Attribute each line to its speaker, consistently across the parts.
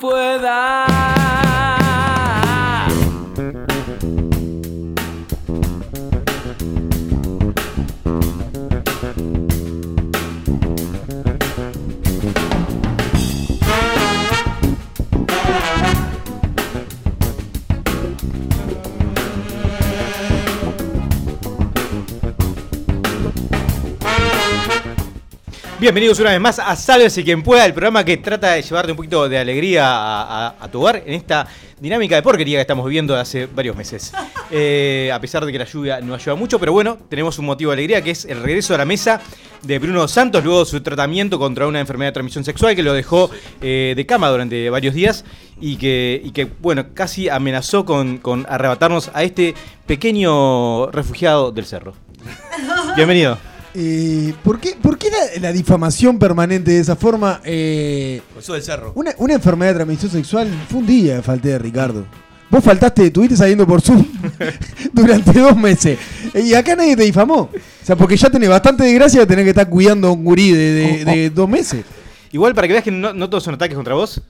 Speaker 1: pueda.
Speaker 2: Bienvenidos una vez más a Sálvese quien pueda, el programa que trata de llevarte un poquito de alegría a, a- a tu hogar en esta dinámica de porquería que estamos viviendo de hace varios meses. Eh, a pesar de que la lluvia no ayuda mucho, pero bueno, tenemos un motivo de alegría que es el regreso a la mesa de Bruno Santos luego de su tratamiento contra una enfermedad de transmisión sexual que lo dejó eh, de cama durante varios días y que, y que bueno, casi amenazó con, con arrebatarnos a este pequeño refugiado del cerro. Bienvenido.
Speaker 3: Eh, ¿Por qué, por qué la, la difamación permanente de esa forma? Eh,
Speaker 4: Por eso del Pues cerro.
Speaker 3: una, una enfermedad de transmisión sexual fue un día que falté de Ricardo. Vos faltaste, estuviste saliendo por Zoom durante dos meses. Eh, Y acá nadie te difamó. O sea, porque ya tenés bastante desgracia de tener que estar cuidando a un gurí de, de-
Speaker 2: Oh,
Speaker 3: de dos meses.
Speaker 2: Igual para que veas que no, no todos son ataques contra vos.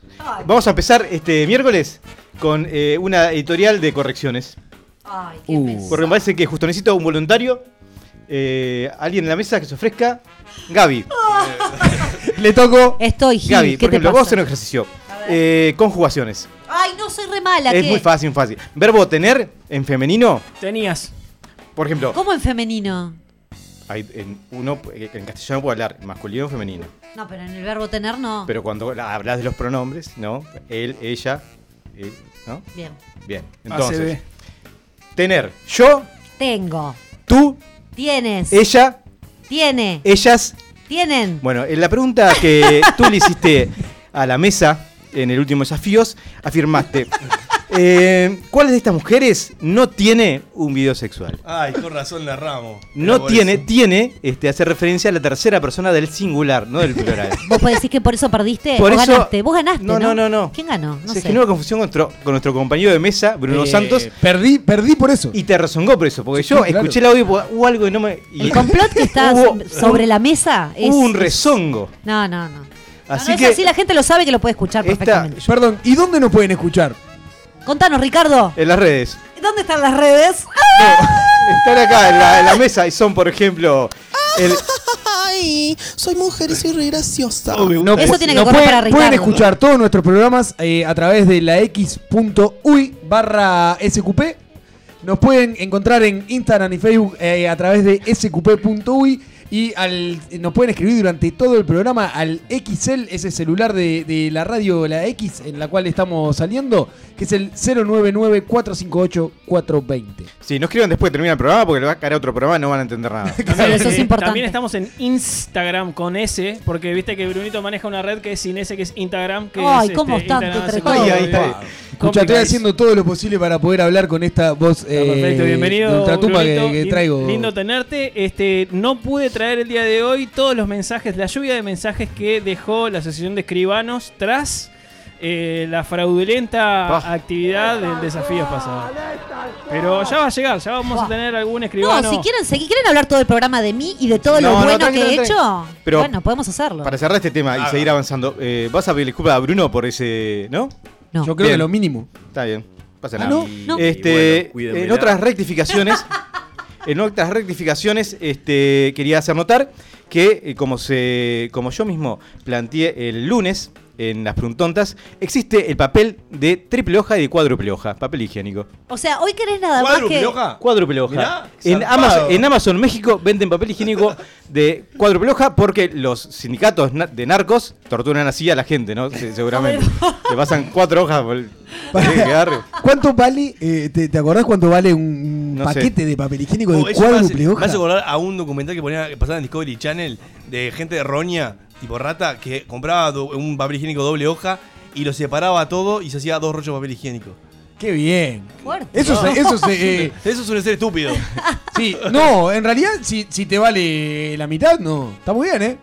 Speaker 2: Vamos a empezar este miércoles con eh, una editorial de correcciones.
Speaker 5: Ay, qué
Speaker 3: Uh.
Speaker 5: pesado.
Speaker 2: Porque me parece que justo necesito un voluntario, eh, alguien en la mesa que se ofrezca. Gaby,
Speaker 3: Le tocó.
Speaker 5: Estoy, Gil,
Speaker 2: Gaby,
Speaker 5: ¿qué
Speaker 2: por
Speaker 5: te
Speaker 2: ejemplo,
Speaker 5: pasa?
Speaker 2: vos en un ejercicio.
Speaker 5: A ver.
Speaker 2: Eh, conjugaciones.
Speaker 5: Ay, no, soy re mala.
Speaker 2: Es
Speaker 5: ¿qué?
Speaker 2: muy fácil, fácil. Verbo tener en femenino,
Speaker 1: Tenías.
Speaker 2: por ejemplo,
Speaker 5: ¿Cómo en femenino?
Speaker 2: hay, en, uno eh, en castellano puede hablar masculino o femenino.
Speaker 5: No, pero en el verbo tener no.
Speaker 2: Pero cuando la- hablas de los pronombres, ¿no? Él, ella, él, ¿no?
Speaker 5: Bien.
Speaker 2: Bien. Entonces, tener yo,
Speaker 5: Tengo.
Speaker 2: tú,
Speaker 5: Tienes.
Speaker 2: ella,
Speaker 5: tiene.
Speaker 2: ellas.
Speaker 5: tienen.
Speaker 2: Bueno, en la pregunta que tú le hiciste a la mesa en el último desafíos, afirmaste. eh, ¿Cuál de estas mujeres no tiene un video sexual?
Speaker 4: Ay, con razón la ramo. Era
Speaker 2: No
Speaker 4: por
Speaker 2: tiene,
Speaker 4: eso.
Speaker 2: tiene, este, hace referencia a la tercera persona del singular, no del plural.
Speaker 5: ¿Vos podés decir que por eso perdiste
Speaker 2: Por
Speaker 5: o
Speaker 2: eso-
Speaker 5: ganaste? Vos ganaste,
Speaker 2: No,
Speaker 5: ¿no?
Speaker 2: no, no, no.
Speaker 5: quién ganó? No
Speaker 2: Se
Speaker 5: sé.
Speaker 2: generó confusión con nuestro, con nuestro compañero de mesa, Bruno
Speaker 3: Eh,
Speaker 2: Santos,
Speaker 3: Perdí, perdí por eso.
Speaker 2: y te rezongó por eso, porque
Speaker 3: Sí,
Speaker 2: yo
Speaker 3: claro.
Speaker 2: escuché el audio y hubo algo y no me. y
Speaker 5: El complot que está
Speaker 2: Hubo
Speaker 5: sobre
Speaker 2: un-
Speaker 5: la mesa es...
Speaker 2: hubo un rezongo.
Speaker 5: No, no, no.
Speaker 2: Así
Speaker 5: no, no
Speaker 2: que-
Speaker 5: es así, la gente lo sabe que lo puede escuchar
Speaker 2: Esta-
Speaker 5: perfectamente.
Speaker 3: Perdón, ¿y dónde nos pueden escuchar?
Speaker 5: Contanos, Ricardo.
Speaker 2: En las redes.
Speaker 5: ¿Dónde están las redes? ¡Ah!
Speaker 2: Están acá en la, en la mesa y son, por ejemplo, el,
Speaker 5: ¡Ah!
Speaker 6: Ay, soy mujer y soy re graciosa.
Speaker 3: No,
Speaker 5: Eso
Speaker 3: pu-
Speaker 5: tiene que
Speaker 3: no
Speaker 5: correr
Speaker 3: pueden,
Speaker 5: para Ricardo.
Speaker 3: pueden escuchar todos nuestros programas eh, a través de la x.uy barra sqp. Nos pueden encontrar en Instagram y Facebook eh, a través de sqp.uy y al- nos pueden escribir durante todo el programa al XL, ese celular de, de la radio La X en la cual estamos saliendo, que es el 099-458-420.
Speaker 2: Sí, no escriban después de terminar el programa porque le va a caer otro programa y no van a entender nada.
Speaker 5: Bueno, eso es
Speaker 1: Eh,
Speaker 5: importante.
Speaker 1: También estamos en Instagram con S, porque viste que Brunito maneja una red que es sin S, que es Instagram. Que
Speaker 5: Ay,
Speaker 1: es, este,
Speaker 5: cómo están
Speaker 1: Instagram
Speaker 5: entre
Speaker 1: secundario.
Speaker 2: todos. Ay, ahí está.
Speaker 3: Escucha, estoy haciendo todo lo posible para poder hablar con esta voz
Speaker 1: Está
Speaker 3: eh,
Speaker 1: perfecto,
Speaker 3: de
Speaker 1: bienvenido.
Speaker 3: ultratumba que-
Speaker 1: Brunito.
Speaker 3: que,
Speaker 1: Lin-
Speaker 3: traigo.
Speaker 1: Lindo tenerte. Este, no pude traer el día de hoy todos los mensajes, la lluvia de mensajes que dejó la Asociación de Escribanos tras eh, la fraudulenta
Speaker 2: Ah.
Speaker 1: actividad del desafío pasado. Pero ya va a llegar, ya vamos a tener algún escribano.
Speaker 5: No, si quieren, si quieren hablar todo el programa de mí y de todo
Speaker 2: No,
Speaker 5: lo
Speaker 2: no,
Speaker 5: bueno
Speaker 2: tranqui,
Speaker 5: que he
Speaker 2: tranqui,
Speaker 5: hecho,
Speaker 2: tranqui. Pero-
Speaker 5: bueno, podemos hacerlo.
Speaker 2: Para cerrar este tema
Speaker 7: Ah,
Speaker 2: y seguir avanzando, eh, vas a pedirle disculpas a Bruno por ese. ¿No?
Speaker 5: No.
Speaker 3: Yo creo
Speaker 2: Bien.
Speaker 3: que lo mínimo.
Speaker 2: Está bien. Pasa
Speaker 3: Ah,
Speaker 2: nada.
Speaker 3: no,
Speaker 5: no.
Speaker 2: Este,
Speaker 7: Y bueno, cuídenmela.
Speaker 2: en otras rectificaciones. En otras rectificaciones, este, quería hacer notar que, eh, como, se, como yo mismo planteé el lunes en las preguntontas, existe el papel de triple hoja y de cuádruple hoja, papel higiénico.
Speaker 5: O sea, hoy querés nada más
Speaker 4: ¿Cuádruple
Speaker 5: que...
Speaker 4: hoja?
Speaker 2: Cuádruple hoja.
Speaker 4: Mirá,
Speaker 2: en,
Speaker 4: zarpado.
Speaker 2: Ama- en Amazon México venden papel higiénico de cuádruple hoja porque los sindicatos na- de narcos torturan así a la gente, ¿no? Se- seguramente. Le pasan cuatro hojas por el-
Speaker 3: Para-
Speaker 2: tiene que dar-
Speaker 3: ¿Cuánto vale? eh, te, te acordás cuánto vale un
Speaker 2: No
Speaker 3: paquete de papel higiénico
Speaker 4: Oh,
Speaker 3: de
Speaker 4: eso me hace-
Speaker 3: cuádruple
Speaker 4: Me hace
Speaker 3: hoja?
Speaker 4: acordar a un documental que, ponía, que pasaba en Discovery Channel de gente de Roña, tipo rata, que compraba do- un papel higiénico doble hoja y lo separaba todo y se hacía dos rollos de papel higiénico.
Speaker 3: ¡Qué bien!
Speaker 5: Fuerte.
Speaker 3: Eso se- eso se, eh,
Speaker 4: Eso es un ser estúpido.
Speaker 3: sí, no, en realidad, si, si te vale la mitad, no. Está muy bien, ¿eh?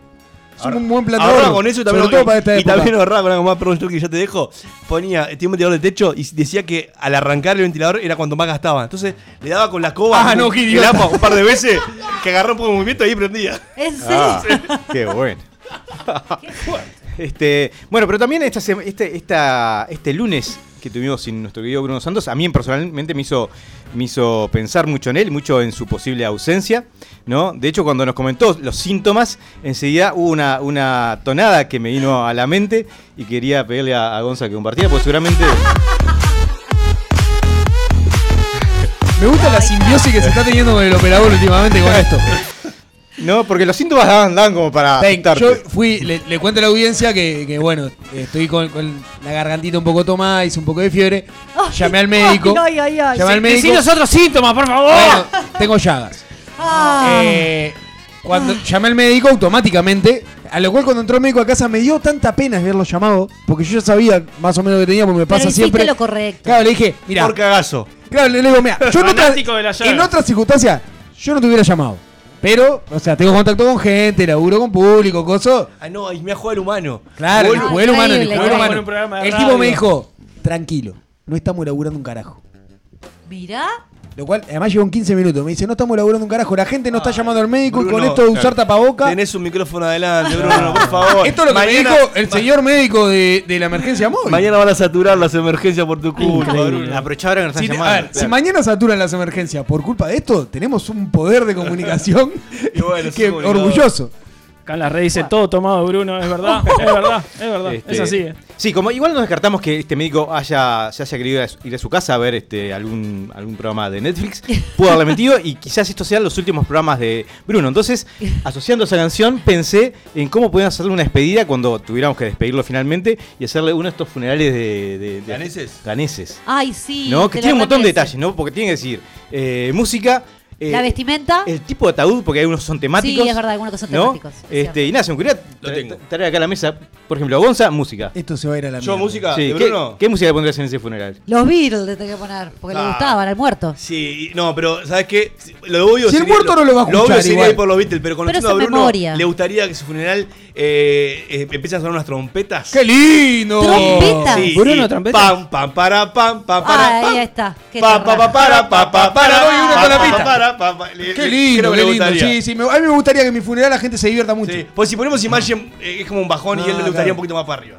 Speaker 3: Es un buen plan de
Speaker 4: Ahorraba
Speaker 3: ahorro,
Speaker 4: con eso y
Speaker 3: sobre
Speaker 4: también,
Speaker 3: todo
Speaker 4: y-
Speaker 3: para esta
Speaker 4: y
Speaker 3: época.
Speaker 4: también ahorraba con algo más, perdón, yo que ya te dejo. Ponía, eh, tenía un ventilador de techo y decía que al arrancar el ventilador era cuando más gastaba. Entonces le daba con la escoba
Speaker 3: Ah,
Speaker 4: un-
Speaker 3: no, qué
Speaker 4: el
Speaker 3: idiota.
Speaker 4: agua un par de veces que agarró un poco de movimiento y ahí prendía.
Speaker 5: ¿En serio?
Speaker 2: Ah, qué bueno. Este, bueno, pero también esta, sema- este, esta, este lunes que tuvimos sin nuestro querido Bruno Santos, a mí personalmente me hizo, me hizo pensar mucho en él, mucho en su posible ausencia, ¿no? De hecho, cuando nos comentó los síntomas, enseguida hubo una, una tonada que me vino a la mente y quería pedirle a, a Gonza que compartiera, porque seguramente...
Speaker 3: Me gusta la simbiosis que se está teniendo con el operador últimamente con esto.
Speaker 2: No, porque los síntomas daban, daban como para...
Speaker 3: Ten,
Speaker 2: asustarte.
Speaker 3: yo fui, le, le cuento a la audiencia que, que, bueno, estoy con, con la gargantita un poco tomada, hice un poco de fiebre. Llamé al médico.
Speaker 5: Ay, ay, ay.
Speaker 3: Llamé al médico.
Speaker 1: Decí los otros síntomas, por favor.
Speaker 3: Bueno, tengo llagas.
Speaker 5: Ah.
Speaker 3: Eh, cuando llamé al médico automáticamente, a lo cual cuando entró el médico a casa me dio tanta pena haberlo llamado, porque yo ya sabía más o menos lo que tenía, porque me
Speaker 5: Pero
Speaker 3: pasa
Speaker 5: hiciste
Speaker 3: siempre.
Speaker 5: lo correcto.
Speaker 3: Claro, le dije, mira,
Speaker 4: Por cagazo.
Speaker 3: claro, le digo, mira, yo en otras,
Speaker 1: Fanático de la llaga.
Speaker 3: en otras circunstancias, yo no te hubiera llamado. Pero, o sea, tengo contacto con gente, laburo con público, cosas.
Speaker 4: Ah, no, y me ha jugado el humano.
Speaker 3: Claro,
Speaker 4: Gol-
Speaker 3: el juguete humano, el
Speaker 5: increíble,
Speaker 3: juguete
Speaker 5: increíble.
Speaker 1: Como en un programa
Speaker 3: humano.
Speaker 1: de
Speaker 3: El tipo me
Speaker 1: radio.
Speaker 3: dijo, tranquilo, no estamos laburando un carajo.
Speaker 5: Mirá.
Speaker 3: Lo cual, además llevan 15 minutos. Me dice, no estamos laburando un carajo. La gente no está llamando al médico y con
Speaker 4: Ah, Bruno,
Speaker 3: esto de usar
Speaker 4: claro.
Speaker 3: tapaboca.
Speaker 4: Tenés un micrófono adelante, Bruno, por favor.
Speaker 3: Ah. Esto es lo que
Speaker 4: Mañana-
Speaker 3: me dijo el
Speaker 4: ma-
Speaker 3: señor médico de, de la emergencia móvil.
Speaker 4: Mañana van a saturar las emergencias por tu culpa, Bruno.
Speaker 2: Aprovechá ahora que nos
Speaker 3: Si,
Speaker 2: están
Speaker 3: te- a
Speaker 2: llamando.
Speaker 3: ver, si mañana saturan las emergencias por culpa de esto, tenemos un poder de comunicación
Speaker 4: Y bueno,
Speaker 3: que
Speaker 4: somos obligados.
Speaker 3: orgulloso.
Speaker 1: Acá en las redes dice todo tomado, Bruno. Es verdad, es verdad, es verdad.
Speaker 2: Este,
Speaker 1: Es así. eh.
Speaker 2: Sí, como igual nos descartamos que este médico haya, se haya querido ir a su- ir a su casa a ver este, algún, algún programa de Netflix. Pudo haberle mentido y quizás estos sean los últimos programas de Bruno. Entonces, asociando esa canción, pensé en cómo podían hacerle una despedida cuando tuviéramos que despedirlo finalmente y hacerle uno de estos funerales de. de- de-
Speaker 4: ¿Daneses?
Speaker 2: daneses,
Speaker 5: Ay, Ah, sí.
Speaker 2: ¿No?
Speaker 5: te
Speaker 2: Que
Speaker 5: la
Speaker 2: tiene un montón de
Speaker 5: remerece.
Speaker 2: detalles, ¿no? Porque tiene que decir eh, música. eh,
Speaker 5: La vestimenta.
Speaker 2: el tipo de ataúd, porque hay unos son temáticos.
Speaker 5: Sí, es verdad, algunos que son
Speaker 2: ¿no?
Speaker 5: temáticos, es cierto.
Speaker 2: Este, y nada, se me ocurría
Speaker 4: Lo
Speaker 2: tra-
Speaker 4: tengo.
Speaker 2: traer acá a la mesa, por ejemplo, a Gonza, música.
Speaker 3: Esto se va a ir a la
Speaker 4: Yo,
Speaker 3: mierda.
Speaker 4: música,
Speaker 2: Ah, Sí,
Speaker 4: de
Speaker 2: ¿qué,
Speaker 4: Bruno.
Speaker 2: qué música le pondrías en ese funeral?
Speaker 5: Los Beatles le tenía que poner, porque le
Speaker 4: Ah.
Speaker 5: gustaban al muerto.
Speaker 4: Sí, y- no, pero ¿sabes qué? Si- Lo obvio
Speaker 3: Si el
Speaker 4: sería-
Speaker 3: muerto no lo va a
Speaker 4: Lo obvio
Speaker 3: escuchar
Speaker 4: sería
Speaker 3: igual.
Speaker 4: ir por los Beatles, pero conociendo
Speaker 5: es
Speaker 4: a
Speaker 5: en
Speaker 4: Bruno,
Speaker 5: memoria.
Speaker 4: le gustaría que su funeral eh, eh, empiecen a sonar unas trompetas.
Speaker 3: ¡Qué lindo!
Speaker 5: Trompeta.
Speaker 4: Sí,
Speaker 1: Bruno,
Speaker 4: y
Speaker 1: ¿trompetas?
Speaker 4: Pam, pam, para, pam, pam, para.
Speaker 5: Ah,
Speaker 4: pam.
Speaker 5: ahí está. Qué
Speaker 4: Pa, pa, pa,
Speaker 5: terror.
Speaker 4: para, pa, pa, para.
Speaker 3: Doy uno
Speaker 4: pa,
Speaker 3: con la
Speaker 4: pa,
Speaker 3: pista.
Speaker 4: para, pa, pa. Le-
Speaker 3: ¡Qué
Speaker 4: le-
Speaker 3: lindo, qué
Speaker 4: creo que le
Speaker 3: lindo!
Speaker 4: gustaría.
Speaker 3: Sí, sí, me- a mí me gustaría que en mi funeral la gente se divierta mucho.
Speaker 4: Sí, Pues si ponemos Imagine eh, es como un bajón y
Speaker 3: Ah,
Speaker 4: a él le gustaría
Speaker 3: claro.
Speaker 4: un poquito más para arriba.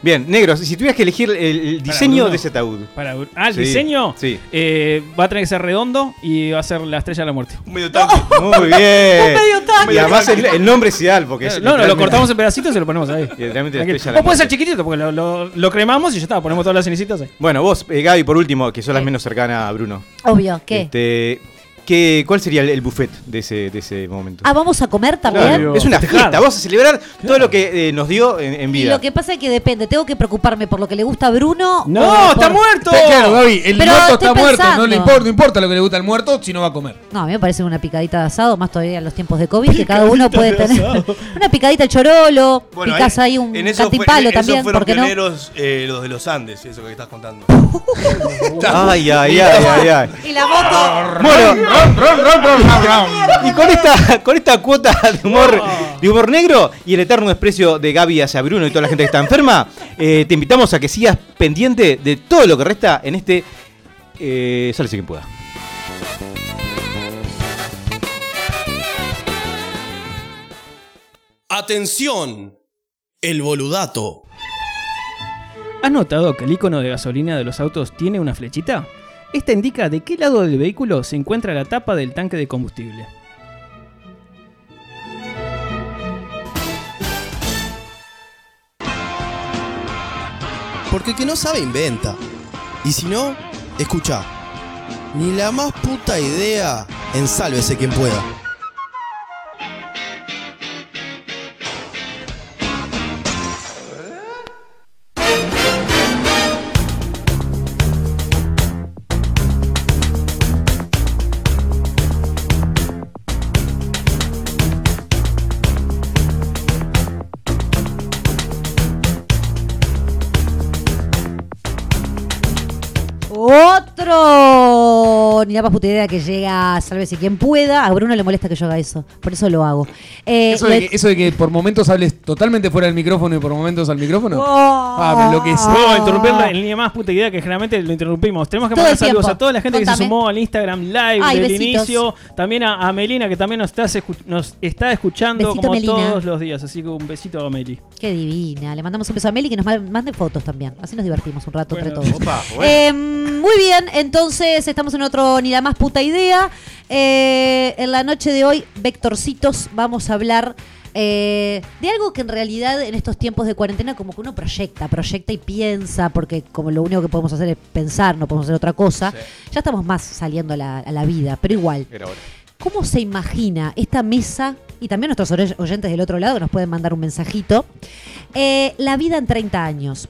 Speaker 2: Bien, negros, si tuvieras que elegir el, el diseño
Speaker 1: Bruno.
Speaker 2: de ese ataúd.
Speaker 1: Para, Bru- ah, el
Speaker 2: Sí,
Speaker 1: diseño
Speaker 2: sí.
Speaker 1: eh, va a tener que ser redondo y va a ser la estrella de la muerte.
Speaker 4: Un medio tanque.
Speaker 2: Muy bien.
Speaker 5: medio tanque.
Speaker 2: y además el, el nombre es ideal, porque es.
Speaker 1: No, no, lo
Speaker 2: literalmente-
Speaker 1: cortamos en pedacitos y se lo ponemos ahí.
Speaker 2: literalmente la
Speaker 1: Tranquilo.
Speaker 2: estrella de la
Speaker 1: o puede ser
Speaker 2: muerte.
Speaker 1: chiquitito, porque lo, lo- lo cremamos y ya está, ponemos todas las cenicitas ahí.
Speaker 2: Bueno, vos, eh, Gaby, por último, que sos la menos cercana a Bruno.
Speaker 5: Obvio, ¿qué?
Speaker 2: Este, ¿qué- ¿Cuál sería el, el buffet de ese, de ese momento?
Speaker 5: Ah, vamos a comer también.
Speaker 1: Claro.
Speaker 2: Es una
Speaker 1: Festejar.
Speaker 2: fiesta, vos a celebrar todo lo que eh, nos dio en, en
Speaker 5: Y
Speaker 2: vida.
Speaker 5: lo que pasa es que depende, tengo que preocuparme por lo que le gusta a Bruno.
Speaker 1: ¡No!
Speaker 5: o
Speaker 1: ¡Está
Speaker 5: por-
Speaker 1: muerto!
Speaker 3: Está claro, Gaby, el
Speaker 5: Pero
Speaker 3: muerto
Speaker 5: estoy
Speaker 3: está muerto. No,
Speaker 5: pensando. Eh,
Speaker 3: le importa, no importa lo que le gusta al muerto, si no va a comer.
Speaker 5: No, a mí me parece una picadita de asado, más todavía en los tiempos de COVID, que cada uno puede tener. una picadita de chorolo,
Speaker 4: Bueno,
Speaker 5: picás ahí, un
Speaker 4: en eso fue-
Speaker 5: catipalo
Speaker 4: en eso
Speaker 5: también,
Speaker 4: fueron
Speaker 5: porque no.
Speaker 4: pioneros eh, los de los Andes, eso que estás contando.
Speaker 2: Ay, ay, ay, ay, ay.
Speaker 5: Y la moto.
Speaker 2: Bueno, y con esta, con esta cuota de humor, de humor negro y el eterno desprecio de Gaby hacia Bruno y toda la gente que está enferma, eh, te invitamos a que sigas pendiente de todo lo que resta en este. Eh, sálvese quien pueda.
Speaker 6: Atención, el boludato.
Speaker 1: ¿Has notado que el icono de gasolina de los autos tiene una flechita? Esta indica de qué lado del vehículo se encuentra la tapa del tanque de combustible.
Speaker 6: Porque el que no sabe inventa. Y si no, escucha. Ni la más puta idea, ensálvese quien pueda.
Speaker 5: Otro o ni la más puta idea que llega a Sálvese quien pueda. A Bruno le molesta que yo haga eso. Por eso lo hago. Eh,
Speaker 3: Eso
Speaker 5: y
Speaker 3: de,
Speaker 5: el-
Speaker 3: que, eso de que por momentos hables totalmente fuera del micrófono y por momentos al micrófono.
Speaker 5: Oh.
Speaker 3: Ah, me enloquece.
Speaker 1: Vamos a interrumpirla en línea más puta idea que generalmente lo interrumpimos. Tenemos que
Speaker 5: Todo
Speaker 1: mandar
Speaker 5: el
Speaker 1: saludos
Speaker 5: tiempo.
Speaker 1: a toda la gente que se
Speaker 5: Contame.
Speaker 1: sumó al Instagram Live
Speaker 5: Ay,
Speaker 1: del
Speaker 5: besitos.
Speaker 1: inicio. También a, a Melina que también nos, estás escu- nos está escuchando
Speaker 5: Besito,
Speaker 1: como
Speaker 5: Melina.
Speaker 1: todos los días. Así que un besito a Meli.
Speaker 5: Qué divina. Le mandamos un beso a Meli que nos ma- mande fotos también. Así nos divertimos un rato entre
Speaker 1: Bueno.
Speaker 5: todos.
Speaker 2: Opa,
Speaker 5: Eh, muy bien, entonces estamos en otro Ni la más puta idea. Eh, en la noche de hoy, Vectorcitos, vamos a hablar eh, de algo que en realidad en estos tiempos de cuarentena como que uno proyecta, proyecta y piensa, porque como lo único que podemos hacer es pensar, no podemos hacer otra cosa, ya estamos más saliendo a la, a la vida, pero igual.
Speaker 2: Era ahora.
Speaker 5: ¿Cómo se imagina esta mesa y también nuestros ore- oyentes del otro lado que nos pueden mandar un mensajito? eh, la vida en 30 años.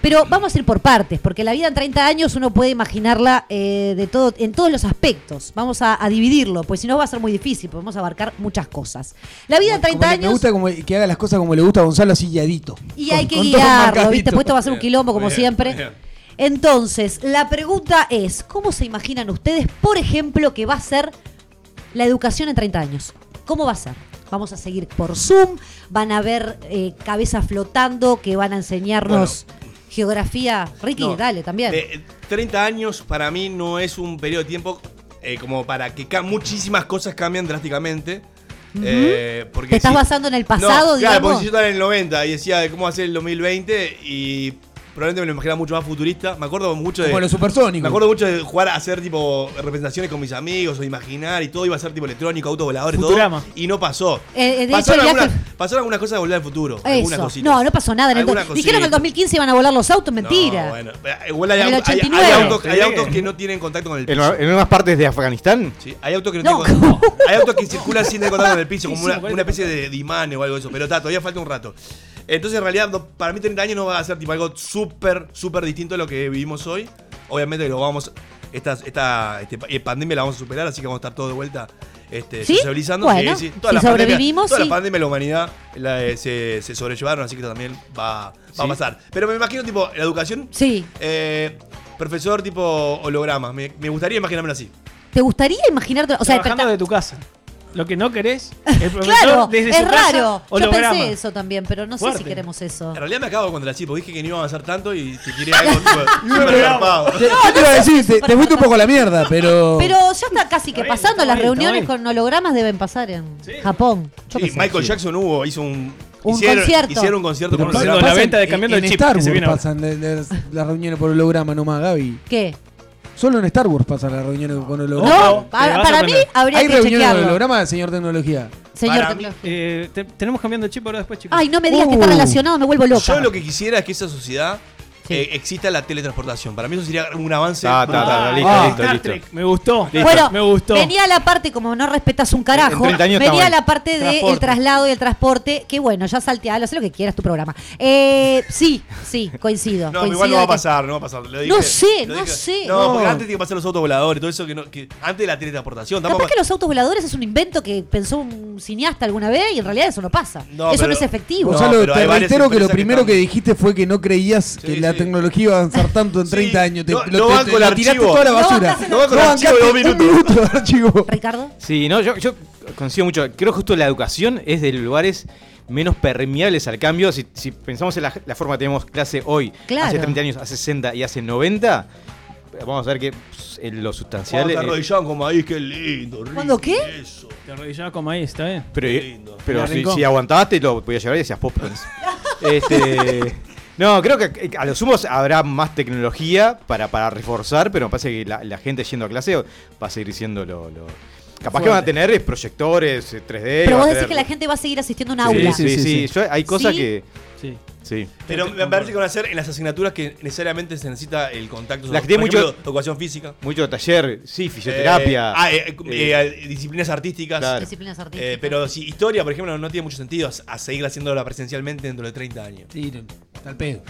Speaker 5: Pero vamos a ir por partes, porque la vida en 30 años uno puede imaginarla eh, de todo, en todos los aspectos. Vamos a, a dividirlo, pues si no va a ser muy difícil, podemos abarcar muchas cosas. La vida en
Speaker 3: Como
Speaker 5: 30
Speaker 3: le-
Speaker 5: años
Speaker 3: Me gusta como que haga las cosas como le gusta a Gonzalo, así guiadito.
Speaker 5: y
Speaker 3: Con-
Speaker 5: hay que
Speaker 3: con todo
Speaker 5: guiarlo,
Speaker 3: marcadito.
Speaker 5: ¿viste? Pues esto va a ser un
Speaker 4: Bien,
Speaker 5: quilombo como
Speaker 4: bien,
Speaker 5: siempre.
Speaker 4: bien.
Speaker 5: Entonces, la pregunta es, ¿cómo se imaginan ustedes, por ejemplo, que va a ser la educación en 30 años? ¿Cómo va a ser? Vamos a seguir por Zoom, van a ver eh, cabezas flotando que van a enseñarnos geografía. Ricky,
Speaker 4: No,
Speaker 5: dale también.
Speaker 4: eh, 30 años para mí no es un periodo de tiempo eh, como para que ca- muchísimas cosas cambian drásticamente. eh, porque
Speaker 5: ¿Te estás
Speaker 4: si-
Speaker 5: basando en el pasado,
Speaker 4: no, Claro,
Speaker 5: digamos?
Speaker 4: porque si yo estaba en el 90 y decía de cómo va a ser el 2020 y probablemente me lo imaginaba mucho más futurista. Me acuerdo mucho de...
Speaker 3: Como los supersónicos.
Speaker 4: Me acuerdo mucho de jugar a hacer tipo representaciones con mis amigos o imaginar y todo iba a ser tipo electrónico, autos voladores,
Speaker 1: Futurama.
Speaker 4: todo. Y no pasó.
Speaker 5: Eh, eh, de
Speaker 4: pasaron,
Speaker 5: hecho, el
Speaker 4: algunas,
Speaker 5: viaje-
Speaker 4: pasaron algunas cosas de volver al futuro. Algunas
Speaker 5: Eso.
Speaker 4: cositas.
Speaker 5: No, no pasó nada. En el do-
Speaker 4: Algunas
Speaker 5: Dijeron que en el
Speaker 4: cositas.
Speaker 5: 2015 iban a volar los autos, mentira.
Speaker 4: No, bueno, eh, igual hay,
Speaker 5: En el
Speaker 4: autos- hay-
Speaker 5: 89.
Speaker 4: hay autos, hay
Speaker 2: Sí.
Speaker 4: autos que no tienen contacto con el
Speaker 2: ¿En,
Speaker 4: piso.
Speaker 2: en unas partes de Afganistán?
Speaker 4: Sí, hay autos que no,
Speaker 5: No.
Speaker 4: tienen contacto. Hay autos que circulan sin tener contacto con el piso, como
Speaker 1: Sí, sí,
Speaker 4: una,
Speaker 1: me acuerdo.
Speaker 4: una especie de, de imán o algo de eso. Pero está, todavía falta un rato. Entonces, en realidad, no- para mí 30 años no va a ser tipo algo súper, súper distinto a lo que vivimos hoy. Obviamente que lo vamos. Esta, esta este, eh, pandemia la vamos a superar, así que vamos a estar todos de vuelta este,
Speaker 5: ¿Sí?
Speaker 4: socializando.
Speaker 5: Bueno, si
Speaker 4: las pandemias-
Speaker 5: sobrevivimos,
Speaker 4: todas las
Speaker 5: sí.
Speaker 4: pandemias de la humanidad la, eh, se, se sobrellevaron, así que esto también va, va a pasar. Pero me imagino, tipo, la educación.
Speaker 5: Sí.
Speaker 4: eh, profesor tipo holograma. Me, me gustaría imaginármelo así.
Speaker 5: ¿Te gustaría imaginarte? O sea,
Speaker 1: Trabajando
Speaker 5: trata-
Speaker 1: de tu casa. Lo que no querés, el profesor
Speaker 5: Claro,
Speaker 1: desde
Speaker 5: es
Speaker 1: su casa,
Speaker 5: raro. Yo
Speaker 1: holograma.
Speaker 5: pensé eso también, pero no sé
Speaker 1: Fuerte.
Speaker 5: si queremos eso.
Speaker 4: En realidad me acabo contra la chipo, dije que no iba a avanzar tanto y te quería algo tipo, súper zarpado.
Speaker 3: Te, ¿qué te iba a decir? Te, te fuiste un poco a la mierda, pero.
Speaker 5: Pero ya está casi que
Speaker 1: Está bien,
Speaker 5: pasando.
Speaker 1: está bien,
Speaker 5: Las
Speaker 1: está bien.
Speaker 5: reuniones con hologramas deben pasar en Japón. Yo
Speaker 4: Sí,
Speaker 5: qué sé.
Speaker 4: Michael Jackson hubo, hizo un,
Speaker 5: Un
Speaker 4: hicieron,
Speaker 5: concierto.
Speaker 4: hicieron un concierto
Speaker 3: Pero
Speaker 4: con
Speaker 1: pasa-
Speaker 3: pasan-
Speaker 1: la
Speaker 4: holograma.
Speaker 1: venta de
Speaker 3: en-
Speaker 1: cambiando
Speaker 3: en
Speaker 1: el chip
Speaker 3: Star
Speaker 1: que
Speaker 3: Wars
Speaker 1: se viene ahora.
Speaker 3: pasan de- de las, las reuniones por holograma nomás, Gaby.
Speaker 5: ¿Qué?
Speaker 3: Solo en Star Wars pasan las reuniones con
Speaker 5: No,
Speaker 3: holograma.
Speaker 1: te
Speaker 5: pa-
Speaker 1: vas a
Speaker 5: para mí
Speaker 1: aprender.
Speaker 5: habría
Speaker 3: ¿Hay
Speaker 5: que
Speaker 3: reuniones con
Speaker 5: chequearlo.
Speaker 3: holograma, señor tecnología?
Speaker 5: Señor
Speaker 4: Para mí-
Speaker 5: tecnológico.
Speaker 1: Eh, te- tenemos cambiando de chip ahora después, chicos.
Speaker 5: Ay, no me digas que está
Speaker 3: Uh.
Speaker 5: relacionado, me vuelvo loca.
Speaker 4: Yo lo que quisiera es que esa sociedad
Speaker 5: Sí.
Speaker 4: eh, exista la teletransportación. Para mí eso sería un avance.
Speaker 2: Ta, ta,
Speaker 4: brutal.
Speaker 2: ta, listo,
Speaker 3: Ah,
Speaker 2: listo,
Speaker 1: Star
Speaker 2: listo.
Speaker 1: Trek, Me gustó.
Speaker 5: Bueno,
Speaker 1: me gustó.
Speaker 5: venía la parte, como no respetas un carajo,
Speaker 2: En 30 años está
Speaker 5: venía
Speaker 2: bueno.
Speaker 5: la parte del
Speaker 1: Transporte.
Speaker 5: traslado y el transporte, que bueno, ya saltealo, haz lo que quieras tu programa. Eh, sí, sí, coincido.
Speaker 4: No,
Speaker 5: coincido
Speaker 4: igual no va a
Speaker 5: de que-
Speaker 4: pasar, no va a pasar. lo dije,
Speaker 5: No sé,
Speaker 4: lo
Speaker 5: no
Speaker 4: dije.
Speaker 5: sé.
Speaker 4: No,
Speaker 5: No.
Speaker 4: porque antes tiene que pasar los autos voladores, todo eso que no. que- antes de la teletransportación.
Speaker 5: Capaz
Speaker 4: tampoco-
Speaker 5: que los autos voladores es un invento que pensó un cineasta alguna vez y en realidad eso no pasa.
Speaker 4: No,
Speaker 5: eso
Speaker 4: pero-
Speaker 5: no es efectivo.
Speaker 4: No,
Speaker 3: Gonzalo,
Speaker 4: pero hay
Speaker 3: te
Speaker 4: varias
Speaker 3: reitero que lo
Speaker 4: empresas que
Speaker 3: primero que,
Speaker 4: están-
Speaker 3: dijiste fue que no creías que
Speaker 4: Sí,
Speaker 3: la
Speaker 4: sí.
Speaker 3: tecnología iba a avanzar tanto en
Speaker 4: Sí,
Speaker 3: 30 años. Te,
Speaker 4: no- no banco el
Speaker 3: la tiraste
Speaker 4: archivo.
Speaker 3: toda la
Speaker 5: No
Speaker 3: basura.
Speaker 5: bancas el No banco
Speaker 4: el archivo de dos
Speaker 3: bancaste un
Speaker 4: minutos.
Speaker 3: minuto de archivo.
Speaker 5: Ricardo.
Speaker 2: Sí, no, yo, yo coincido mucho. Creo que justo la educación es de los lugares menos permeables al cambio. Si, si pensamos en la, la forma que tenemos clase hoy,
Speaker 5: Claro.
Speaker 2: hace 30 años, hace 60 y hace 90, vamos a ver que pues, en lo sustancial.
Speaker 4: Cuando te
Speaker 2: eh,
Speaker 4: arrodillaban como ahí, qué lindo. rico,
Speaker 5: ¿Cuándo qué?
Speaker 4: Eso.
Speaker 1: Te arrodillaba como ahí, está bien.
Speaker 2: pero eh,
Speaker 4: Qué lindo.
Speaker 2: pero
Speaker 1: Me
Speaker 2: si,
Speaker 1: arrancó.
Speaker 2: si aguantaste, lo podías llevar y decías Poppins. este, no, creo que eh, a los sumos habrá más tecnología para, para reforzar, pero me parece que la, la gente yendo a clase va a seguir siendo lo. lo- Capaz que van a tener eh, proyectores eh, 3D.
Speaker 5: Pero
Speaker 2: van
Speaker 5: vos
Speaker 2: a
Speaker 5: decís
Speaker 2: tener-
Speaker 5: que la gente va a seguir asistiendo a un
Speaker 2: Sí,
Speaker 5: aula.
Speaker 2: Sí, sí,
Speaker 3: Sí, sí,
Speaker 2: sí. Yo- hay cosas
Speaker 5: Sí.
Speaker 2: que.
Speaker 1: Sí.
Speaker 2: Sí.
Speaker 4: Pero me parece que van a ser en las asignaturas que necesariamente se necesita el contacto.
Speaker 2: Las que tienen
Speaker 4: Por ejemplo,
Speaker 2: mucho-
Speaker 4: Educación física.
Speaker 2: Mucho taller, sí, fisioterapia.
Speaker 4: Eh, ah, eh,
Speaker 2: eh,
Speaker 4: eh, eh, disciplinas artísticas.
Speaker 2: Claro.
Speaker 5: Disciplinas artísticas.
Speaker 4: Eh, pero si historia, por ejemplo, no tiene mucho sentido a, a seguir haciéndola presencialmente dentro de 30 años.
Speaker 3: Sí, al pedo.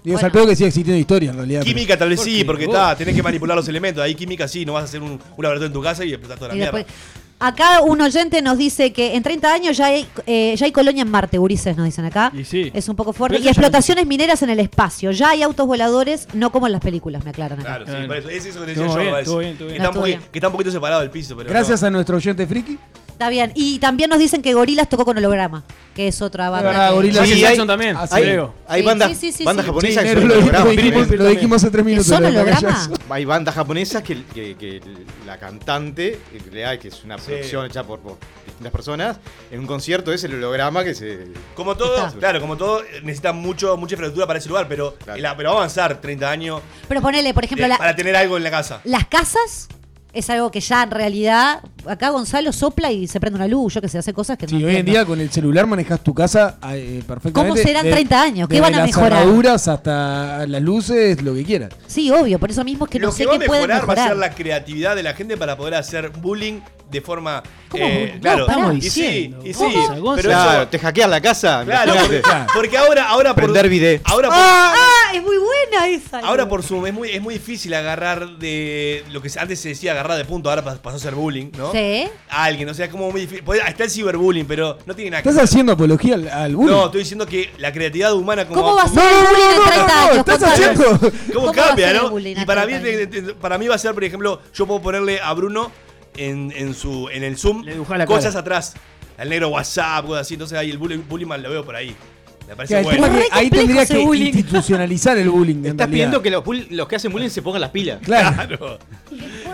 Speaker 3: Digo,
Speaker 5: Bueno.
Speaker 3: es al pedo que sigue existiendo historia en realidad. pero-
Speaker 4: Química tal vez
Speaker 1: ¿Por
Speaker 4: sí,
Speaker 1: qué?
Speaker 4: porque
Speaker 1: Vos.
Speaker 4: está, tenés que manipular los elementos. Ahí química sí, no vas a hacer un, un laboratorio en tu casa y explotar toda la
Speaker 5: Y
Speaker 4: mierda.
Speaker 5: después- Acá un oyente nos dice que en 30 años ya hay, eh, ya hay colonia en Marte, Urises nos dicen acá.
Speaker 1: Y sí.
Speaker 5: Es un poco fuerte.
Speaker 1: Pero
Speaker 5: Y
Speaker 1: eso ya
Speaker 5: explotaciones mineras en el espacio. Ya hay autos voladores, no como en las películas, me aclaran acá.
Speaker 4: Claro, sí,
Speaker 1: Claro.
Speaker 4: por eso. Es eso que decía
Speaker 1: Estuvo
Speaker 4: yo.
Speaker 1: bien,
Speaker 4: me
Speaker 1: estuvo
Speaker 4: parece.
Speaker 1: bien, estuvo
Speaker 4: Que
Speaker 1: bien.
Speaker 4: está un
Speaker 5: Estuvo
Speaker 4: poqui-
Speaker 5: bien.
Speaker 4: que está un poquito separado del piso. Pero
Speaker 3: Gracias
Speaker 4: no.
Speaker 3: a nuestro oyente friki.
Speaker 5: Está bien. Y también nos dicen que Gorilas tocó con holograma, que es otra banda.
Speaker 3: verdad,
Speaker 5: que-
Speaker 3: Gorillaz
Speaker 1: Michael
Speaker 2: Sí,
Speaker 1: Jackson
Speaker 2: hay-
Speaker 1: también,
Speaker 3: hay-
Speaker 2: Hay,
Speaker 1: creo.
Speaker 2: hay
Speaker 5: Sí,
Speaker 2: bandas,
Speaker 5: sí, sí, sí,
Speaker 2: bandas
Speaker 5: sí.
Speaker 2: japonesas que
Speaker 3: Negro,
Speaker 2: son
Speaker 3: lo, dijimos-
Speaker 2: hologramas,
Speaker 3: lo dijimos,
Speaker 2: ¿eh?
Speaker 3: lo dijimos hace tres minutos.
Speaker 5: ¿Son
Speaker 3: lo de
Speaker 5: holograma?
Speaker 3: Payaso.
Speaker 2: Hay bandas japonesas que, que- que la cantante, en realidad, que es una
Speaker 4: Sí.
Speaker 2: producción hecha por, por distintas personas, en un concierto es el holograma que se.
Speaker 4: Como todo,
Speaker 5: Está.
Speaker 4: claro, como todo, eh, necesita mucho, mucha infraestructura para ese lugar, pero,
Speaker 2: Claro.
Speaker 4: la- pero va a avanzar 30 años
Speaker 5: Pero ponele, por ejemplo,
Speaker 4: eh,
Speaker 5: la-
Speaker 4: para tener algo en la casa.
Speaker 5: las casas es algo que ya en realidad acá Gonzalo sopla y se prende una luz, yo que sé, hace cosas que
Speaker 3: Sí,
Speaker 5: no
Speaker 3: hoy en
Speaker 5: entiendo.
Speaker 3: día con el celular manejas tu casa eh, perfectamente.
Speaker 5: ¿Cómo serán
Speaker 3: de-
Speaker 5: 30 años? ¿Qué
Speaker 3: desde
Speaker 5: van a
Speaker 3: las
Speaker 5: mejorar?
Speaker 3: cerraduras hasta las luces, lo que quieras.
Speaker 5: Sí, obvio, por eso mismo es que
Speaker 4: Lo
Speaker 5: no sé
Speaker 4: que va a
Speaker 5: qué pueden
Speaker 4: mejorar, va a
Speaker 5: mejorar.
Speaker 4: ser la creatividad de la gente para poder hacer bullying de forma. eh,
Speaker 5: ¿Cómo
Speaker 2: Eh,
Speaker 5: bullying? No,
Speaker 4: claro,
Speaker 5: pará.
Speaker 4: y sí, y sí.
Speaker 1: Gonza, Gonza.
Speaker 4: Pero
Speaker 2: claro,
Speaker 4: eso-
Speaker 2: te hackeas la casa.
Speaker 4: claro,
Speaker 2: imagínate.
Speaker 4: porque, porque ahora, ahora por.
Speaker 2: Prender video.
Speaker 4: Ahora por,
Speaker 5: Ah, es muy buena esa.
Speaker 4: ahora por Zoom es muy, es muy difícil agarrar de. Lo que antes se decía agarrar de punto, ahora pas- pasó a ser bullying, ¿no?
Speaker 5: Sí.
Speaker 4: A alguien, o sea, es como muy difícil. Podés- Está el ciberbullying, pero no tiene nada que
Speaker 3: ¿Estás haciendo apología al, al bullying?
Speaker 4: No, estoy diciendo que la creatividad humana como.
Speaker 5: ¿Cómo va a
Speaker 4: como-
Speaker 5: ser el bullying en 30 años?
Speaker 3: estás
Speaker 5: Contame.
Speaker 3: haciendo.
Speaker 4: ¿Cómo,
Speaker 5: ¿Cómo va
Speaker 4: cambia,
Speaker 5: a ser el
Speaker 4: no?
Speaker 5: bullying
Speaker 4: Y para mí,
Speaker 5: acá también?
Speaker 4: te- te- para mí va a ser, por ejemplo, yo puedo ponerle a Bruno en, en su en el Zoom
Speaker 1: Le dibujás la
Speaker 4: cosas
Speaker 1: cara.
Speaker 4: atrás. Al negro WhatsApp, cosas así. Entonces ahí el bullying, bullying mal lo veo por ahí. Me
Speaker 3: O sea,
Speaker 4: parece
Speaker 3: el tema
Speaker 4: bueno.
Speaker 3: es que
Speaker 5: Re
Speaker 3: ahí
Speaker 5: complejo
Speaker 3: tendría
Speaker 5: ese
Speaker 3: que
Speaker 5: bullying.
Speaker 3: institucionalizar el bullying. en
Speaker 2: Estás
Speaker 3: realidad.
Speaker 2: pidiendo que los, bull- los que hacen bullying se pongan las pilas.
Speaker 3: Claro,
Speaker 4: Claro.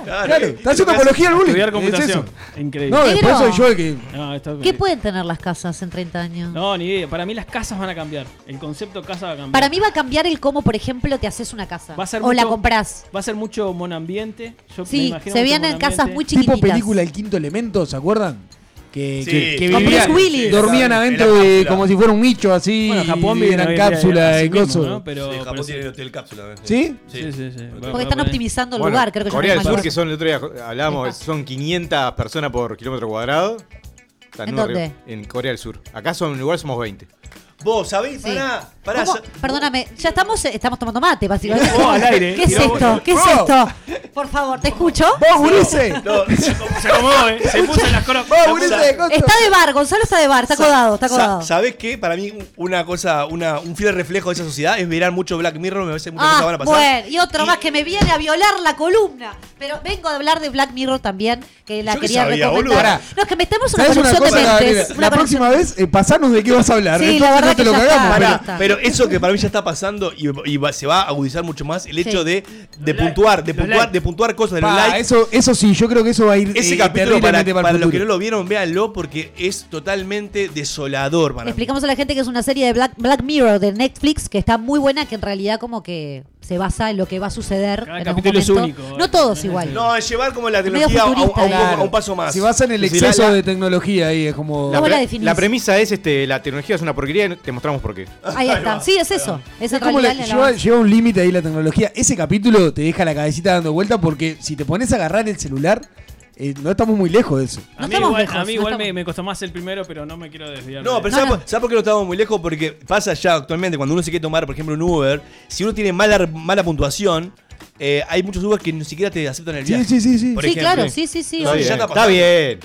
Speaker 3: claro. Estás haciendo
Speaker 4: Lo que hace-
Speaker 3: apología al bullying.
Speaker 1: Estudiar
Speaker 3: ¿Es
Speaker 1: computación.
Speaker 3: eso?
Speaker 1: Increíble.
Speaker 3: No,
Speaker 5: Negro.
Speaker 3: después soy yo el que.
Speaker 1: No, esto-
Speaker 5: ¿Qué pueden tener las casas en 30 años?
Speaker 1: No, ni idea. Para mí las casas van a cambiar. El concepto casa va a cambiar.
Speaker 5: Para mí va a cambiar el cómo, por ejemplo, te haces una casa.
Speaker 1: Va a ser
Speaker 5: o la
Speaker 1: mucho-
Speaker 5: compras.
Speaker 1: Va a ser mucho monambiente. Yo me
Speaker 5: Sí,
Speaker 1: imagino
Speaker 5: se
Speaker 1: mucho
Speaker 5: vienen casas
Speaker 1: monoambiente.
Speaker 5: muy chiquititas.
Speaker 3: Tipo película El Quinto Elemento, ¿se acuerdan? Que,
Speaker 4: Sí,
Speaker 3: que- que
Speaker 4: sí,
Speaker 5: Con
Speaker 3: vivían-
Speaker 5: Bruce Willis.
Speaker 3: dormían
Speaker 4: Era-
Speaker 3: adentro
Speaker 4: era
Speaker 3: de,
Speaker 4: cápsula.
Speaker 3: como si fuera un nicho así.
Speaker 1: Bueno, Japón
Speaker 3: y
Speaker 1: viven
Speaker 3: eran
Speaker 1: hoy en día
Speaker 3: cápsula
Speaker 1: así
Speaker 3: y
Speaker 1: mismo,
Speaker 3: cosas.
Speaker 1: ¿no? Pero,
Speaker 4: Sí, Japón
Speaker 1: pero
Speaker 4: tiene
Speaker 1: sí.
Speaker 4: el hotel cápsula. ¿no?
Speaker 3: ¿Sí?
Speaker 1: Sí, sí, sí.
Speaker 5: Porque están
Speaker 1: Bueno,
Speaker 5: optimizando el
Speaker 2: eh, Bueno,
Speaker 5: lugar, creo que ya
Speaker 2: Corea del
Speaker 5: no hay
Speaker 2: Sur,
Speaker 5: más.
Speaker 2: que son el otro día hablábamos,
Speaker 5: Ahí está.
Speaker 2: son 500 personas por kilómetro cuadrado. Están
Speaker 5: ¿En
Speaker 2: un arriba-
Speaker 5: dónde?
Speaker 2: En Corea del Sur. Acá son, en lugar somos 20.
Speaker 4: Vos, ¿sabés?
Speaker 5: Sí.
Speaker 4: Pará, pará.
Speaker 5: ¿Cómo?
Speaker 4: sa-
Speaker 5: Perdóname, ya estamos, eh, estamos tomando mate, básicamente.
Speaker 1: Tirá vos al aire,
Speaker 5: ¿Qué es
Speaker 1: tirá vos.
Speaker 5: esto? ¿Qué es
Speaker 3: Bro.
Speaker 5: esto? Por favor, te escucho.
Speaker 3: ¡Vos, Ulises!
Speaker 4: No, sa-
Speaker 1: Se acomodó, ¿eh? Se puso en las colas.
Speaker 3: ¡Vos, Ulises!
Speaker 5: Está de bar, Gonzalo está de bar, está codado, está
Speaker 4: sa-
Speaker 5: codado.
Speaker 4: ¿Sabés qué? Para mí, una cosa, una, un fiel reflejo de esa sociedad es mirar mucho Black Mirror. Me parece que muchas cosas van
Speaker 5: Ah,
Speaker 4: a pasar.
Speaker 5: bueno, y otro más que me viene a violar la columna. Pero vengo a hablar de Black Mirror también, que la
Speaker 4: Yo qué
Speaker 5: quería
Speaker 4: sabía, boludo.
Speaker 5: recomendar.
Speaker 3: Pará.
Speaker 5: No, es que metemos una
Speaker 3: ¿Sabes una
Speaker 5: conexión
Speaker 3: cosa,
Speaker 5: de
Speaker 3: Gabriela?
Speaker 5: mentes.
Speaker 3: La
Speaker 5: una conexión-
Speaker 3: próxima vez, eh, pasanos de qué vas a hablar.
Speaker 5: Sí,
Speaker 3: entonces
Speaker 5: la verdad
Speaker 3: no te
Speaker 5: que
Speaker 3: lo
Speaker 5: ya
Speaker 3: cagamos.
Speaker 5: está.
Speaker 3: pero-
Speaker 4: Pará,
Speaker 5: está.
Speaker 4: pero eso que para mí ya está pasando y, y va- se va a agudizar mucho más el hecho
Speaker 5: Sí.
Speaker 4: de, de puntuar, de
Speaker 1: likes, los
Speaker 4: puntuar,
Speaker 1: likes.
Speaker 4: de puntuar cosas de los
Speaker 3: Pa,
Speaker 4: likes.
Speaker 3: eso, eso sí, yo creo que eso va a ir
Speaker 4: Ese
Speaker 3: eh,
Speaker 4: capítulo para,
Speaker 3: terriblemente
Speaker 4: para
Speaker 3: el
Speaker 4: los que no
Speaker 3: futuro.
Speaker 4: lo vieron, véanlo porque es totalmente desolador para mí.
Speaker 5: Explicamos a la gente que es una serie de Black, Black Mirror de Netflix que está muy buena, que en realidad como que se basa en lo que va a suceder.
Speaker 1: Cada
Speaker 5: en algún
Speaker 1: capítulo es
Speaker 5: momento.
Speaker 1: único.
Speaker 5: No todos igual.
Speaker 4: No, es llevar como la
Speaker 5: Medio
Speaker 4: tecnología a, un- a un,
Speaker 5: futurista,
Speaker 4: poco-
Speaker 5: claro.
Speaker 4: a un paso más.
Speaker 3: Si vas en el
Speaker 2: Sí, sí,
Speaker 3: exceso
Speaker 2: la-
Speaker 3: de tecnología ahí, es como.
Speaker 5: La- ¿Cómo
Speaker 2: pre-
Speaker 5: definís?
Speaker 2: premisa es este, la tecnología es una porquería y te mostramos por qué.
Speaker 5: Ahí está. Sí, es eso. Es en
Speaker 3: Es como la-
Speaker 5: realidad la-
Speaker 3: lleva, lleva un límite ahí la tecnología. Ese capítulo te deja la cabecita dando vuelta porque si te pones a agarrar el celular, eh, no estamos muy lejos de eso.
Speaker 5: No
Speaker 1: A mí
Speaker 5: estamos
Speaker 1: igual,
Speaker 5: lejos,
Speaker 1: a mí
Speaker 5: no
Speaker 1: igual me,
Speaker 5: estamos-
Speaker 1: me costó más el primero, pero no me quiero desviar.
Speaker 4: No,
Speaker 1: de-
Speaker 4: pero
Speaker 5: No,
Speaker 4: ¿sabes,
Speaker 5: no.
Speaker 4: por- sabes por qué no estamos muy lejos? Porque pasa ya actualmente cuando uno se quiere tomar, por ejemplo, un Uber, si uno tiene mala, mala puntuación, eh, hay muchos Uber que ni siquiera te aceptan el viaje.
Speaker 3: Sí, sí, sí, sí.
Speaker 4: Por
Speaker 5: Sí,
Speaker 4: ejemplo.
Speaker 5: claro, sí, sí, sí.
Speaker 2: está,
Speaker 4: No, ya
Speaker 2: bien.
Speaker 4: está
Speaker 2: está
Speaker 4: pasando.
Speaker 2: bien.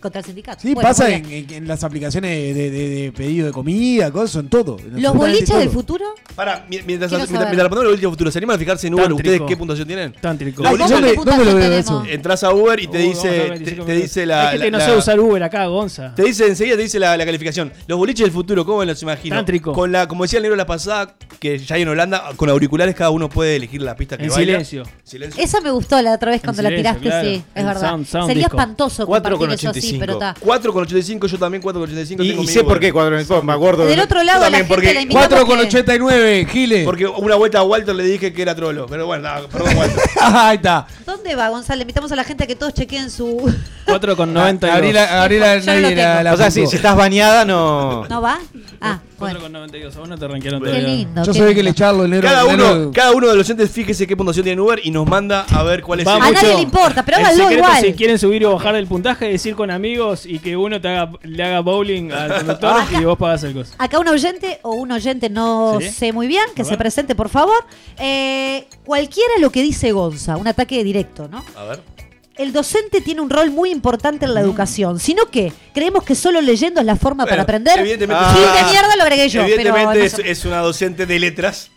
Speaker 5: Contra el sindicato.
Speaker 3: Sí,
Speaker 5: Bueno,
Speaker 3: pasa
Speaker 5: muy bien.
Speaker 3: en, en- en las aplicaciones de, de- de pedido de comida, cosas, en todo. en
Speaker 5: Los
Speaker 3: absolutamente
Speaker 5: boliches
Speaker 3: todo.
Speaker 5: del futuro.
Speaker 4: Para, mi- mientras,
Speaker 5: Quiero
Speaker 4: mientras,
Speaker 5: saber.
Speaker 4: mientras la ponemos en el último futuro, ¿se animan a fijarse en Uber
Speaker 1: Tántrico.
Speaker 4: ustedes qué puntuación tienen?
Speaker 1: Tántrico.
Speaker 4: Los
Speaker 3: Ay,
Speaker 4: boliches-
Speaker 3: ¿Dónde,
Speaker 5: ¿Cuántas
Speaker 3: dónde lo
Speaker 5: puntas
Speaker 3: veo
Speaker 5: tenemos?
Speaker 3: eso?
Speaker 4: Entras a Uber y te
Speaker 1: Uh, vamos a
Speaker 4: dice,
Speaker 1: ver,
Speaker 4: te,
Speaker 1: 25
Speaker 4: te
Speaker 1: minutos.
Speaker 4: dice la,
Speaker 1: Hay gente que
Speaker 4: Ah, la-
Speaker 1: no sabe
Speaker 4: la-
Speaker 1: usar Uber acá, Gonza.
Speaker 4: Te dice, enseguida te dice la, la calificación. Los boliches del futuro, ¿cómo los imagino?
Speaker 1: Tántrico.
Speaker 4: Con la, como decía el negro la pasada, que ya hay en Holanda, con auriculares cada uno puede elegir la pista que
Speaker 1: En
Speaker 4: baila.
Speaker 1: silencio.
Speaker 4: Silencio.
Speaker 5: Esa me gustó la otra vez cuando la
Speaker 1: silencio,
Speaker 5: tiraste,
Speaker 1: claro.
Speaker 5: sí, es
Speaker 1: En
Speaker 5: verdad.
Speaker 1: sound- sound
Speaker 5: Sería
Speaker 1: disco.
Speaker 5: espantoso
Speaker 2: Cuatro con
Speaker 5: compartir eso así,
Speaker 2: 85.
Speaker 5: pero está.
Speaker 4: 4,85, yo también 4,85.
Speaker 2: Y,
Speaker 4: tengo
Speaker 2: y
Speaker 4: mi
Speaker 2: sé
Speaker 4: Uber.
Speaker 2: por qué, cuadro, me acuerdo.
Speaker 5: Del otro lado,
Speaker 4: también,
Speaker 5: la gente
Speaker 4: porque
Speaker 5: la invitamos
Speaker 3: 4 con
Speaker 5: que-
Speaker 3: 89, Giles.
Speaker 4: Porque una vuelta a Walter le dije que era trolo. Pero bueno, nada, perdón, Walter.
Speaker 3: Ahí está.
Speaker 5: ¿Dónde va, Gonzalo? Invitamos a la gente a que todos chequeen su...
Speaker 1: 4 con 92.
Speaker 3: Gabriela, Gabriela
Speaker 5: Yo no lo
Speaker 3: nadie la,
Speaker 5: tengo.
Speaker 3: la
Speaker 2: o sea, si,
Speaker 3: apuntó.
Speaker 2: si estás bañada, no.
Speaker 5: ¿No va? Ah, bueno.
Speaker 1: 4,92. A vos no te ranquearon
Speaker 5: Qué
Speaker 1: todavía.
Speaker 5: lindo.
Speaker 3: Yo
Speaker 5: qué
Speaker 3: se ve que
Speaker 5: lindo.
Speaker 3: le charlo el negro.
Speaker 4: cada,
Speaker 3: el
Speaker 4: uno,
Speaker 3: negro-
Speaker 4: cada uno de los oyentes fíjese qué puntuación tiene Uber y nos manda a ver cuál es
Speaker 1: Va
Speaker 5: A
Speaker 4: el.
Speaker 1: mucho.
Speaker 5: Ah, nadie le importa, pero
Speaker 1: El
Speaker 5: háganlo
Speaker 1: secreto,
Speaker 5: igual.
Speaker 1: Si quieren subir o bajar el puntaje, decir con amigos y que uno te haga, le haga bowling al conductor
Speaker 5: Ah,
Speaker 1: y vos pagás el costo.
Speaker 5: Acá un oyente o un oyente, no
Speaker 1: ¿Sí?
Speaker 5: sé muy bien, que
Speaker 1: A
Speaker 5: se
Speaker 1: ver.
Speaker 5: presente, por favor. Eh, cualquiera lo que dice Gonza, un ataque directo, ¿no?
Speaker 4: A ver.
Speaker 5: el docente tiene un rol muy importante
Speaker 2: Mm.
Speaker 5: en la educación, sino que creemos que solo leyendo es la forma para
Speaker 4: Bueno,
Speaker 5: aprender.
Speaker 4: evidentemente-
Speaker 5: Gil
Speaker 4: Ah.
Speaker 5: de mierda lo agregué yo, pero
Speaker 4: Evidentemente
Speaker 5: no
Speaker 4: es,
Speaker 5: sé. Ah.
Speaker 4: es una docente de letras.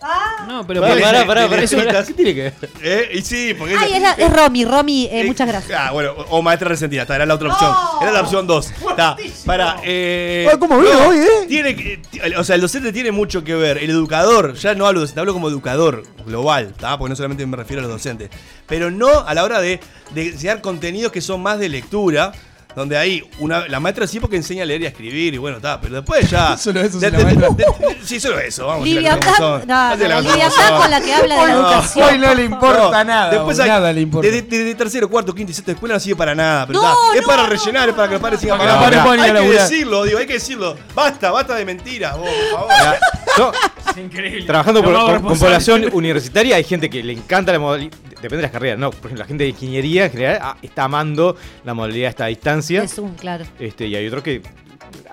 Speaker 1: No, pero
Speaker 4: Pará,
Speaker 1: porque-
Speaker 4: pará, pará, pará.
Speaker 1: es una-
Speaker 2: ¿Qué tiene que ver?
Speaker 4: ¿eh? Y sí, porque
Speaker 5: Ay, es, la- es Romy, Romy, eh, muchas gracias.
Speaker 4: Ah, bueno, o, o maestra resentida, está, era la otra opción.
Speaker 5: No.
Speaker 4: Era la opción 2.
Speaker 1: Fuertísimo.
Speaker 4: Para, eh,
Speaker 3: Ah, ¿Cómo veo hoy, eh?
Speaker 4: tiene que- ti- o sea, el docente tiene mucho que ver. El educador, ya no hablo, de docente, hablo como educador global, ¿tá? porque no solamente me refiero a los docentes. Pero no a la hora de, de enseñar contenidos que son más de lectura. Donde ahí, una, la maestra sí porque enseña a leer y a escribir, y bueno, está, pero después ya.
Speaker 3: Solo eso es
Speaker 4: ya
Speaker 3: una
Speaker 4: te-
Speaker 3: maestra.
Speaker 4: te- te- sí, solo eso, vamos. decir las
Speaker 5: Liviandad,
Speaker 4: cosas como son.
Speaker 5: no, no,
Speaker 4: Vamos a decir
Speaker 5: la
Speaker 4: las cosas como
Speaker 5: liviandad
Speaker 4: son.
Speaker 5: con la que habla de la
Speaker 4: No.
Speaker 5: educación.
Speaker 3: Hoy no le importa
Speaker 4: No,
Speaker 3: nada.
Speaker 4: Después
Speaker 3: boludo,
Speaker 4: hay-
Speaker 3: nada le importa.
Speaker 4: Desde, desde tercero, cuarto, quinto y sexto de escuela no sirve para nada. Pero
Speaker 5: No,
Speaker 4: está, es
Speaker 5: no,
Speaker 4: para
Speaker 5: no,
Speaker 4: rellenar,
Speaker 5: no,
Speaker 4: es para que los padres sigan
Speaker 3: Para que los
Speaker 4: pagando.
Speaker 3: padres puedan ir a
Speaker 4: Hay que
Speaker 3: laburar.
Speaker 4: decirlo, digo, hay que decirlo. Basta, basta de mentiras, vos, por favor.
Speaker 2: No,
Speaker 1: es increíble.
Speaker 2: Trabajando
Speaker 1: Lo
Speaker 2: por-
Speaker 1: más
Speaker 2: con, con
Speaker 1: responsable.
Speaker 2: población universitaria hay gente que le encanta la modalidad, depende de las carreras, no, por ejemplo, la gente de ingeniería en general ah, está amando la modalidad esta distancia,
Speaker 5: Es un, claro.
Speaker 2: este, y hay otros que,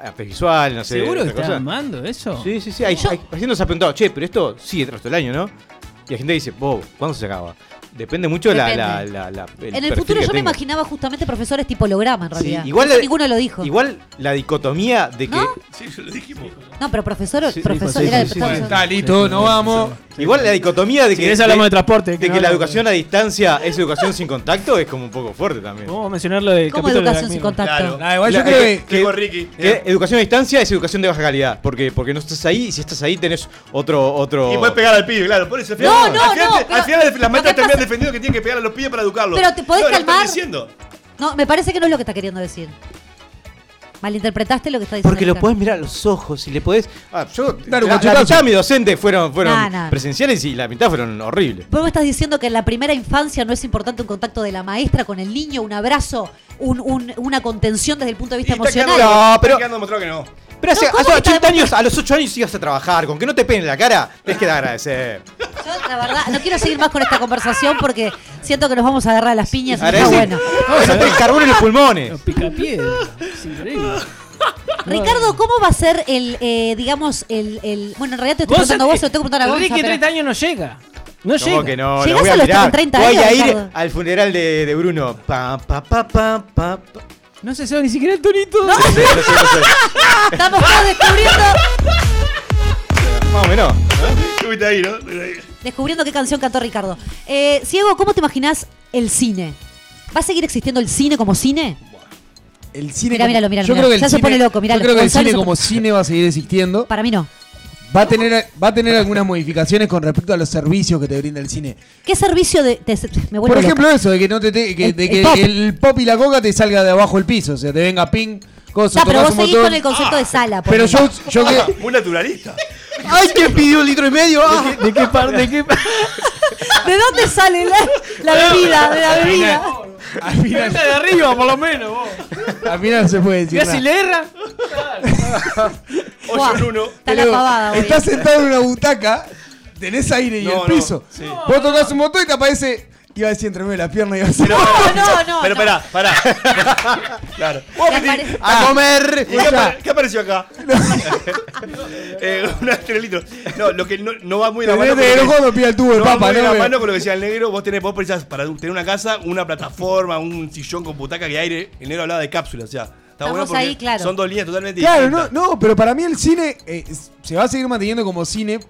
Speaker 2: arte visual, no sé.
Speaker 1: ¿Seguro que
Speaker 2: otra
Speaker 1: estás
Speaker 2: cosa.
Speaker 1: amando eso?
Speaker 2: Sí, sí, sí, hay,
Speaker 5: Yo-
Speaker 2: hay- recién nos ha preguntado, che, pero esto sigue tras todo el año, ¿no? Y la gente dice, wow, ¿cuándo se acaba? Depende mucho la- la,
Speaker 5: Depende.
Speaker 2: la- la- el
Speaker 5: en el
Speaker 2: perfil
Speaker 5: futuro
Speaker 2: que
Speaker 5: yo me
Speaker 2: tenga.
Speaker 5: imaginaba justamente profesores tipo holograma, en
Speaker 2: Sí,
Speaker 5: realidad.
Speaker 2: igual
Speaker 5: No sé,
Speaker 2: la-
Speaker 5: ninguno lo dijo.
Speaker 2: Igual la dicotomía de que
Speaker 5: ¿No?
Speaker 4: Sí, yo lo dijimos.
Speaker 5: No, pero profesor,
Speaker 2: Sí,
Speaker 5: profesor,
Speaker 2: sí,
Speaker 5: era el
Speaker 2: sí, sí,
Speaker 5: profesor.
Speaker 3: Está listo, no vamos.
Speaker 2: Igual la dicotomía de
Speaker 1: Si
Speaker 2: que,
Speaker 1: querés hablamos de
Speaker 2: de,
Speaker 1: transporte.
Speaker 2: de que la educación a distancia es educación sin contacto es como un poco fuerte también.
Speaker 1: Vamos a mencionar lo del
Speaker 5: ¿Cómo
Speaker 1: capítulo de
Speaker 5: educación
Speaker 1: la
Speaker 5: sin
Speaker 1: mierda.
Speaker 5: contacto?
Speaker 3: Ah, igual
Speaker 2: La-
Speaker 3: yo creo que. eh.
Speaker 4: Digo, Ricky.
Speaker 2: Que educación a distancia es educación de baja calidad, porque, porque no estás ahí y si estás ahí tenés otro... otro...
Speaker 4: Y puedes pegar al pibe, claro. Por eso, al final,
Speaker 5: No, no,
Speaker 4: al final,
Speaker 5: no,
Speaker 4: al
Speaker 5: pero-
Speaker 4: final las
Speaker 5: ¿pero qué
Speaker 4: maestras terminan
Speaker 5: pasa?
Speaker 4: defendiendo que tienen que pegar a los pibes para educarlos.
Speaker 5: Pero te podés
Speaker 4: No, lo que estás
Speaker 5: calmar.
Speaker 4: diciendo.
Speaker 5: No, me parece que no es lo que está queriendo decir. Malinterpretaste lo que está diciendo.
Speaker 2: Porque lo
Speaker 5: acá.
Speaker 2: podés mirar a los ojos y le podés... Ah, yo,
Speaker 3: Dar un
Speaker 2: la, la
Speaker 3: cachetazo.
Speaker 2: mitad de mis docentes fueron, fueron
Speaker 5: No, no.
Speaker 2: presenciales y la mitad fueron horribles.
Speaker 5: Vos me estás diciendo que en la primera infancia no es importante un contacto de la maestra con el niño, un abrazo, un- un- una contención desde el punto de vista
Speaker 4: Y está quedando-
Speaker 5: emocional.
Speaker 2: No,
Speaker 4: está
Speaker 2: pero-
Speaker 4: quedando demostrado que no.
Speaker 2: Pero hace,
Speaker 5: No, ¿cómo
Speaker 2: hace
Speaker 5: que te
Speaker 2: 80 años, a los 8 años ibas a trabajar, con que no te peguen en la cara, tenés que agradecer.
Speaker 5: Yo, la verdad, no quiero seguir más con esta conversación porque siento que nos vamos a agarrar a las piñas. Y está
Speaker 2: Agradecer.
Speaker 5: bueno.
Speaker 2: Vamos a tener carbón en los pulmones.
Speaker 1: Los picapiedra. Es increíble.
Speaker 5: Ricardo, ¿cómo va a ser el, eh, digamos, el, el- Bueno, en realidad te estoy preguntando a vos, se lo tengo que preguntar a vos.
Speaker 1: eh, Ricky, 30 años no llega. No
Speaker 2: ¿Cómo
Speaker 1: llega.
Speaker 2: que no? Lo
Speaker 5: Llegás
Speaker 2: voy a,
Speaker 5: a los
Speaker 2: mirar.
Speaker 5: 30
Speaker 2: voy a
Speaker 5: años,
Speaker 2: ir
Speaker 5: Ricardo.
Speaker 2: al funeral de, de Bruno. Pa, pa, pa, pa, pa, pa.
Speaker 1: No se sabe ni siquiera el tonito.
Speaker 2: No sé, no sé, no sé.
Speaker 5: Estamos todos descubriendo,
Speaker 2: Más o menos.
Speaker 4: Estuviste ahí, ¿no? Estuviste ahí.
Speaker 5: descubriendo qué canción cantó Ricardo. Eh, Ciego, ¿cómo te imaginás el cine? ¿Va a seguir existiendo el cine como cine?
Speaker 3: El cine.
Speaker 5: Mirá,
Speaker 3: como-
Speaker 5: míralo, míralo,
Speaker 3: Yo
Speaker 5: mirá.
Speaker 3: creo que el
Speaker 5: Ya se
Speaker 3: cine-
Speaker 5: pone loco, miralo.
Speaker 3: Yo creo que el
Speaker 5: Gonzalo
Speaker 3: cine
Speaker 5: se
Speaker 3: como cine va a seguir existiendo.
Speaker 5: Para mí no.
Speaker 3: Va a tener, va a tener algunas modificaciones con respecto a los servicios que te brinda el cine.
Speaker 5: ¿Qué servicio de.? te- me vuelvo
Speaker 3: Por
Speaker 5: loca.
Speaker 3: ejemplo, eso de que no te, te- que-
Speaker 5: El-
Speaker 3: de
Speaker 5: el
Speaker 3: que
Speaker 5: pop.
Speaker 3: el pop y la coca te salga de abajo el piso, o sea, te venga ping, cosa,
Speaker 5: Ah, pero
Speaker 3: tocas
Speaker 5: vos
Speaker 3: un
Speaker 5: seguís
Speaker 3: botón.
Speaker 5: con el concepto de sala. por
Speaker 3: Pero yo,
Speaker 5: ejemplo.
Speaker 3: yo que
Speaker 4: Muy naturalista.
Speaker 2: ¡Ay, que pidió un litro y medio! ¡Ah!
Speaker 1: ¿De qué parte? ¿De qué par-
Speaker 5: ¿De dónde sale la, la bebida? De la bebida.
Speaker 3: al final,
Speaker 1: Venga de arriba, por lo menos, vos.
Speaker 3: al final no se puede decir.
Speaker 1: Mirá si
Speaker 3: Nada.
Speaker 1: le erra.
Speaker 4: Ocho
Speaker 5: Buah,
Speaker 4: en uno.
Speaker 5: Está la
Speaker 3: Pero
Speaker 5: pavada, güey.
Speaker 3: Estás sentado en una butaca, tenés aire y
Speaker 4: No,
Speaker 3: el
Speaker 4: no,
Speaker 3: piso.
Speaker 4: sí.
Speaker 3: Vos tocas un botón y te aparece. Iba a decir entre medio de la pierna y iba a decir.
Speaker 5: No, no, no.
Speaker 4: Pero
Speaker 5: no.
Speaker 4: pará, pará. Claro. Vos
Speaker 5: Me
Speaker 4: metí-
Speaker 5: apare-
Speaker 2: ¡A comer!
Speaker 4: ¿Qué, apa- qué apareció acá? eh, una estrelita. No, lo que no, no va muy de la mano.
Speaker 3: Tenés
Speaker 4: con
Speaker 3: de
Speaker 4: lo
Speaker 3: ojo
Speaker 4: que-
Speaker 3: me pide el tubo de
Speaker 4: no va
Speaker 3: papa,
Speaker 4: muy de la
Speaker 3: ¿no?
Speaker 4: mano con lo que decía el negro. Vos tenés, vos precisás para tener una casa, una plataforma, un sillón con butaca que aire. El negro hablaba de cápsula, o sea. Está bueno
Speaker 5: Estamos
Speaker 4: porque
Speaker 5: ahí, claro.
Speaker 4: son dos líneas totalmente
Speaker 3: Claro, no,
Speaker 4: distintas.
Speaker 3: no, pero para mí el cine eh, s- se va a seguir manteniendo como cine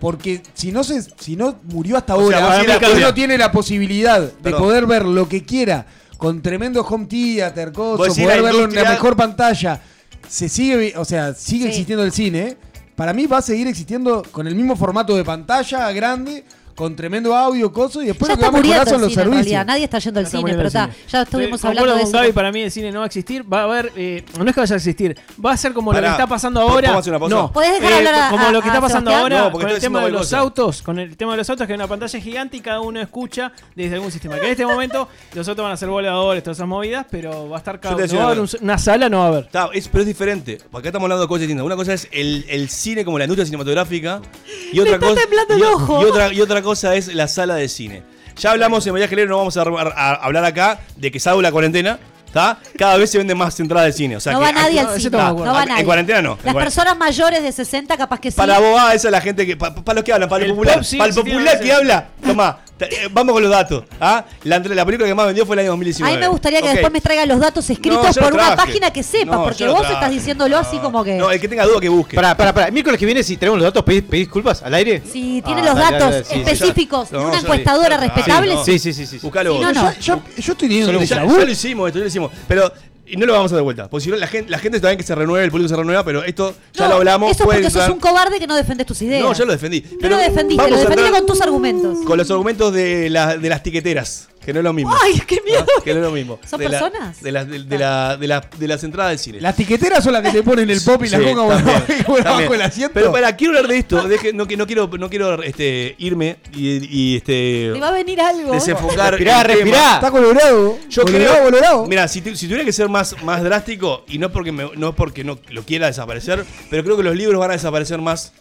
Speaker 3: porque si no se, si no murió hasta
Speaker 4: O sea,
Speaker 3: ahora,
Speaker 4: vos
Speaker 3: para
Speaker 4: sí la
Speaker 3: mí que
Speaker 4: cambiás.
Speaker 3: uno tiene la posibilidad de
Speaker 4: Perdón.
Speaker 3: poder ver lo que quiera con tremendo home theater, coso,
Speaker 4: Vos decís,
Speaker 3: poder
Speaker 4: la
Speaker 3: verlo en
Speaker 4: industria-
Speaker 3: la mejor pantalla. Se sigue, vi- o sea, sigue
Speaker 5: Sí.
Speaker 3: existiendo el cine. ¿eh? Para mí va a seguir existiendo con el mismo formato de pantalla grande, con tremendo audio, coso y después
Speaker 5: ya
Speaker 3: lo que va
Speaker 5: está
Speaker 3: a mejorar
Speaker 5: muriendo
Speaker 3: son
Speaker 5: el
Speaker 3: los
Speaker 5: cine, en realidad.
Speaker 3: servicios.
Speaker 5: Nadie está yendo al
Speaker 1: Está
Speaker 5: cine,
Speaker 1: muy
Speaker 5: pero
Speaker 1: bien el
Speaker 5: está,
Speaker 1: cine.
Speaker 5: ya estuvimos
Speaker 1: Estoy-
Speaker 5: hablando
Speaker 1: concuerdo
Speaker 5: de
Speaker 1: con
Speaker 5: eso.
Speaker 1: Gaby, para mí el cine no va a existir. Va a haber. eh, no es que vaya a existir. Va a ser como
Speaker 4: Pará,
Speaker 1: lo que está pasando
Speaker 4: ¿puedo-
Speaker 1: ahora.
Speaker 4: puedo hacer una pausa?
Speaker 1: No. Eh,
Speaker 5: ¿Podés dejar hablar a-
Speaker 1: Como
Speaker 5: a-
Speaker 1: lo que
Speaker 5: a
Speaker 1: está pasando
Speaker 5: Sebastián?
Speaker 1: ahora
Speaker 4: No, porque
Speaker 1: con
Speaker 4: estoy
Speaker 1: el tema
Speaker 4: diciendo
Speaker 1: de los
Speaker 4: cualquier
Speaker 1: autos. Con el tema de los autos, que hay una pantalla gigante y cada uno escucha desde algún sistema. Que en este momento los autos van a ser voladores, todas esas movidas, pero va a estar cada
Speaker 4: Yo
Speaker 1: uno.
Speaker 4: te decía
Speaker 1: Va a haber
Speaker 4: una
Speaker 1: un- una sala, no va a haber.
Speaker 4: Está, es- pero es diferente. Acá estamos hablando de cosas distintas. Una cosa es el, el cine como la industria cinematográfica. Y otra
Speaker 5: está
Speaker 4: cosa,
Speaker 5: temblando
Speaker 4: y,
Speaker 5: el ojo.
Speaker 4: y otra, y otra cosa es la sala de cine. Ya hablamos en María Gelero, no vamos a, armar- a hablar acá de que salvo la cuarentena, ¿está? Cada vez se venden más entradas de cine. O sea
Speaker 5: No
Speaker 4: que
Speaker 5: va
Speaker 4: aquí-
Speaker 5: nadie al
Speaker 1: ese
Speaker 5: cine.
Speaker 1: tema me
Speaker 5: No
Speaker 1: acuerdo.
Speaker 5: va
Speaker 4: En
Speaker 5: nadie.
Speaker 4: cuarentena no. En
Speaker 5: Las
Speaker 4: cuarentena.
Speaker 5: personas mayores de 60 capaz que sí.
Speaker 4: ah, Para la bobada, esa es la gente que. Para los que hablan, para el,
Speaker 1: El
Speaker 4: popular.
Speaker 1: pop sí
Speaker 4: para el
Speaker 1: existía,
Speaker 4: popular
Speaker 1: sí.
Speaker 4: que habla, toma, Te- eh, Vamos con los datos. ¿ah? La, entre- la película que más vendió fue el año
Speaker 5: A
Speaker 4: 2019.
Speaker 5: mí me gustaría que
Speaker 4: Ok.
Speaker 5: después me traigan los datos escritos
Speaker 4: No, yo
Speaker 5: por
Speaker 4: lo
Speaker 5: una
Speaker 4: traje.
Speaker 5: página que sepa,
Speaker 4: No,
Speaker 5: porque
Speaker 4: yo lo
Speaker 5: vos
Speaker 4: traje.
Speaker 5: estás diciéndolo así como que.
Speaker 4: No, el que tenga duda que busque.
Speaker 2: Para, para, para. Miércoles que viene, si traemos los datos, ¿pedís, pedís disculpas al aire?
Speaker 5: si tiene
Speaker 2: Ah,
Speaker 5: los
Speaker 2: dale,
Speaker 5: datos
Speaker 2: dale, sí, sí, ya.
Speaker 5: específicos
Speaker 4: No,
Speaker 5: de
Speaker 4: ya
Speaker 5: una
Speaker 4: lo-
Speaker 5: encuestadora
Speaker 4: ya lo-
Speaker 5: respetable,
Speaker 4: no.
Speaker 2: Sí, sí, sí, sí. sí.
Speaker 4: Buscalo vos.
Speaker 5: Sí, no, no.
Speaker 3: Yo, yo- yo estoy teniendo
Speaker 4: Ya,
Speaker 3: un
Speaker 4: ya
Speaker 3: déjà vu.
Speaker 4: lo hicimos, esto ya lo hicimos. Pero y no lo vamos a dar vuelta. Porque si no, la gente, la gente está bien que se renueve, el público se renueva, pero esto ya
Speaker 5: No,
Speaker 4: lo hablamos.
Speaker 5: Eso es
Speaker 4: puede
Speaker 5: porque sos
Speaker 4: entrar-
Speaker 5: un cobarde que no defendés tus ideas.
Speaker 4: No, ya lo defendí.
Speaker 5: No
Speaker 4: Pero
Speaker 5: lo defendiste, lo
Speaker 4: vamos a
Speaker 5: defendiste
Speaker 4: entrar
Speaker 5: con tus argumentos.
Speaker 4: con los argumentos de, la- de las tiqueteras, que no es lo mismo.
Speaker 5: Ay, qué miedo.
Speaker 4: Ah, Que no es lo mismo.
Speaker 5: ¿Son
Speaker 4: De la-
Speaker 5: personas?
Speaker 4: de, las, de, de la- de las- de las entradas del cine.
Speaker 3: Las tiqueteras son las que te ponen el pop y la
Speaker 4: Sí,
Speaker 3: coca por
Speaker 4: también,
Speaker 3: abajo y por
Speaker 4: también.
Speaker 3: abajo del asiento.
Speaker 4: Pero para, quiero hablar de esto. de que no, que no quiero, no quiero este, irme y, y, este,
Speaker 5: Te va a venir algo.
Speaker 4: desenfocar.
Speaker 2: Respirá,
Speaker 4: el tema.
Speaker 2: respirá.
Speaker 3: Está colorado.
Speaker 4: Yo
Speaker 3: colorado,
Speaker 4: creo.
Speaker 3: colorado.
Speaker 4: Mira, si, tu- si tuviera que ser más, más drástico, y no es porque, me- no es porque no lo quiera desaparecer, pero creo que los libros van a desaparecer más.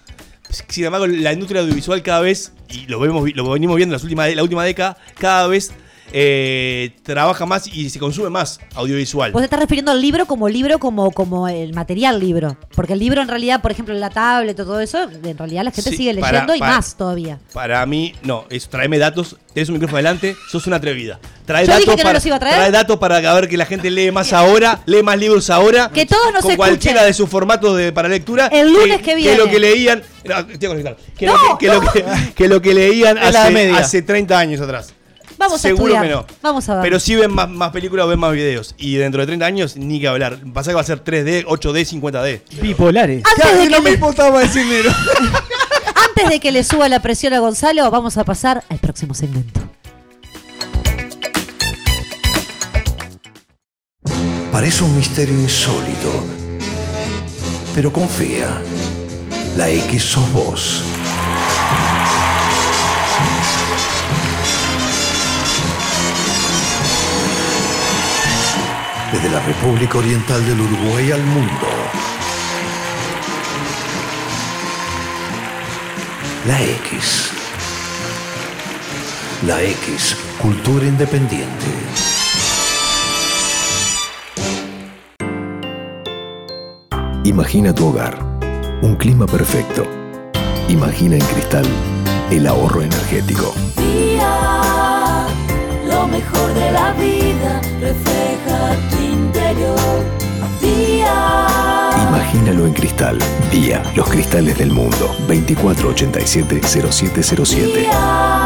Speaker 4: Sin embargo, la industria audiovisual cada vez, y lo, vemos, vi- lo venimos viendo en las últimas, la última década, cada vez eh, trabaja más y se consume más audiovisual.
Speaker 5: Vos te estás refiriendo al libro como libro, como, como el material libro. Porque el libro en realidad, por ejemplo, la tablet o todo eso, en realidad la gente
Speaker 4: Sí,
Speaker 5: sigue
Speaker 4: para-
Speaker 5: leyendo y
Speaker 4: para-
Speaker 5: más todavía.
Speaker 4: Para mí, no, es traeme datos, tenés un micrófono adelante, sos una atrevida. Trae
Speaker 5: Yo dije
Speaker 4: datos
Speaker 5: que no
Speaker 4: para,
Speaker 5: los iba a traer.
Speaker 4: Trae datos para que- a ver que la gente lee más ahora, lee más libros ahora.
Speaker 5: Que todos nos
Speaker 4: Con cualquiera
Speaker 5: escuchen.
Speaker 4: de sus formatos de, para lectura.
Speaker 5: El lunes que viene.
Speaker 4: Que lo que leían. no, te voy a conectar. que,
Speaker 5: No,
Speaker 4: lo que, que lo que- que lo que leían
Speaker 2: Es la
Speaker 4: hace,
Speaker 2: media.
Speaker 4: hace 30 años atrás.
Speaker 5: Vamos
Speaker 4: Seguro
Speaker 5: a
Speaker 4: que
Speaker 5: estudiar.
Speaker 4: no.
Speaker 5: Vamos a ver.
Speaker 4: Pero sí ven más, más películas, ven más videos. Y dentro de 30 años, ni que hablar. Pasa que va a ser 3D, 8D, 50D.
Speaker 1: Bipolares.
Speaker 5: antes,
Speaker 3: Claro,
Speaker 5: de
Speaker 3: es
Speaker 5: que
Speaker 3: lo
Speaker 5: le,
Speaker 3: mismo estaba diciendo.
Speaker 5: antes de que le suba la presión a Gonzalo, vamos a pasar al próximo segmento.
Speaker 7: Parece un misterio insólito. Pero confía. La X sos vos. Desde la República Oriental del Uruguay al mundo. La X. La X, cultura independiente.
Speaker 8: Imagina tu hogar, un clima perfecto. Imagina en cristal el ahorro energético.
Speaker 9: día. Lo mejor de la vida refleja tu interior. Día.
Speaker 8: Imagínalo en cristal. Día, los cristales del mundo. 2487-0707.
Speaker 9: Día.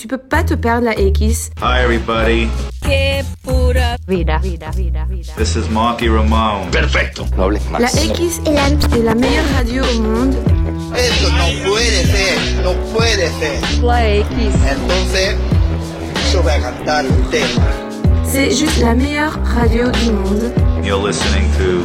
Speaker 10: Tu peux pas te perdre la X.
Speaker 11: Hi, everybody.
Speaker 9: Qué pura
Speaker 10: Vida, vida, vida, vida.
Speaker 11: This is Marky Ramone. Perfecto.
Speaker 8: No hables
Speaker 10: La X est la, est la meilleure radio au monde.
Speaker 11: Eso no puede ser. No puede ser.
Speaker 10: La X.
Speaker 11: Entonces, yo voy a cantar un tema.
Speaker 10: C'est juste la meilleure radio du monde.
Speaker 11: You're listening to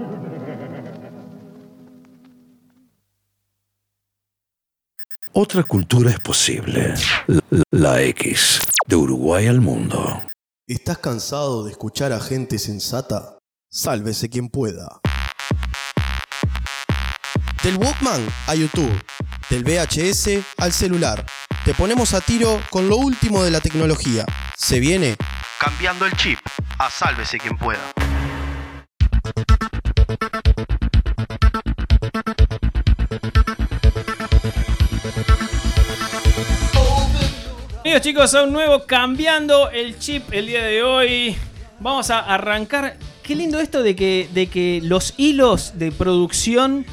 Speaker 7: Otra cultura es posible. La, la X, de Uruguay al mundo.
Speaker 6: ¿Estás cansado de escuchar a gente sensata? Sálvese quien pueda. Del Walkman a YouTube, del VHS al celular. Te ponemos a tiro con lo último de la tecnología. Se viene cambiando el chip a sálvese quien pueda.
Speaker 1: Bienvenidos chicos a un nuevo Cambiando el Chip el día de hoy. Vamos a arrancar. Qué lindo esto de que, de que los hilos de producción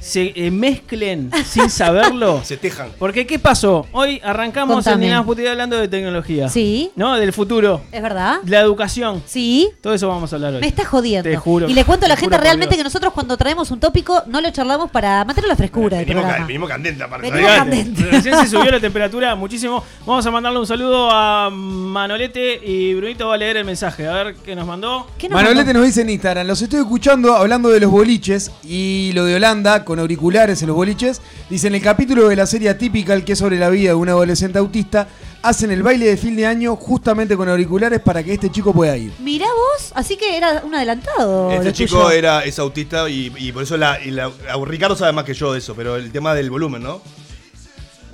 Speaker 1: se eh, mezclen sin saberlo.
Speaker 4: Se tejan.
Speaker 1: Porque, ¿qué pasó? Hoy arrancamos el
Speaker 5: Contame.
Speaker 1: Dinamos Putida hablando de tecnología.
Speaker 5: Sí.
Speaker 1: ¿No? Del futuro.
Speaker 5: ¿Es verdad?
Speaker 1: La educación.
Speaker 5: Sí.
Speaker 1: Todo eso vamos a hablar hoy.
Speaker 5: Me está jodiendo.
Speaker 1: Te juro.
Speaker 5: Y le cuento a la
Speaker 1: Te
Speaker 5: gente
Speaker 1: juro por
Speaker 5: realmente
Speaker 1: Dios.
Speaker 5: que nosotros cuando traemos un tópico no lo charlamos para mantener la frescura del
Speaker 4: Venimos, ca-
Speaker 5: programa.
Speaker 4: venimos candente aparte.
Speaker 5: Venimos
Speaker 4: ¿sabés?
Speaker 5: candente.
Speaker 1: Recién se subió la temperatura muchísimo. Vamos a mandarle un saludo a Manolete y Brunito va a leer el mensaje. A ver qué nos mandó.
Speaker 3: Manolete nos dice en Instagram, los estoy escuchando hablando de los boliches y lo de Holanda con auriculares en los boliches. Dice, en el capítulo de la serie Atypical, que es sobre la vida de un adolescente autista, hacen el baile de fin de año justamente con auriculares para que este chico pueda ir.
Speaker 5: Mirá vos, así que era un adelantado.
Speaker 4: Este
Speaker 5: lo
Speaker 4: chico
Speaker 5: tuyo.
Speaker 4: era, es autista y, y por eso la, y la- a- Ricardo sabe más que yo de eso, pero el tema del volumen, ¿no?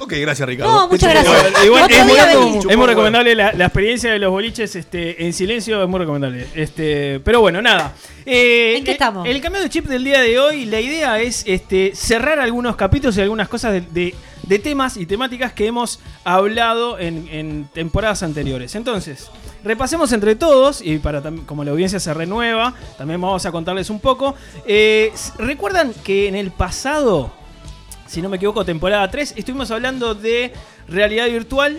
Speaker 4: Ok, gracias Ricardo. Este
Speaker 5: No,
Speaker 3: Este
Speaker 4: Te
Speaker 5: muchas
Speaker 4: chupo
Speaker 5: gracias.
Speaker 4: huevo.
Speaker 1: Igual,
Speaker 4: Te
Speaker 1: es, muy,
Speaker 4: chupo
Speaker 1: es
Speaker 4: huevo.
Speaker 1: muy
Speaker 4: Te chupo huevo.
Speaker 1: recomendable la, la experiencia de los boliches este, en silencio, es muy recomendable. Este, pero bueno, nada. Eh,
Speaker 5: ¿En qué
Speaker 1: eh,
Speaker 5: estamos?
Speaker 1: El cambio de chip del día de hoy, la idea es este, cerrar algunos capítulos y algunas cosas de, de- de temas y temáticas que hemos hablado en, en temporadas anteriores. Entonces, repasemos entre todos, y para tam- como la audiencia se renueva, también vamos a contarles un poco. Eh, s- ¿Recuerdan que en el pasado si no me equivoco, temporada 3, estuvimos hablando de realidad virtual,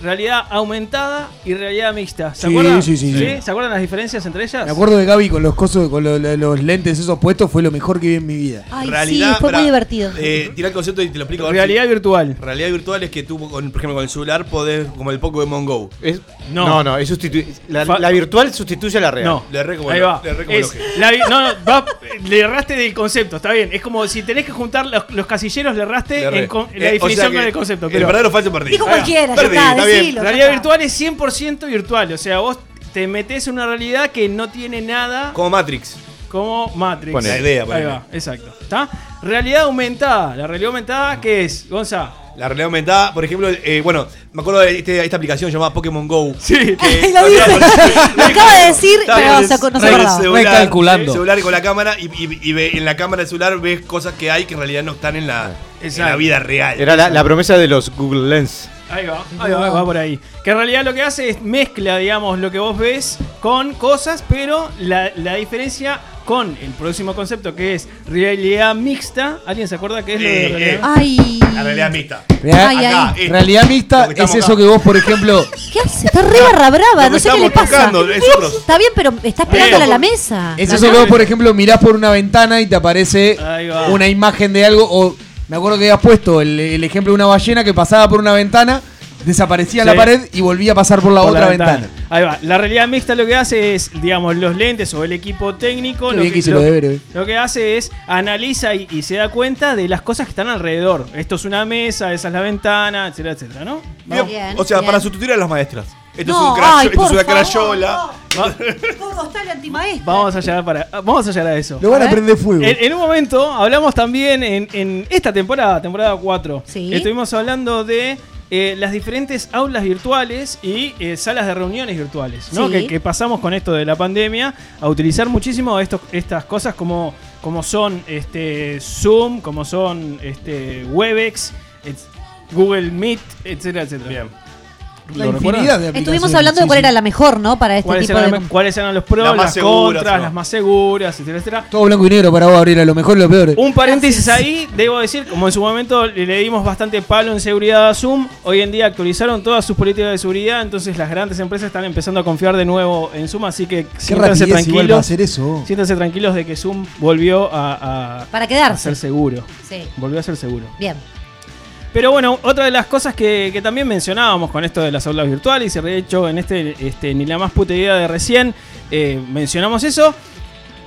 Speaker 1: realidad aumentada y realidad mixta.
Speaker 3: Sí,
Speaker 1: ¿Se acuerdan?
Speaker 3: sí, sí, sí.
Speaker 1: ¿Se acuerdan las diferencias entre ellas?
Speaker 3: Me acuerdo de Gaby con los cosos, con lo- lo- los lentes esos puestos, fue lo mejor que vi en mi vida.
Speaker 5: Ay,
Speaker 4: Realidad,
Speaker 5: sí, fue
Speaker 4: pará,
Speaker 5: muy divertido.
Speaker 4: Eh, tira el concepto y te lo explico. a ver
Speaker 1: Realidad
Speaker 4: si-
Speaker 1: virtual.
Speaker 4: Realidad virtual es que tú, con- por ejemplo, con el celular podés, como el Pokémon Go.
Speaker 2: Es-
Speaker 1: No.
Speaker 2: no, no, es sustitu- la,
Speaker 1: Fa-
Speaker 2: la virtual sustituye a la real.
Speaker 1: No,
Speaker 4: Le erré como
Speaker 1: ahí
Speaker 4: lo-
Speaker 1: va.
Speaker 4: le erré como
Speaker 1: Es
Speaker 4: lo
Speaker 1: la vi- no, no, va- le erraste del concepto, está bien. Es como si tenés que juntar los, los casilleros, le erraste
Speaker 4: Le erré.
Speaker 1: en con-
Speaker 4: Eh,
Speaker 1: la
Speaker 4: o
Speaker 1: definición
Speaker 4: sea que
Speaker 1: con el concepto.
Speaker 4: el
Speaker 1: pero-
Speaker 4: verdadero falso perdí.
Speaker 5: Dijo
Speaker 4: Ahí va.
Speaker 5: cualquiera, ya
Speaker 4: Perdí,
Speaker 5: está,
Speaker 4: está bien.
Speaker 5: decilo. ya
Speaker 1: realidad
Speaker 5: está.
Speaker 1: virtual es 100% virtual, o sea, vos te metés en una realidad que no tiene nada
Speaker 4: Como Matrix.
Speaker 1: como Matrix.
Speaker 4: Ponele. La idea,
Speaker 1: Ahí
Speaker 4: ponele.
Speaker 1: va, exacto. ¿Está? Realidad aumentada. La realidad aumentada, ¿qué es, Gonza?
Speaker 4: La realidad aumentada, por ejemplo, eh, bueno, me acuerdo de este- esta aplicación llamada Pokémon Go.
Speaker 1: Sí,
Speaker 4: que-
Speaker 5: Lo dice. Lo acaba de decir,
Speaker 4: Estaba
Speaker 5: pero
Speaker 4: con el-
Speaker 5: se acu- no
Speaker 4: con el
Speaker 5: se acordaba.
Speaker 4: celular,
Speaker 3: Recalculando.
Speaker 4: el celular con la cámara y, y- y ve- en la cámara del celular ves cosas que hay que en realidad no están en la, en la vida real.
Speaker 2: Era la, la promesa de los Google Lens.
Speaker 1: Ahí va, ahí va, va por ahí. Que en realidad lo que hace es mezcla, digamos, lo que vos ves con cosas, pero la, la diferencia con el próximo concepto que es realidad mixta. ¿Alguien se acuerda qué es lo de
Speaker 4: Eh,
Speaker 1: realidad?
Speaker 4: eh.
Speaker 5: Ay.
Speaker 4: La realidad mixta.
Speaker 3: Real-
Speaker 5: Ay,
Speaker 4: Acá,
Speaker 5: ay.
Speaker 4: eh,
Speaker 3: Realidad mixta
Speaker 4: lo que estamos
Speaker 3: es eso
Speaker 4: acá.
Speaker 3: que vos, por ejemplo,
Speaker 5: ¿Qué hace? Está re barra brava,
Speaker 4: Lo
Speaker 5: Ah, no
Speaker 4: que
Speaker 5: sé qué le
Speaker 4: estamos
Speaker 5: pasa.
Speaker 4: tocando, es otro.
Speaker 5: Está bien, pero está pegándole a la mesa.
Speaker 3: es eso que vos, por ejemplo, mirás por una ventana y te aparece
Speaker 1: Ahí va.
Speaker 3: una imagen de algo o me acuerdo que habías puesto el, el ejemplo de una ballena que pasaba por una ventana, desaparecía en
Speaker 1: Sí.
Speaker 3: la pared y volvía a pasar por la
Speaker 1: Por
Speaker 3: otra ventana.
Speaker 1: Ahí va. La realidad mixta lo que hace es, digamos, los lentes o el equipo técnico.
Speaker 3: Qué
Speaker 1: Lo
Speaker 3: bien que
Speaker 1: que,
Speaker 3: hice los deberes, eh.
Speaker 1: lo que hace es analiza y, y se da cuenta de las cosas que están alrededor. Esto es una mesa, esa es la ventana, etcétera, etcétera, ¿no?
Speaker 4: Bien,
Speaker 5: Bien,
Speaker 4: o sea,
Speaker 5: bien.
Speaker 4: para sustituir a las maestras. Esto
Speaker 5: No,
Speaker 4: es un crayo-
Speaker 5: ay,
Speaker 4: esto es
Speaker 5: por
Speaker 4: una
Speaker 5: favor,
Speaker 4: crayola.
Speaker 5: no. ¿Cómo está el antimaestro?
Speaker 1: Vamos a llegar para. ah, Vamos a llegar a eso.
Speaker 3: Lo van
Speaker 5: A
Speaker 3: a
Speaker 5: ver.
Speaker 3: prender fuego.
Speaker 1: En, en un momento hablamos también en, en esta temporada, temporada 4.
Speaker 5: Sí.
Speaker 1: Estuvimos hablando de eh, las diferentes aulas virtuales y eh, salas de reuniones virtuales, ¿no?
Speaker 5: Sí.
Speaker 1: Que, que pasamos con esto de la pandemia a utilizar muchísimo estos- estas cosas como, como son este, Zoom, como son este, Webex, et- Google Meet, etcétera, etcétera.
Speaker 4: Bien.
Speaker 3: La
Speaker 1: ¿Lo recuerdan?
Speaker 3: infinidad de
Speaker 5: Estuvimos
Speaker 3: aplicaciones,
Speaker 5: hablando de
Speaker 3: sí,
Speaker 5: cuál
Speaker 3: sí.
Speaker 5: era la mejor, ¿no? Para este
Speaker 1: ¿Cuáles
Speaker 5: tipo
Speaker 1: eran,
Speaker 5: de.
Speaker 1: cuáles eran los pros,
Speaker 4: Las más
Speaker 1: las,
Speaker 4: seguras,
Speaker 1: contras,
Speaker 4: ¿no?
Speaker 1: las más seguras, etcétera, etcétera?
Speaker 3: Todo blanco y negro para vos, Gabriela, lo mejor y lo peor.
Speaker 1: Un paréntesis ahí, debo decir, como en su momento le le dimos bastante palo en seguridad a Zoom, hoy en día actualizaron todas sus políticas de seguridad, entonces las grandes empresas están empezando a confiar de nuevo en Zoom, así que
Speaker 3: Qué rapidez
Speaker 1: siéntanse
Speaker 3: igual va a
Speaker 1: tranquilos,
Speaker 3: hacer eso.
Speaker 1: siéntanse tranquilos de que Zoom volvió a, a-
Speaker 5: Para
Speaker 1: a ser
Speaker 5: quedarse.
Speaker 1: seguro.
Speaker 5: Sí.
Speaker 1: Volvió a ser seguro.
Speaker 5: Bien.
Speaker 1: Pero bueno, otra de las cosas que, que también mencionábamos con esto de las aulas virtuales, y de hecho en este, este ni la más puta idea de recién, eh, mencionamos eso.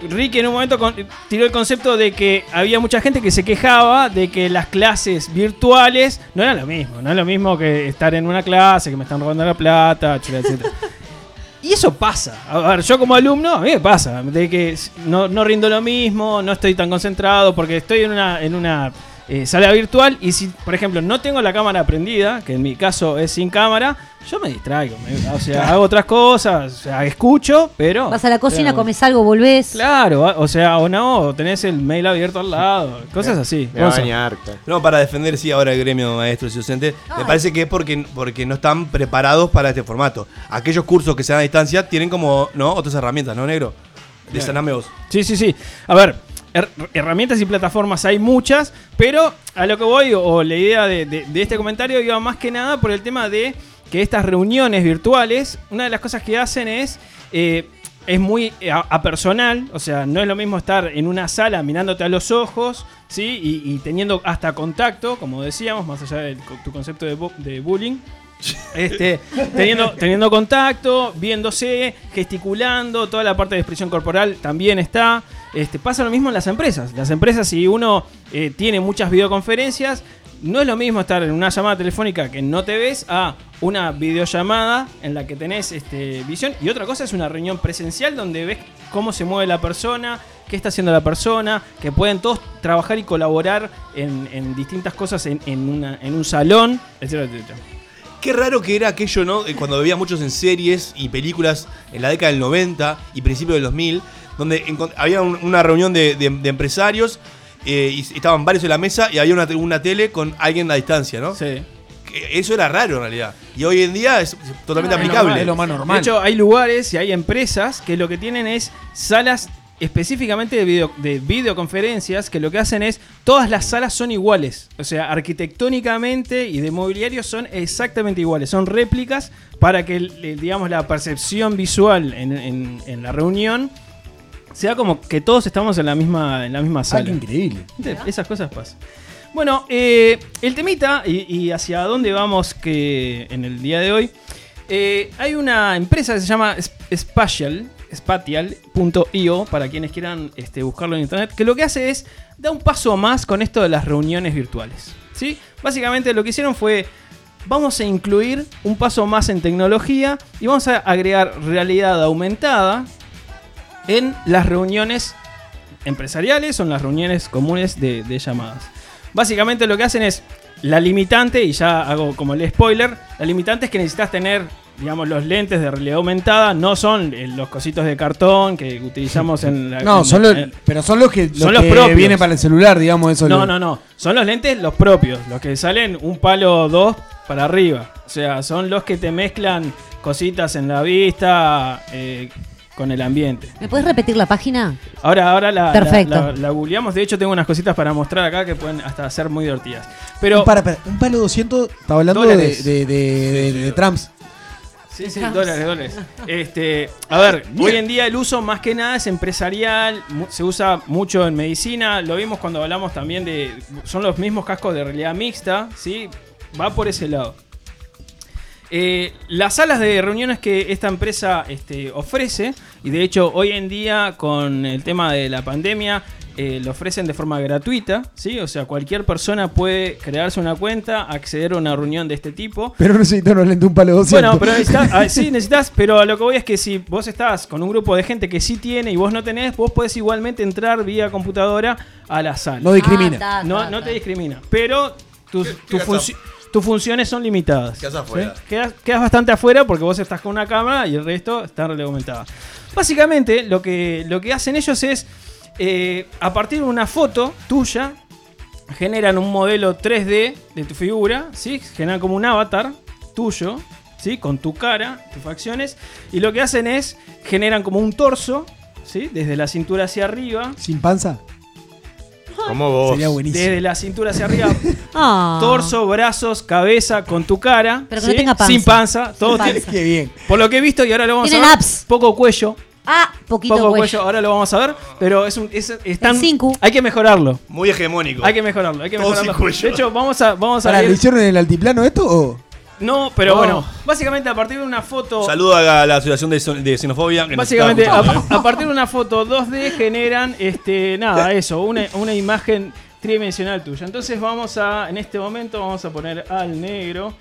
Speaker 1: Ricky en un momento con- tiró el concepto de que había mucha gente que se quejaba de que las clases virtuales no eran lo mismo, no es lo mismo que estar en una clase, que me están robando la plata, etcétera, etcétera. Y eso pasa. A ver, yo como alumno, a mí me pasa. De que s- no, no rindo lo mismo, no estoy tan concentrado, porque estoy en una, en una eh, sala virtual y si, por ejemplo, no tengo la cámara prendida, que en mi caso es sin cámara, yo me distraigo. me- o sea, hago otras cosas, o sea, escucho, pero...
Speaker 5: Vas a la cocina,
Speaker 1: Claro.
Speaker 5: comes algo, volvés.
Speaker 1: Claro, ah, o sea, o no, tenés el mail abierto al lado, cosas así.
Speaker 2: Me va a
Speaker 1: Gonza.
Speaker 2: bañar, tal.
Speaker 4: No, para defender, sí, ahora el gremio de maestros y docentes.
Speaker 5: Ay.
Speaker 4: Me parece que es porque, porque no están preparados para este formato. Aquellos cursos que se dan a distancia tienen como, ¿no? Otras herramientas, ¿no, negro? Desaname vos.
Speaker 1: Sí, sí, sí. A ver, her- herramientas y plataformas hay muchas, pero a lo que voy, o, o la idea de, de- de este comentario iba más que nada por el tema de que estas reuniones virtuales, una de las cosas que hacen es... eh, es muy eh, a- apersonal, o sea, no es lo mismo estar en una sala mirándote a los ojos, ¿sí? Y, y teniendo hasta contacto, como decíamos, más allá de tu concepto de, bu- de bullying. Este, teniendo, teniendo contacto, viéndose, gesticulando, toda la parte de expresión corporal también está. Este, pasa lo mismo en las empresas. Las empresas, si uno eh, tiene muchas videoconferencias, no es lo mismo estar en una llamada telefónica que no te ves a una videollamada en la que tenés este, visión. Y otra cosa es una reunión presencial donde ves cómo se mueve la persona, qué está haciendo la persona, que pueden todos trabajar y colaborar en, en distintas cosas en, en una- en un salón, etcétera, etcétera.
Speaker 4: Qué raro que era aquello, ¿no? Eh, Cuando veía muchos en series y películas en la década del 90 y principios del 2000, donde encon- había un- una reunión de, de- de empresarios eh, y s- estaban varios en la mesa y había una, te- una tele con alguien a distancia, ¿no?
Speaker 1: Sí.
Speaker 4: Eso era raro en realidad. Y hoy en día es es totalmente
Speaker 1: Ah,
Speaker 4: aplicable.
Speaker 1: normal. De hecho, hay lugares y hay empresas que lo que tienen es salas específicamente de, video- de videoconferencias que lo que hacen es todas las salas son iguales. O sea, arquitectónicamente y de mobiliario son exactamente iguales. Son réplicas para que, el- el, digamos, la percepción visual en, en- en la reunión sea como que todos estamos en la misma, en la misma sala.
Speaker 3: qué increíble.
Speaker 1: Esas cosas pasan. Bueno, eh, el temita y, y hacia dónde vamos que en el día de hoy. eh, hay una empresa que se llama Sp- Spatial, spatial.io, para quienes quieran este, buscarlo en internet, que lo que hace es da un paso más con esto de las reuniones virtuales. ¿sí? Básicamente lo que hicieron fue vamos a incluir un paso más en tecnología y vamos a agregar realidad aumentada en las reuniones empresariales o en las reuniones comunes de, de llamadas. Básicamente lo que hacen es la limitante, y ya hago como el spoiler, la limitante es que necesitas tener, digamos, los lentes de realidad aumentada, no son eh, los cositos de cartón que utilizamos en la...
Speaker 3: No,
Speaker 1: en-
Speaker 3: son los,
Speaker 1: en-
Speaker 3: pero son los que, los
Speaker 1: son los
Speaker 3: que
Speaker 1: propios.
Speaker 3: vienen para el celular, digamos, eso.
Speaker 1: no, no, no. Son los lentes los propios, los que salen un palo o dos para arriba. O sea, son los que te mezclan cositas en la vista eh, con el ambiente.
Speaker 5: ¿Me puedes repetir la página?
Speaker 1: Ahora, ahora la,
Speaker 5: Perfecto.
Speaker 1: la, la- la googleamos. De hecho, tengo unas cositas para mostrar acá que pueden hasta ser muy divertidas. Pero.
Speaker 3: Un, para, para, un palo 200, estaba hablando de,
Speaker 1: Dólares.
Speaker 3: de, de, de- de Trumps.
Speaker 1: Sí, sí, dólares, dólares. Este, a ver, hoy en día el uso más que nada es empresarial, mu- se usa mucho en medicina, lo vimos cuando hablamos también de... Son los mismos cascos de realidad mixta, ¿sí? Va por ese lado. Eh, las salas de reuniones que esta empresa este, ofrece, y de hecho hoy en día con el tema de la pandemia, eh, lo ofrecen de forma gratuita, ¿sí? O sea, cualquier persona puede crearse una cuenta, acceder a una reunión de este tipo.
Speaker 3: Pero no necesitan unos lentes, un palo 200.
Speaker 1: Bueno, pero necesitas, ah, sí, necesitas, pero a lo que voy es que si vos estás con un grupo de gente que sí tiene y vos no tenés, vos podés igualmente entrar vía computadora a la sala.
Speaker 3: No discrimina. Ah,
Speaker 1: no, no te discrimina, pero tus, tus
Speaker 4: qué
Speaker 1: funci- tus funciones son limitadas.
Speaker 4: Quedás afuera.
Speaker 1: ¿sí? Quedás, quedás bastante afuera porque vos estás con una cámara y el resto está reglamentada. Básicamente, lo que, lo que hacen ellos es, eh, a partir de una foto tuya, generan un modelo 3D de tu figura, ¿sí? generan como un avatar tuyo, ¿sí? con tu cara, tus facciones, y lo que hacen es generan como un torso, ¿sí? desde la cintura hacia arriba,
Speaker 3: Sin panza.
Speaker 2: Como vos.
Speaker 3: Sería buenísimo.
Speaker 1: desde la cintura hacia arriba,
Speaker 5: Ah.
Speaker 1: torso, brazos, cabeza, con tu cara,
Speaker 5: Pero que
Speaker 1: ¿sí?
Speaker 5: no tenga panza.
Speaker 1: sin panza,
Speaker 5: Sin
Speaker 1: todo
Speaker 5: panza.
Speaker 1: tiene-
Speaker 3: Qué bien.
Speaker 1: por lo que he visto y ahora lo vamos
Speaker 5: Tienen
Speaker 1: a ver,
Speaker 5: abs.
Speaker 1: poco cuello,
Speaker 5: Ah, poquito
Speaker 1: poco
Speaker 5: cuello.
Speaker 1: cuello. ahora lo vamos a ver, pero es un es, es tan-
Speaker 5: El cinco.
Speaker 1: hay que mejorarlo.
Speaker 4: Muy hegemónico.
Speaker 1: Hay que mejorarlo, hay que
Speaker 4: Todo sin
Speaker 1: mejorarlo.
Speaker 4: cuello.
Speaker 1: De hecho, vamos a vamos a
Speaker 3: Pará,
Speaker 1: ir-
Speaker 3: ¿Lo hicieron en el altiplano esto o.?
Speaker 1: No, pero
Speaker 3: Oh.
Speaker 1: bueno, básicamente a partir de una foto.
Speaker 4: Saludo a la, a la Asociación de, Son- de Xenofobia. que nos
Speaker 1: Básicamente,
Speaker 4: está
Speaker 1: a,
Speaker 4: escuchando, ¿eh?
Speaker 1: a partir de una foto 2D generan este nada, eso, una, una imagen tridimensional tuya. Entonces vamos a, en este momento vamos a poner al negro.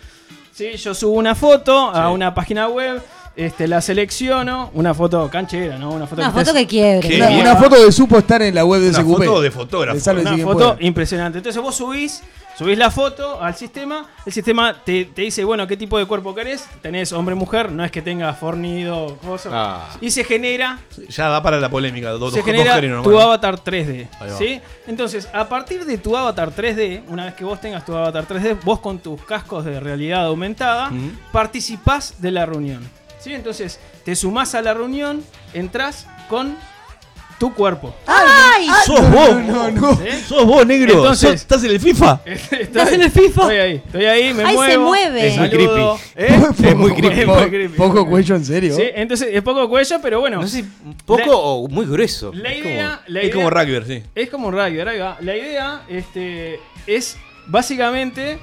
Speaker 1: Sí, yo subo una foto a una página web, este, la selecciono, una foto canchera, ¿no? Una foto,
Speaker 5: Una
Speaker 1: estés-
Speaker 5: foto que quiebre.
Speaker 4: Qué
Speaker 3: Una,
Speaker 4: bien.
Speaker 3: una foto de supo estar en la web de
Speaker 4: Una
Speaker 3: SQP.
Speaker 4: foto de fotógrafo.
Speaker 3: De Salve
Speaker 1: Una
Speaker 3: si quien
Speaker 1: foto
Speaker 3: pueda.
Speaker 1: impresionante. Entonces vos subís, subís la foto al sistema, el sistema te, te dice, bueno, qué tipo de cuerpo querés, tenés hombre, mujer, no es que tenga fornido, cosa.
Speaker 4: Ah.
Speaker 1: Y se genera,
Speaker 4: ¿eh? Ya da para la polémica. Dos,
Speaker 1: se
Speaker 4: dos
Speaker 1: genera
Speaker 4: géneros nomás,
Speaker 1: tu
Speaker 4: ¿no?
Speaker 1: avatar 3D.
Speaker 4: Ahí va.
Speaker 1: ¿sí? Entonces, a partir de tu avatar 3D, una vez que vos tengas tu avatar 3D, vos con tus cascos de realidad aumentada,
Speaker 4: Mm.
Speaker 1: participás de la reunión. ¿sí? Entonces, te sumás a la reunión, entras con tu cuerpo.
Speaker 5: ¡Ay!
Speaker 1: sos vos. Sos vos, negro. Entonces,
Speaker 4: Sos- ¿Estás en el FIFA?
Speaker 1: ¿Estás en el FIFA? Estoy ahí, estoy ahí, me
Speaker 5: Ay, se
Speaker 1: muevo.
Speaker 5: mueve. Es muy
Speaker 1: saludo,
Speaker 2: creepy.
Speaker 1: ¿eh?
Speaker 2: Es muy creepy.
Speaker 1: Es muy creepy.
Speaker 3: Poco cuello, en serio.
Speaker 1: Sí, entonces es poco cuello, pero bueno. No sé,
Speaker 2: Poco o muy grueso.
Speaker 1: La idea, la
Speaker 4: es
Speaker 1: idea-
Speaker 4: como rugby, sí.
Speaker 1: Es como rugby, ahí va. La idea este, es básicamente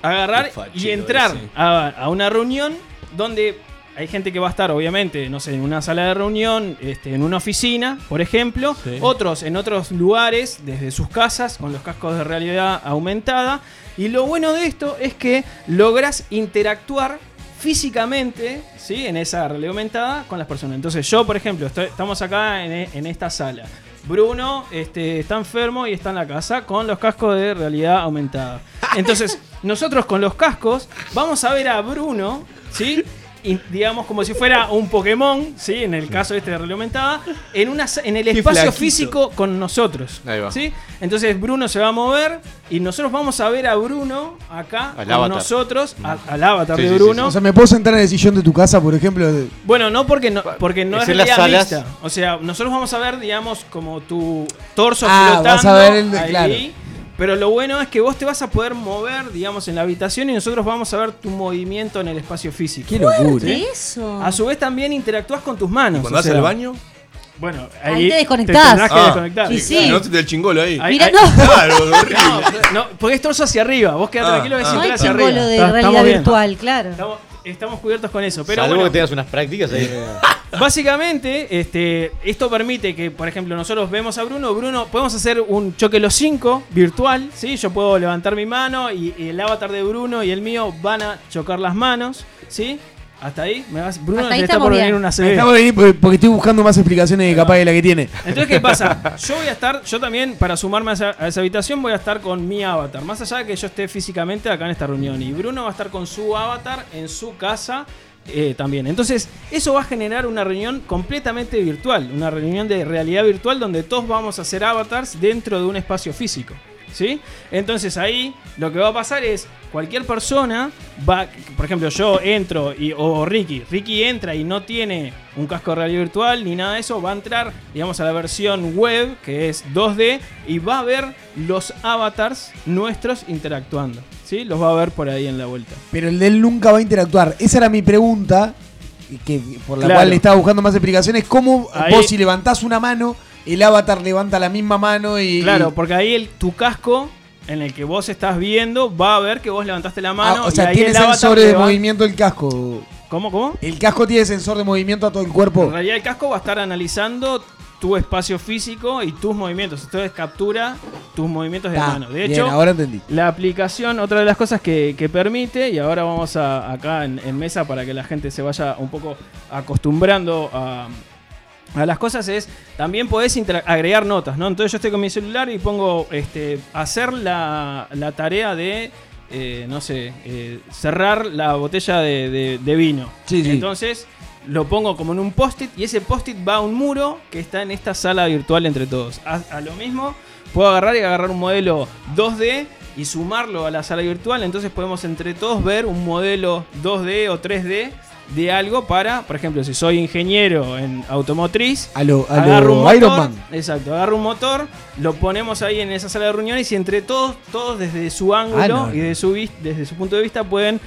Speaker 1: agarrar y entrar a, a una reunión donde hay gente que va a estar, obviamente, no sé, en una sala de reunión, este, en una oficina, por ejemplo. Otros en otros lugares, desde sus casas, con los cascos de realidad aumentada. Y lo bueno de esto es que logras interactuar físicamente, ¿sí? En esa realidad aumentada con las personas. Entonces yo, por ejemplo, estoy- estamos acá en, e- en esta sala. Bruno este, está enfermo y está en la casa con los cascos de realidad aumentada. Entonces, nosotros con los cascos vamos a ver a Bruno, ¿sí? Y, digamos como si fuera un Pokémon, ¿sí? En el caso de este de realidad aumentada, en, una, sa- en el
Speaker 4: Qué
Speaker 1: espacio
Speaker 4: flaquito.
Speaker 1: físico con nosotros.
Speaker 2: Ahí va.
Speaker 1: ¿sí? Entonces Bruno se va a mover y nosotros vamos a ver a Bruno acá
Speaker 2: Al
Speaker 1: con
Speaker 2: avatar. Mm.
Speaker 1: nosotros, a- al avatar
Speaker 2: Sí,
Speaker 1: de
Speaker 2: sí, sí,
Speaker 1: Bruno.
Speaker 3: O sea, me puedo sentar en el sillón de tu casa, por ejemplo. de-
Speaker 1: Bueno, no porque no, porque no
Speaker 3: Es
Speaker 1: es,
Speaker 3: en las
Speaker 1: realidad
Speaker 3: salas.
Speaker 1: mixta. O sea, nosotros vamos a ver, digamos, como tu torso
Speaker 3: Ah,
Speaker 1: flotando
Speaker 3: vas a ver el-
Speaker 1: ahí,
Speaker 3: claro.
Speaker 1: Pero lo bueno es que vos te vas a poder mover, digamos, en la habitación y nosotros vamos a ver tu movimiento en el espacio físico.
Speaker 3: Qué locura. ¿eh?
Speaker 1: ¿Sí?
Speaker 5: eso?
Speaker 1: A su vez también interactúas con tus manos.
Speaker 4: Cuando
Speaker 1: o
Speaker 4: vas
Speaker 1: sea,
Speaker 4: al baño.
Speaker 1: Bueno, ahí,
Speaker 5: Ahí te desconectás.
Speaker 1: tendrás que
Speaker 4: Ah,
Speaker 1: desconectar.
Speaker 5: Y sí.
Speaker 4: No te del chingolo ahí.
Speaker 1: Ahí-
Speaker 5: Mirá,
Speaker 1: ahí-
Speaker 5: no.
Speaker 4: Claro, horrible.
Speaker 1: No, porque es torso hacia arriba. Vos quedás
Speaker 4: Ah,
Speaker 1: tranquilo que es
Speaker 4: ah.
Speaker 5: No
Speaker 1: entrar
Speaker 5: hay
Speaker 1: hacia
Speaker 5: chingolo
Speaker 1: arriba.
Speaker 5: de
Speaker 1: Está-
Speaker 5: realidad
Speaker 1: estamos bien.
Speaker 5: virtual, claro.
Speaker 1: Estamos, estamos cubiertos con eso. Pero
Speaker 2: Salvo
Speaker 1: bueno.
Speaker 2: que tengas unas prácticas ahí.
Speaker 1: Básicamente, este, esto permite que, por ejemplo, nosotros vemos a Bruno. Bruno, podemos hacer un choque los cinco virtual. ¿sí? Yo puedo levantar mi mano y, y el avatar de Bruno y el mío van a chocar las manos. ¿sí? Hasta ahí. Me vas, Bruno
Speaker 5: Hasta ahí
Speaker 1: le está
Speaker 5: estamos
Speaker 1: por venir
Speaker 5: bien.
Speaker 1: una CB.
Speaker 3: Estamos ahí porque porque estoy buscando más explicaciones de capaz de la que tiene.
Speaker 1: Entonces, ¿qué pasa? Yo voy a estar, yo también, para sumarme a esa, a esa habitación, voy a estar con mi avatar. Más allá de que yo esté físicamente acá en esta reunión. Y Bruno va a estar con su avatar en su casa eh, también. Entonces, eso va a generar una reunión completamente virtual. Una reunión de realidad virtual donde todos vamos a ser avatars dentro de un espacio físico. ¿Sí? Entonces ahí lo que va a pasar es cualquier persona va, por ejemplo, yo entro y, o Ricky, Ricky entra y no tiene un casco de realidad virtual ni nada de eso, va a entrar, digamos, a la versión web que es 2D y va a ver los avatars nuestros interactuando, ¿sí? Los va a ver por ahí en la vuelta.
Speaker 3: Pero el de él nunca va a interactuar. Esa era mi pregunta, y que, por la
Speaker 1: Claro.
Speaker 3: cual le estaba buscando más explicaciones. ¿Cómo
Speaker 1: Ahí-
Speaker 3: vos si levantás una mano, el avatar levanta la misma mano y...
Speaker 1: Claro,
Speaker 3: y-
Speaker 1: porque ahí el, tu casco en el que vos estás viendo va a ver que vos levantaste la
Speaker 3: Ah,
Speaker 1: mano
Speaker 3: o
Speaker 1: y
Speaker 3: sea,
Speaker 1: ahí
Speaker 3: tiene
Speaker 1: el avatar
Speaker 3: sensores
Speaker 1: te
Speaker 3: de
Speaker 1: va-
Speaker 3: movimiento el casco.
Speaker 1: ¿Cómo, cómo?
Speaker 3: El casco tiene sensor de movimiento a todo el cuerpo.
Speaker 1: En realidad el casco va a estar analizando tu espacio físico y tus movimientos. Entonces captura tus movimientos de
Speaker 3: Ta,
Speaker 1: mano. De
Speaker 3: bien,
Speaker 1: hecho,
Speaker 3: ahora entendí.
Speaker 1: la aplicación, otra de las cosas que, que permite, y ahora vamos a, acá en, en mesa para que la gente se vaya un poco acostumbrando a, a las cosas, es también podés intera- agregar notas, ¿no? Entonces yo estoy con mi celular y pongo este, hacer la, la tarea de, eh, no sé, eh, cerrar la botella de, de- de vino.
Speaker 3: Sí, sí.
Speaker 1: Entonces lo pongo como en un post-it y ese post-it va a un muro que está en esta sala virtual entre todos. A, a lo mismo puedo agarrar y agarrar un modelo 2D y sumarlo a la sala virtual, entonces podemos entre todos ver un modelo 2D o 3D de algo para, por ejemplo, si soy ingeniero en automotriz,
Speaker 3: A lo- a lo
Speaker 1: agarro un motor,
Speaker 3: Iron Man.
Speaker 1: Exacto, agarro un motor, lo ponemos ahí en esa sala de reuniones y entre todos, todos desde su ángulo
Speaker 3: Ah, no.
Speaker 1: y de su vis- desde su punto de vista pueden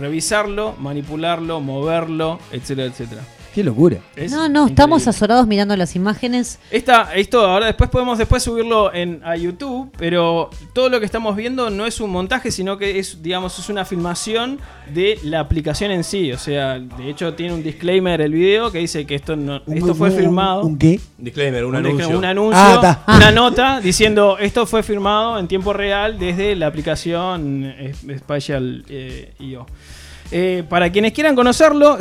Speaker 1: revisarlo, manipularlo, moverlo, etcétera, etcétera.
Speaker 3: Qué locura.
Speaker 1: Es
Speaker 5: No, no, estamos
Speaker 1: increíble.
Speaker 5: azorados mirando las imágenes.
Speaker 1: Esta, esto ahora después podemos después subirlo en, a YouTube, pero todo lo que estamos viendo no es un montaje, sino que es, digamos, es una filmación de la aplicación en sí. O sea, de hecho tiene un disclaimer el video que dice que esto no, esto fue
Speaker 3: un-
Speaker 1: filmado.
Speaker 3: ¿Un qué?
Speaker 4: Disclaimer, un,
Speaker 1: Un discla-
Speaker 4: anuncio.
Speaker 1: un anuncio,
Speaker 3: Ah, ta.
Speaker 1: una nota diciendo esto fue firmado en tiempo real desde la aplicación eh, Spatial eh, IO. Eh, para quienes quieran conocerlo,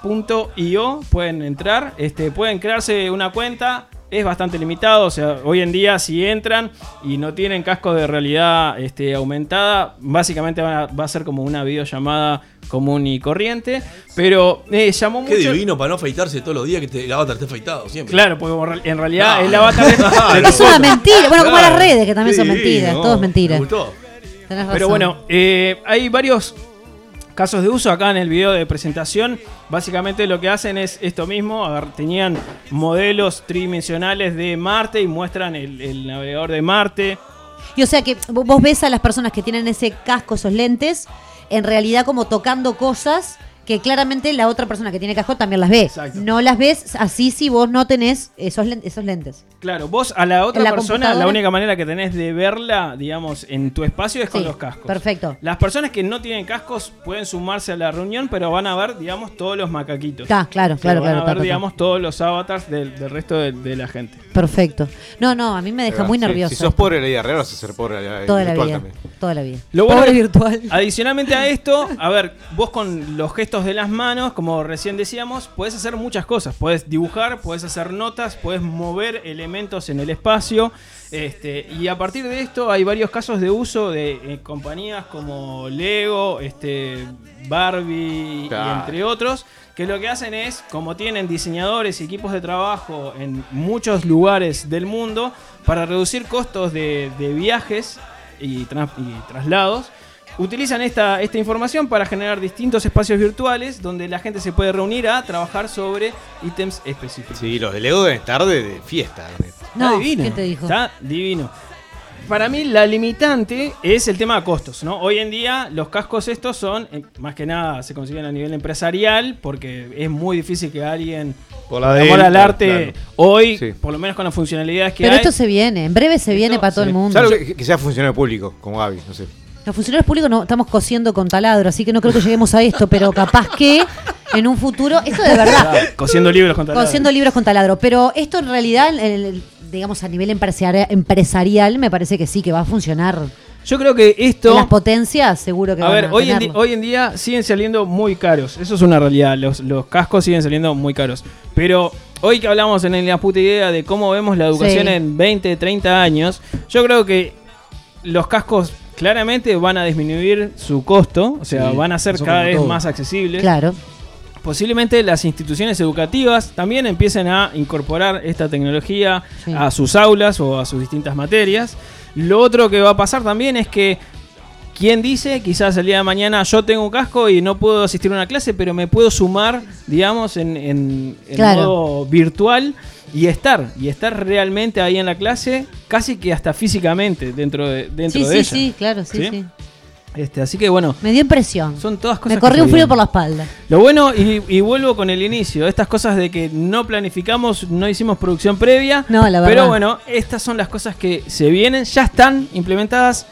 Speaker 1: spatial.io pueden entrar, este, pueden crearse una cuenta. Es bastante limitado, o sea, hoy en día si entran y no tienen casco de realidad este, aumentada, básicamente van a- va a ser como una videollamada común y corriente. Pero eh, llamó
Speaker 4: Qué
Speaker 1: mucho...
Speaker 4: divino para no afeitarse todos los días que te, el avatar esté afeitado siempre.
Speaker 1: Claro, porque como re- en realidad
Speaker 4: Claro.
Speaker 1: el avatar es-
Speaker 4: Claro.
Speaker 5: Es una mentira. Bueno, como
Speaker 4: Claro.
Speaker 5: las redes, que también son
Speaker 4: Sí,
Speaker 5: mentiras.
Speaker 4: no,
Speaker 5: Todo es mentira.
Speaker 4: Me gustó.
Speaker 5: Tenés razón.
Speaker 1: Pero bueno, eh, hay varios casos de uso. Acá en el video de presentación, básicamente lo que hacen es esto mismo. agar- Tenían modelos tridimensionales de Marte y muestran el, el navegador de Marte.
Speaker 5: Y o sea que vo- vos ves a las personas que tienen ese casco, esos lentes, en realidad como tocando cosas que claramente la otra persona que tiene casco también las ve. No las ves así si vos no tenés esos, len- esos lentes.
Speaker 1: Claro, vos a la otra
Speaker 5: En la
Speaker 1: persona, la
Speaker 5: computadora.
Speaker 1: única manera que tenés de verla, digamos, en tu espacio es con
Speaker 5: Sí,
Speaker 1: los cascos.
Speaker 5: Perfecto.
Speaker 1: Las personas que no tienen cascos pueden sumarse a la reunión, pero van a ver, digamos, todos los macaquitos.
Speaker 5: Ta, claro,
Speaker 1: Que
Speaker 5: claro,
Speaker 1: Van
Speaker 5: claro,
Speaker 1: a
Speaker 5: ta,
Speaker 1: ver,
Speaker 5: ta, ta.
Speaker 1: digamos, todos los avatars del, del resto de, de la gente.
Speaker 5: Perfecto. No, no, a mí me deja muy
Speaker 2: Sí,
Speaker 5: nerviosa.
Speaker 2: Si sos pobre en la vida real, vas a ser pobre en la vida
Speaker 5: toda la
Speaker 2: virtual
Speaker 5: vida.
Speaker 2: también.
Speaker 5: Toda la vida.
Speaker 1: Lo bueno
Speaker 5: Pobre
Speaker 1: es-
Speaker 5: virtual.
Speaker 1: Adicionalmente a esto, a ver, vos con los gestos de las manos, como recién decíamos, podés hacer muchas cosas. Podés dibujar, podés hacer notas, podés mover elementos en el espacio. Este, y a partir de esto hay varios casos de uso de eh, compañías como Lego, este, Barbie, y
Speaker 2: Claro.
Speaker 1: entre otros, que lo que hacen es, como tienen diseñadores y equipos de trabajo en muchos lugares del mundo, para reducir costos de, de viajes y, tras- y traslados, utilizan esta, esta información para generar distintos espacios virtuales donde la gente se puede reunir a trabajar sobre ítems específicos.
Speaker 2: Sí, los de Lego deben estar de, de fiesta.
Speaker 1: Está divino. Está divino. Para mí la limitante es el tema de costos, ¿no? Hoy en día los cascos estos son, eh, más que nada, se consiguen a nivel empresarial porque es muy difícil que alguien,
Speaker 2: Por la
Speaker 1: por
Speaker 2: de
Speaker 1: amor
Speaker 2: él,
Speaker 1: al arte,
Speaker 2: claro.
Speaker 1: hoy,
Speaker 2: Sí.
Speaker 1: por lo menos con las funcionalidades que
Speaker 5: Pero
Speaker 1: hay...
Speaker 5: esto se viene, en breve se viene para todo el mundo.
Speaker 2: Salvo que, que sea funcionario público, como Gaby, no sé.
Speaker 5: Los funcionarios públicos no estamos cosiendo con taladro, así que no creo que lleguemos a esto, pero capaz que en un futuro, esto de verdad,
Speaker 1: Cosiendo libros con taladro.
Speaker 5: cosiendo libros con taladro, pero esto en realidad, el- el- digamos a nivel empresari- empresarial, me parece que sí, que va a funcionar.
Speaker 1: Yo creo que esto...
Speaker 5: Las potencias seguro que
Speaker 1: A
Speaker 5: van
Speaker 1: ver,
Speaker 5: a
Speaker 1: hoy en, di-
Speaker 5: tenerlo.
Speaker 1: hoy en día siguen saliendo muy caros. Eso es una realidad. Los, los cascos siguen saliendo muy caros. Pero hoy que hablamos en la puta idea de cómo vemos la educación
Speaker 5: Sí.
Speaker 1: en 20, 30 años, yo creo que los cascos claramente van a disminuir su costo. O sea,
Speaker 3: Sí,
Speaker 1: van a ser
Speaker 3: eso
Speaker 1: cada
Speaker 3: como
Speaker 1: vez
Speaker 3: todo.
Speaker 1: más accesibles.
Speaker 5: Claro.
Speaker 1: Posiblemente las instituciones educativas también empiecen a incorporar esta tecnología
Speaker 5: Sí.
Speaker 1: a sus aulas o a sus distintas materias. Lo otro que va a pasar también es que ¿Quién dice? Quizás el día de mañana yo tengo un casco y no puedo asistir a una clase, pero me puedo sumar, digamos, en, en- en
Speaker 5: Claro.
Speaker 1: modo virtual y estar, y estar realmente ahí en la clase, casi que hasta físicamente dentro de, dentro
Speaker 5: Sí,
Speaker 1: de
Speaker 5: sí,
Speaker 1: ella.
Speaker 5: sí, claro, sí, sí.
Speaker 1: Este, así que bueno,
Speaker 5: Me dio impresión.
Speaker 1: son todas cosas.
Speaker 5: Me
Speaker 1: que
Speaker 5: corrió un
Speaker 1: se
Speaker 5: frío
Speaker 1: vienen.
Speaker 5: por la espalda.
Speaker 1: Lo bueno, y, y vuelvo con el inicio, estas cosas de que no planificamos, no hicimos producción previa.
Speaker 5: No, la verdad.
Speaker 1: Pero bueno, estas son las cosas que se vienen, ya están implementadas,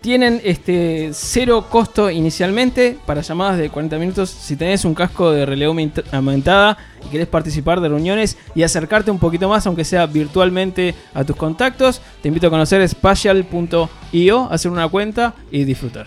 Speaker 1: tienen este cero costo inicialmente para llamadas de 40 minutos. Si tenés un casco de relevo aument- aumentada y querés participar de reuniones y acercarte un poquito más, aunque sea virtualmente, a tus contactos, te invito a conocer spatial.io, hacer una cuenta y disfrutar.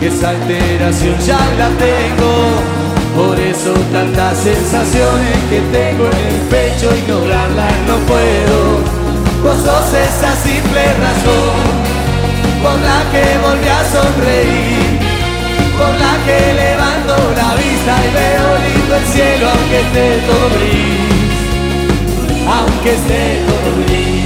Speaker 12: que esa alteración ya la tengo. Por eso tantas sensaciones que tengo en el pecho, ignorarlas no puedo. Vos sos esa simple razón por la que volví a sonreír, por la que levanto la vista y veo lindo el cielo aunque esté todo gris, aunque esté todo gris.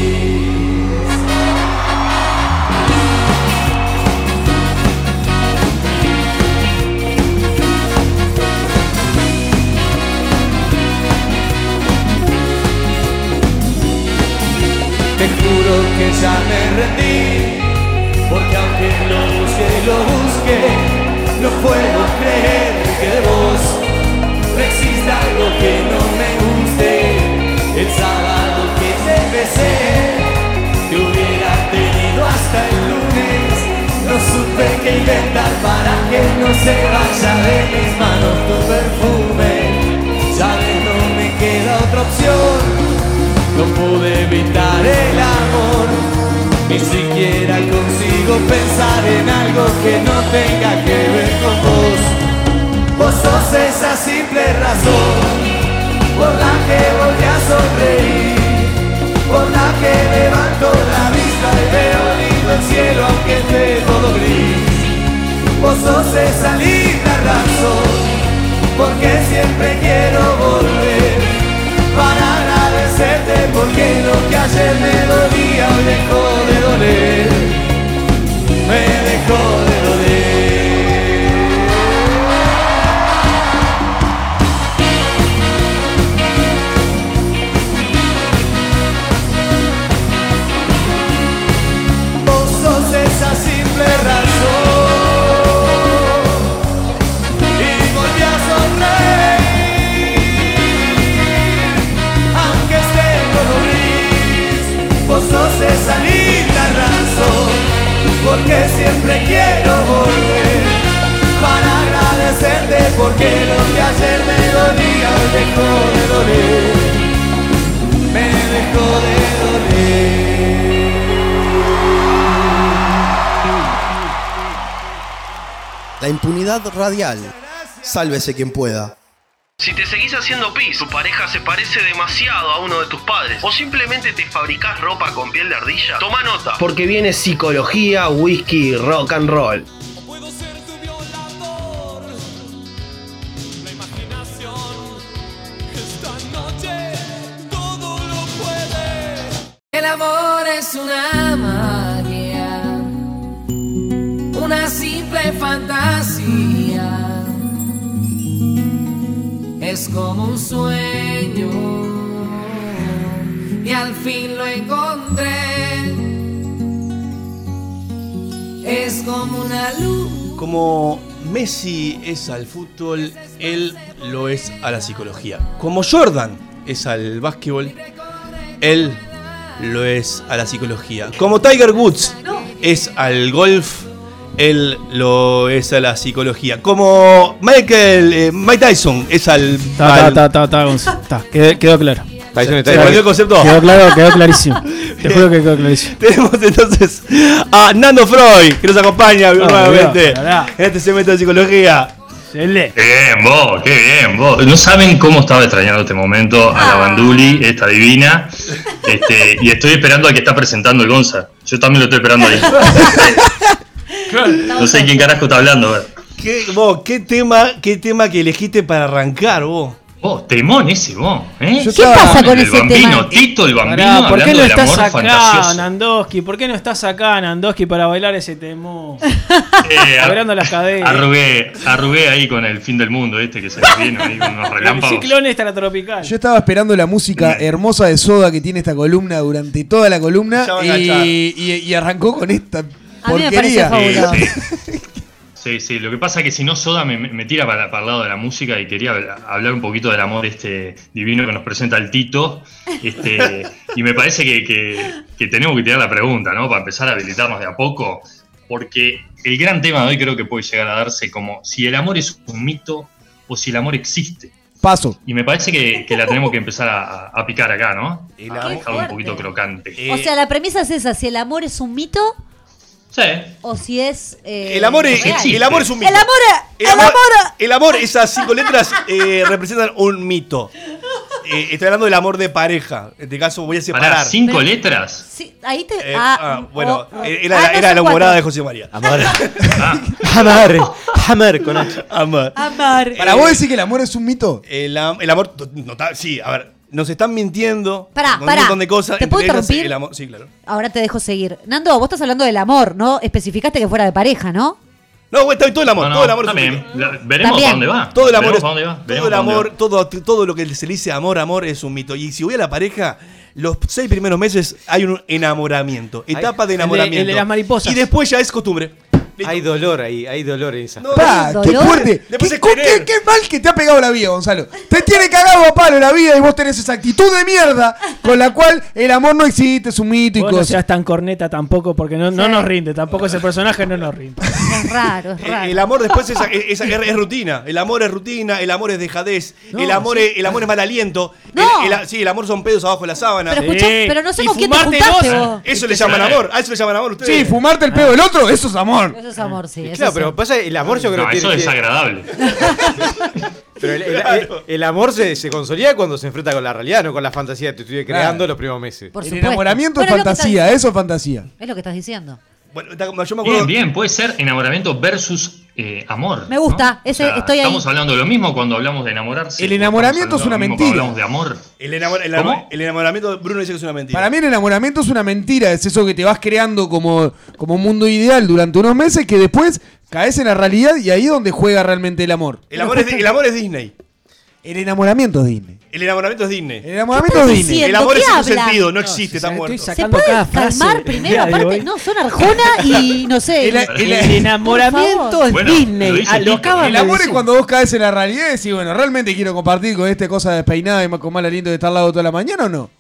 Speaker 12: Te juro que ya me rendí, porque aunque lo busque y lo busque, no puedo creer que de vos no exista algo que no me guste. El sábado que te besé, te hubiera tenido hasta el lunes. No supe qué inventar para que no se vaya de mis manos tu perfume. Ya opción. No pude evitar el amor, ni siquiera consigo pensar en algo que no tenga que ver con vos. Vos sos esa simple razón por la que volví a sonreír, por la que levanto la vista y veo lindo el cielo aunque esté todo gris. Vos sos esa linda razón, porque siempre quiero volver para agradecerte porque lo que ayer me dolía hoy dejó de doler, me dejó de doler. Vos sos esa simple razón y volví a sonreír, aunque esté todo gris. Vos sos esa linda razón, porque siempre quiero volver para agradecerte, porque lo que ayer me dolía hoy dejó de doler, me dejó de doler.
Speaker 6: La impunidad radial. Sálvese quien pueda.
Speaker 13: Si te seguís haciendo pis, tu pareja se parece demasiado a uno de tus padres, o simplemente te fabricás ropa con piel de ardilla, toma nota.
Speaker 11: Porque viene psicología, whisky, rock and roll.
Speaker 9: El amor es una magia, una simple fantasía. Es como un sueño y al fin lo encontré. Es como una luz.
Speaker 4: Como Messi es al fútbol, él lo es a la psicología. Como Jordan es al básquetbol, él lo es a la psicología. Como Tiger Woods es al golf, él lo es a la psicología. Como Michael, eh, Mike Tyson es al...
Speaker 1: Ta, ta,
Speaker 4: al-
Speaker 1: ta, ta, ta, Gonz- ta, quedó, quedó claro.
Speaker 4: Tyson está
Speaker 1: Se-
Speaker 4: ahí. ¿Perdió el concepto?
Speaker 1: Quedó claro, quedó clarísimo. Te juro que quedó clarísimo.
Speaker 4: Tenemos entonces a Nando Freud, que nos acompaña nuevamente en este segmento de psicología.
Speaker 14: Qué bien, vos, qué bien, vos. No saben cómo estaba extrañando este momento
Speaker 1: Ah.
Speaker 14: a la Banduli, esta divina. Este, y estoy esperando a que está presentando el Gonza. Yo también lo estoy esperando ahí. No sé quién carajo está hablando. a ver.
Speaker 4: ¿Qué, vos, qué tema, qué tema que elegiste para arrancar vos?
Speaker 14: Vos, temón ese vos, ¿eh?
Speaker 1: Yo ¿Qué estaba- pasa con
Speaker 14: el
Speaker 1: ese
Speaker 14: bambino,
Speaker 1: tema?
Speaker 14: Tito el bambino
Speaker 1: Pará, ¿Por qué
Speaker 14: hablando
Speaker 1: no
Speaker 14: del
Speaker 1: estás
Speaker 14: amor
Speaker 1: acá,
Speaker 14: fantasioso.
Speaker 1: Nandoski? ¿Por qué no estás acá, Nandoski, para bailar ese temor? Abriendo las caderas.
Speaker 14: Eh, Arrugué, arrugué ahí con el fin del mundo este que se nos vino ahí con unos
Speaker 1: El
Speaker 14: relámpagos.
Speaker 1: ciclón está la tropical.
Speaker 3: Yo estaba esperando la música hermosa de Soda que tiene esta columna durante toda la columna
Speaker 1: Ya va a enganchar.
Speaker 3: y, y- y arrancó con esta
Speaker 1: A mí me
Speaker 3: porquería.
Speaker 14: Sí, sí. Sí, sí, lo que pasa es que si no Soda me, me tira para, para el lado de la música y quería habl- hablar un poquito del amor este divino que nos presenta el Tito. Este, y me parece que, que- que tenemos que tirar la pregunta, ¿no? Para empezar a habilitarnos de a poco. Porque el gran tema de hoy creo que puede llegar a darse como si el amor es un mito o si el amor existe.
Speaker 3: Paso.
Speaker 14: Y me parece que, que la tenemos que empezar a, a picar acá, ¿no? a
Speaker 5: amor-
Speaker 14: dejarlo un poquito crocante.
Speaker 4: Eh,
Speaker 5: O sea, la premisa es esa, si el amor es un mito o si es... eh,
Speaker 4: El amor es,
Speaker 5: real.
Speaker 4: el amor es un mito.
Speaker 5: El amor
Speaker 4: El amor, el amor, esas cinco letras eh, representan un mito. Eh, estoy hablando del amor de pareja. En este caso voy a
Speaker 14: Pará,
Speaker 4: separar.
Speaker 14: ¿Cinco letras?
Speaker 5: Sí, ahí te...
Speaker 4: Eh,
Speaker 5: ah,
Speaker 4: ah, bueno,
Speaker 5: oh, oh.
Speaker 4: eh, era,
Speaker 5: Ah,
Speaker 4: la-
Speaker 5: no,
Speaker 4: era
Speaker 5: son
Speaker 4: la humorada
Speaker 5: cuatro.
Speaker 4: de José María. Ah.
Speaker 2: Amor.
Speaker 4: Amar. Amar con Amar.
Speaker 5: oh, Amar.
Speaker 3: ¿Para vos decir que el amor es un mito?
Speaker 4: Eh, El, am- el amor. to- nota- sí, a ver. Nos están mintiendo.
Speaker 5: Pará,
Speaker 4: con
Speaker 5: pará.
Speaker 4: Un montón de cosas.
Speaker 5: ¿Te puedo
Speaker 4: entre ellas
Speaker 5: interrumpir?
Speaker 4: El amor, sí, claro.
Speaker 5: Ahora te dejo seguir. Nando, vos estás hablando del amor, ¿no? Especificaste que fuera de pareja, ¿no?
Speaker 4: No, güey, está todo el amor.
Speaker 14: No, no,
Speaker 4: todo el amor es un
Speaker 14: también.
Speaker 4: mito.
Speaker 14: La-
Speaker 5: También.
Speaker 14: veremos
Speaker 5: para dónde
Speaker 14: va.
Speaker 4: Todo el amor
Speaker 14: Veremos
Speaker 4: es,
Speaker 14: para dónde va.
Speaker 4: Todo
Speaker 14: Veremos
Speaker 4: el
Speaker 14: para dónde
Speaker 4: amor, todo, todo lo que se le dice amor, amor es un mito. Y si voy a la pareja, los seis primeros meses hay un enamoramiento. Etapa de
Speaker 1: El de-
Speaker 4: enamoramiento.
Speaker 1: el de las mariposas.
Speaker 4: Y después ya es costumbre.
Speaker 2: Hay dolor ahí, hay dolor en esa.
Speaker 3: Pa, ¡Qué fuerte! ¿Qué, co- qué- qué mal que te ha pegado la vida, Gonzalo! Te tiene cagado a palo la vida y vos tenés esa actitud de mierda con la cual el amor no existe, es un mito y
Speaker 1: Vos no
Speaker 3: cosas.
Speaker 1: seas tan corneta tampoco, porque no, no nos rinde, tampoco ese personaje no nos rinde.
Speaker 5: Es raro,
Speaker 1: Eh,
Speaker 5: es raro.
Speaker 4: El amor después es, es- es- es rutina. El amor es rutina, el amor es dejadez,
Speaker 5: No,
Speaker 4: el, amor
Speaker 5: sí.
Speaker 4: es, el amor es mal aliento.
Speaker 5: No.
Speaker 4: El- el- sí, el amor son pedos abajo de la sábana.
Speaker 5: Pero escuchá, Sí. pero no somos
Speaker 4: Y
Speaker 5: quién te
Speaker 4: fumarte
Speaker 5: juntaste
Speaker 4: dos,
Speaker 5: vos.
Speaker 4: Eso le llaman amor, a eso le llaman amor ustedes.
Speaker 3: Sí, fumarte el pedo del otro, eso es amor.
Speaker 5: Eso es amor, sí. eso
Speaker 2: Claro,
Speaker 5: sí.
Speaker 2: pero pasa el amor yo creo
Speaker 14: No,
Speaker 2: que.
Speaker 14: eso es desagradable.
Speaker 2: Pero el, el- el amor se, se consolida cuando se enfrenta con la realidad, no con la fantasía que te estuve creando los primeros meses.
Speaker 5: Por
Speaker 3: el
Speaker 5: supuesto.
Speaker 3: enamoramiento
Speaker 5: Bueno,
Speaker 3: es
Speaker 5: lo que está
Speaker 3: fantasía, eso es fantasía.
Speaker 5: Es lo que estás diciendo.
Speaker 4: Bueno, está como- yo me acuerdo.
Speaker 14: Bien, bien, puede ser enamoramiento versus eh, amor.
Speaker 5: Me gusta, ese
Speaker 14: O sea,
Speaker 5: estoy ahí.
Speaker 14: Estamos hablando de lo mismo cuando hablamos de enamorarse.
Speaker 3: El enamoramiento es una
Speaker 14: Estamos hablando de lo mismo cuando Hablamos de amor.
Speaker 4: El, enamor- el
Speaker 14: ¿Cómo?
Speaker 4: amor- el enamoramiento, Bruno dice que es una mentira.
Speaker 3: Para mí el enamoramiento es una mentira, es eso que te vas creando como, como un mundo ideal durante unos meses que después caes en la realidad y ahí es donde juega realmente el amor.
Speaker 4: El amor, es, el amor es Disney.
Speaker 3: El enamoramiento es Disney.
Speaker 4: El enamoramiento es Disney. El
Speaker 3: enamoramiento es Disney. diciendo?
Speaker 4: El amor
Speaker 3: ¿Qué
Speaker 4: es un
Speaker 3: hablan?
Speaker 4: sentido, no existe, está muerto.
Speaker 5: ¿Se puede calmar primero? Aparte, no, son Arjona y no sé.
Speaker 3: El, el-
Speaker 5: Por favor. ah,
Speaker 3: El amor es cuando vos caes en la realidad y decís, bueno, ¿realmente quiero compartir con este cosa despeinada y ma- con mal aliento de estar al lado toda la mañana o no?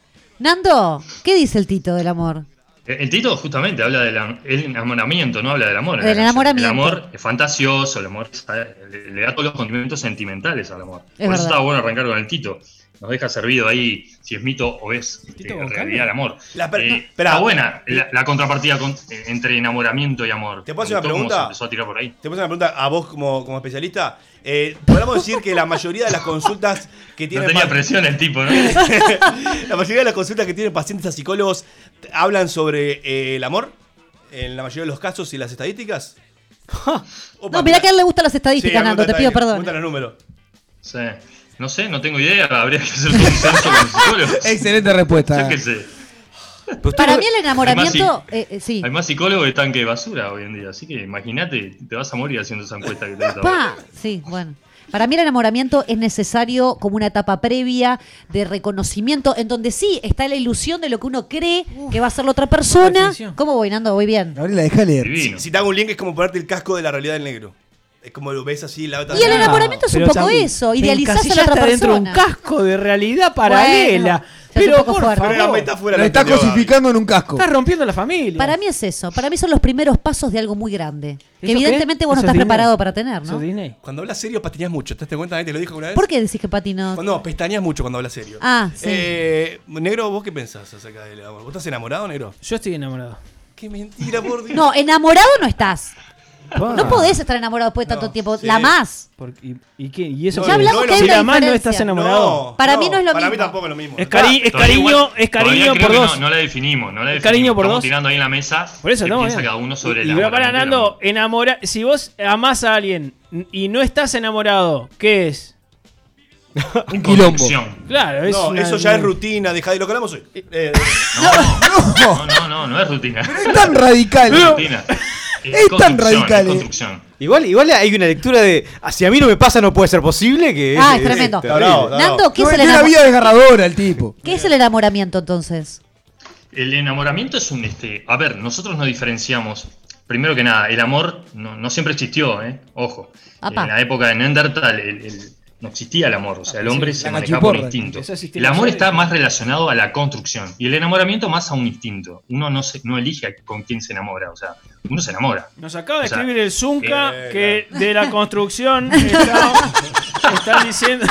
Speaker 5: Nando, ¿qué dice el Tito del amor?
Speaker 14: El el Tito justamente habla del am- el enamoramiento, no habla del amor. en la
Speaker 5: Del
Speaker 14: canción.
Speaker 5: enamoramiento.
Speaker 14: El amor es fantasioso, el amor es- le, le da todos los condimentos sentimentales al amor. Por
Speaker 5: verdad.
Speaker 14: eso estaba bueno arrancar con el Tito. Nos deja servido ahí si es mito o es eh, realidad el amor. Eh, está buena la, la contrapartida con- eh, entre enamoramiento y amor.
Speaker 4: ¿Te puedo hacer
Speaker 14: Me
Speaker 4: una
Speaker 14: gustó cómo
Speaker 4: pregunta?
Speaker 14: se empezó a tirar por ahí.
Speaker 4: Te puedo hacer una pregunta a vos como, como especialista. Eh, Podríamos decir que la mayoría de las consultas que
Speaker 14: No
Speaker 4: tienen.
Speaker 14: tenía
Speaker 4: pa-
Speaker 14: presión el tipo, ¿no?
Speaker 4: la mayoría de las consultas que tienen pacientes a psicólogos t- hablan sobre eh, el amor. En la mayoría de los casos y las estadísticas.
Speaker 5: No, mirá que a él le gustan las estadísticas,
Speaker 4: Sí, a mí me
Speaker 5: Nando, te
Speaker 4: gusta
Speaker 5: pido
Speaker 4: la- me
Speaker 5: perdón.
Speaker 4: gustan los números.
Speaker 14: Sí. No sé, no tengo idea. Habría que hacer un censo con psicólogos.
Speaker 3: Excelente respuesta.
Speaker 14: Yo qué sé.
Speaker 5: Para mí el enamoramiento,
Speaker 14: Además,
Speaker 5: eh, eh, sí.
Speaker 14: Hay más psicólogos que tanque de basura hoy en día, así que imagínate, te vas a morir haciendo esa encuesta que te
Speaker 5: Pa, sí, bueno. Para mí el enamoramiento es necesario como una etapa previa de reconocimiento, en donde sí está la ilusión de lo que uno cree que va a ser la otra persona. ¿Cómo voy, Nando? Voy bien.
Speaker 3: Gabriela, deja leer.
Speaker 4: Si, si te hago un link es como ponerte el casco de la realidad del negro. Es como lo ves así, la otra-
Speaker 5: Y el enamoramiento es un poco eso, idealizás a la otra persona.
Speaker 1: dentro de un casco de realidad paralela.
Speaker 5: pero
Speaker 1: pero por favor,
Speaker 4: Pero la metáfora
Speaker 3: Lo
Speaker 4: la
Speaker 3: está
Speaker 4: entendió, Gaby.
Speaker 3: cosificando en un casco.
Speaker 1: estás rompiendo la familia.
Speaker 5: Para mí es eso. Para mí son los primeros pasos de algo muy grande. Que
Speaker 1: ¿Eso qué?
Speaker 5: evidentemente vos
Speaker 1: ¿Eso
Speaker 5: no estás
Speaker 1: es Disney?
Speaker 5: preparado para tener, ¿no?
Speaker 4: Cuando hablas serio patineas mucho, ¿te das cuenta? ¿Nadie ¿Te lo dijo una vez?
Speaker 5: ¿Por qué decís que Pati no?
Speaker 4: No, pestañas mucho cuando hablas serio.
Speaker 5: Ah, sí.
Speaker 4: Eh, negro, ¿vos qué pensás acerca del amor? ¿Vos estás enamorado, negro?
Speaker 1: Yo estoy enamorado.
Speaker 4: Qué mentira, por Dios.
Speaker 5: No, enamorado no estás.
Speaker 1: Pa.
Speaker 5: No podés estar enamorado después de tanto tiempo.
Speaker 1: sí.
Speaker 5: La más.
Speaker 1: Por- ¿Y, y qué? ¿Y eso
Speaker 5: Ya
Speaker 1: qué?
Speaker 5: hablamos que hay
Speaker 1: Si
Speaker 5: una
Speaker 1: la más no
Speaker 5: diferencia.
Speaker 1: estás enamorado.
Speaker 5: Para mí no es lo
Speaker 4: para
Speaker 5: mismo.
Speaker 4: mí tampoco es lo mismo.
Speaker 1: Es, cari- es
Speaker 14: Todavía
Speaker 1: cariño,
Speaker 14: igual-
Speaker 1: es
Speaker 14: todavía
Speaker 1: cariño
Speaker 14: creo
Speaker 1: por
Speaker 14: que
Speaker 1: dos.
Speaker 14: No, no la definimos, no la definimos.
Speaker 1: cariño por
Speaker 14: Estamos
Speaker 1: dos.
Speaker 14: tirando ahí en la mesa.
Speaker 1: Por eso,
Speaker 14: qué
Speaker 1: estamos
Speaker 14: piensa
Speaker 1: bien.
Speaker 14: cada uno sobre
Speaker 1: Y
Speaker 14: la
Speaker 1: pero para Nando, enamora, si vos amás a alguien y no estás enamorado, ¿qué es?
Speaker 3: Un quilombo.
Speaker 1: Claro, es
Speaker 4: No,
Speaker 1: una-
Speaker 4: eso ya es rutina, dejá de lo que hablamos hoy. Eh, eh,
Speaker 14: No, no, no, no es rutina.
Speaker 3: Es tan radical.
Speaker 14: rutina.
Speaker 3: Es tan radical. eh.
Speaker 2: Igual, igual hay una lectura de hacia mí no me pasa, no puede ser posible que.
Speaker 5: Ah, es tremendo.
Speaker 2: terrible.
Speaker 5: Está bravo, está Nando, bravo. ¿qué
Speaker 3: No,
Speaker 5: se le
Speaker 3: tiene la
Speaker 5: enamor-
Speaker 3: vida desgarradora el tipo.
Speaker 5: ¿Qué es el enamoramiento entonces?
Speaker 14: El enamoramiento es un este. A ver, nosotros nos diferenciamos. Primero que nada, el amor no, no siempre existió, ¿eh? Ojo.
Speaker 5: Apa.
Speaker 14: En la época de Neandertal el- el- no existía el amor, o sea, el hombre
Speaker 1: Sí,
Speaker 14: se
Speaker 1: la
Speaker 14: manejaba por
Speaker 1: cachiporra.
Speaker 14: instinto.
Speaker 1: Eso existía
Speaker 14: El amor
Speaker 1: siempre.
Speaker 14: está más relacionado a la construcción y el enamoramiento más a un instinto. Uno no, se, no elige a- con quién se enamora, o sea, uno se enamora.
Speaker 1: Nos acaba de
Speaker 14: O sea,
Speaker 1: escribir el Zunca
Speaker 14: eh,
Speaker 1: que de la construcción está, está diciendo.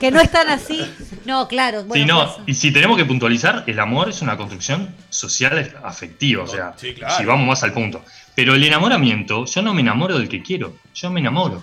Speaker 5: Que no están así. No, claro. Bueno,
Speaker 14: Sí, no,
Speaker 5: pues,
Speaker 14: y si tenemos que puntualizar, el amor es una construcción social afectiva, o sea, si vamos más al punto. Pero el enamoramiento, yo no me enamoro del que quiero, yo me enamoro.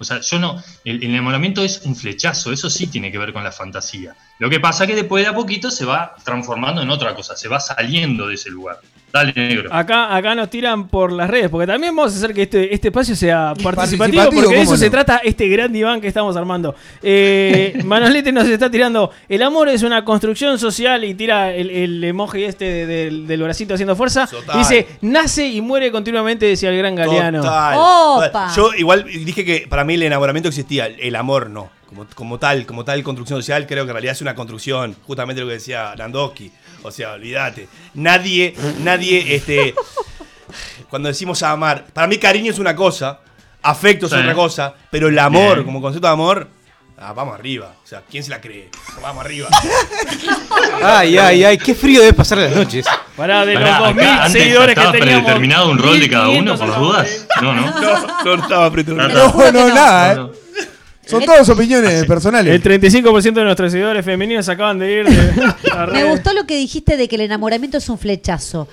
Speaker 14: O sea, yo no, el, el enamoramiento es un flechazo, eso sí tiene que ver con la fantasía. Lo que pasa es que después de a poquito se va transformando en otra cosa, se va saliendo de ese lugar. Dale, negro.
Speaker 1: Acá, acá nos tiran por las redes, porque también vamos a hacer que este, este espacio sea participativo,
Speaker 3: Participativo,
Speaker 1: porque de eso
Speaker 3: cómo no.
Speaker 1: se trata este gran diván que estamos armando. Eh, Manolete nos está tirando, el amor es una construcción social y tira el, el emoji este de- del- del bracito haciendo fuerza.
Speaker 4: Total.
Speaker 1: Dice, nace y muere continuamente, decía el gran Galeano.
Speaker 4: Total.
Speaker 5: Opa.
Speaker 4: Yo igual dije que para mí el enamoramiento existía, el amor no. Como, como tal, como tal construcción social, creo que en realidad es una construcción, justamente lo que decía Landowski. O sea, olvídate. Nadie, nadie, este. cuando decimos amar, para mí cariño es una cosa, afecto es
Speaker 14: Sí.
Speaker 4: otra cosa, pero el amor,
Speaker 14: Bien.
Speaker 4: como concepto de amor, ah, vamos arriba. O sea, ¿quién se la cree? Vamos arriba.
Speaker 2: Ay, ay, ay, qué frío debe pasar las noches.
Speaker 1: Pará, de
Speaker 14: Pará,
Speaker 1: los 2000
Speaker 14: acá antes
Speaker 1: seguidores que
Speaker 14: ¿Estaba
Speaker 1: teníamos,
Speaker 14: predeterminado un rol de cada uno, por las dudas? No, no.
Speaker 4: No, no estaba
Speaker 3: No, no, nada, ¿eh? Son todas opiniones personales.
Speaker 1: El 35% de nuestros seguidores femeninos acaban de ir de la
Speaker 5: Me
Speaker 1: red.
Speaker 5: gustó lo que dijiste de que el enamoramiento es un flechazo.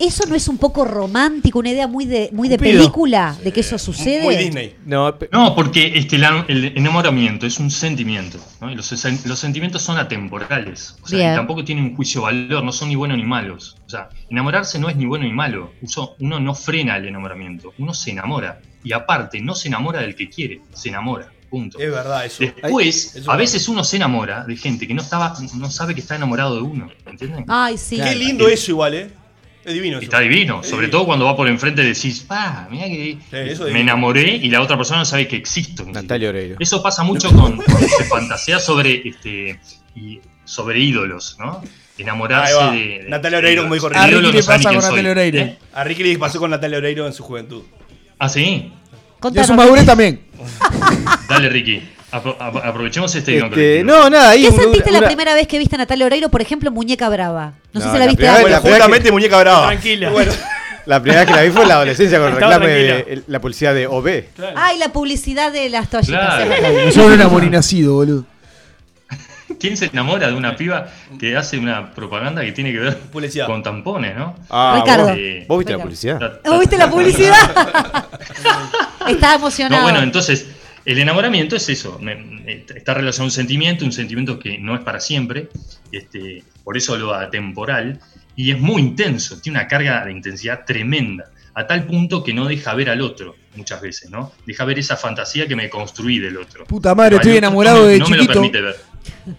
Speaker 5: ¿Eso no es un poco romántico, una idea muy de, muy de
Speaker 14: Cupido.
Speaker 5: película de que eso sucede?
Speaker 2: No,
Speaker 14: porque este, la- el enamoramiento es un sentimiento. ¿no? Y los, sen- los sentimientos son atemporales. O sea, y
Speaker 5: Bien.
Speaker 14: tampoco tienen un juicio de valor, no son ni buenos ni malos. O sea, enamorarse no es ni bueno ni malo. Uso- uno no frena el enamoramiento, uno se enamora. Y aparte, no se enamora del que quiere, se enamora. Punto.
Speaker 4: Es verdad eso.
Speaker 14: Después,
Speaker 4: Eso
Speaker 14: a
Speaker 4: es
Speaker 14: veces uno se enamora de gente que no estaba, no sabe que está enamorado de uno. ¿Entienden?
Speaker 5: Ay, Ah, sí.
Speaker 4: Qué lindo eso igual, ¿eh? Es divino.
Speaker 14: Está divino, sobre todo cuando va por enfrente y decís, pa, mira que
Speaker 4: eso
Speaker 14: me
Speaker 4: divino.
Speaker 14: enamoré y la otra persona no sabe que existo. ni
Speaker 2: Natalia Oreiro.
Speaker 14: Eso pasa mucho con, cuando se fantasea sobre este y sobre ídolos, ¿no? Enamorarse
Speaker 4: Ahí va.
Speaker 14: de, de-
Speaker 4: Natalia Oreiro, como dijo
Speaker 14: de ídolos no sabe ni quién soy, ¿eh?
Speaker 4: A Ricky le pasó con Natalia Oreiro en su juventud.
Speaker 14: ¿Ah, sí?
Speaker 3: Y a su madurez también.
Speaker 14: Dale, Ricky. Apro- apro- aprovechemos este,
Speaker 2: Este,
Speaker 14: diálogo.
Speaker 2: no, nada, ahí
Speaker 5: ¿Qué
Speaker 2: un-
Speaker 5: sentiste
Speaker 2: una-
Speaker 5: la primera vez que viste a Natalia Oreiro, por ejemplo, Muñeca Brava? No, sé
Speaker 2: No,
Speaker 5: si la
Speaker 2: la
Speaker 5: viste
Speaker 2: primera
Speaker 5: antes.
Speaker 2: vez la-
Speaker 4: Justamente muñeca brava.
Speaker 1: Tranquila.
Speaker 2: La primera vez que la vi fue en la adolescencia con el
Speaker 4: Estaba
Speaker 2: reclame de el- la policía de OB.
Speaker 5: Ay, la publicidad de las toallitas.
Speaker 3: Yo solo era morinacido, boludo.
Speaker 14: ¿Quién se enamora de una piba que hace una propaganda que tiene que ver con tampones, no?
Speaker 2: Ah,
Speaker 5: Ricardo.
Speaker 2: vos- ¿Vos viste
Speaker 5: Ricardo.
Speaker 2: la publicidad?
Speaker 5: ¿Oh, ¿Viste la publicidad? Estaba emocionado.
Speaker 14: No, bueno, entonces, el enamoramiento es eso. me- me- Está relacionado a un sentimiento, un sentimiento que no es para siempre. Este, por eso lo atemporal. Y es muy intenso, tiene una carga de intensidad tremenda. A tal punto que no deja ver al otro muchas veces, ¿no? Deja ver esa fantasía que me construí del otro.
Speaker 3: Puta madre,
Speaker 14: Pero al
Speaker 3: estoy
Speaker 14: otro
Speaker 3: enamorado
Speaker 14: no me-
Speaker 3: de
Speaker 14: no
Speaker 3: chiquito.
Speaker 14: me lo permite ver.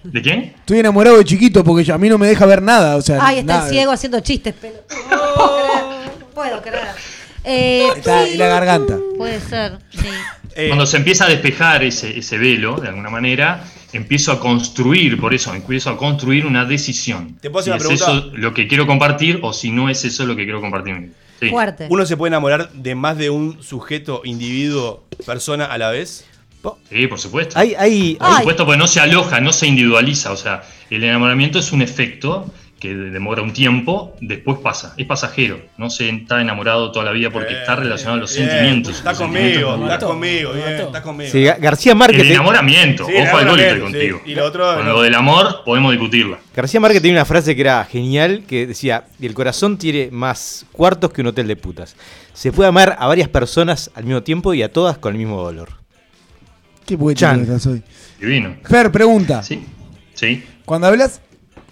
Speaker 14: ¿De quién?
Speaker 3: Estoy enamorado de chiquito porque a mí no me deja ver nada. O sea,
Speaker 5: Ay, está
Speaker 3: nada.
Speaker 5: el ciego haciendo chistes, pero. Puedo creer, Puedo creer. Eh,
Speaker 3: Está en la garganta.
Speaker 5: Puede ser, sí.
Speaker 4: Eh,
Speaker 14: Cuando se empieza a despejar ese, ese velo, de alguna manera, empiezo a construir, por eso, empiezo a construir una decisión.
Speaker 4: ¿Te puedo hacer
Speaker 14: si
Speaker 4: una
Speaker 14: es
Speaker 4: pregunta?
Speaker 14: eso lo que quiero compartir o si no es eso lo que quiero compartir. Sí.
Speaker 4: ¿Uno se puede enamorar de más de un sujeto, individuo, persona a la vez?
Speaker 14: Sí, por supuesto. por
Speaker 4: Ay.
Speaker 14: supuesto, porque no se aloja, no se individualiza. O sea, el enamoramiento es un efecto que de- demora un tiempo, después pasa. Es pasajero. No se está enamorado toda la vida porque está relacionado a los
Speaker 4: Bien,
Speaker 14: sentimientos.
Speaker 4: Eh, Está
Speaker 14: Los sentimientos
Speaker 4: conmigo,
Speaker 14: no-
Speaker 4: está conmigo, bien, está conmigo.
Speaker 2: Sí, Ga- García Márquez.
Speaker 4: eh.
Speaker 2: eh.
Speaker 14: El enamoramiento.
Speaker 4: Sí,
Speaker 14: Ojo al gol estoy
Speaker 4: enamoramiento,
Speaker 14: contigo.
Speaker 4: sí. Y lo otro, eh.
Speaker 14: Con
Speaker 4: no.
Speaker 14: lo del amor podemos discutirla.
Speaker 2: García Márquez tenía una frase que era genial, que decía, el corazón tiene más cuartos que un hotel de putas. Se puede amar a varias personas al mismo tiempo y a todas con el mismo dolor.
Speaker 3: Qué poeta
Speaker 2: Chan.
Speaker 3: que estás hoy.
Speaker 14: Divino.
Speaker 3: Fer, pregunta.
Speaker 14: Sí.
Speaker 3: Cuando hablas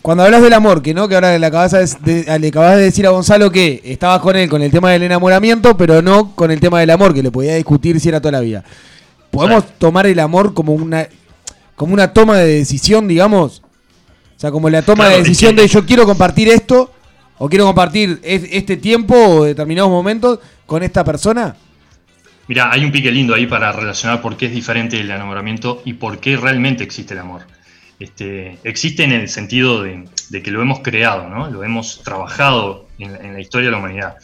Speaker 3: cuando hablas del amor, que no, que ahora le acabas, de, de- le acabas de decir a Gonzalo que estabas con él con el tema del enamoramiento, pero no con el tema del amor, que le podía discutir si era toda la vida. ¿Podemos tomar el amor como una como una toma de decisión, digamos? O sea, como la toma
Speaker 14: Claro,
Speaker 3: de
Speaker 14: es
Speaker 3: decisión
Speaker 14: que-
Speaker 3: de yo quiero compartir esto, o quiero compartir es- este tiempo o determinados momentos con esta persona.
Speaker 14: Mira, hay un pique lindo ahí para relacionar por qué es diferente el enamoramiento y por qué realmente existe el amor. Este, existe en el sentido de, de que lo hemos creado, ¿no? lo hemos trabajado en, la- en la historia de la humanidad.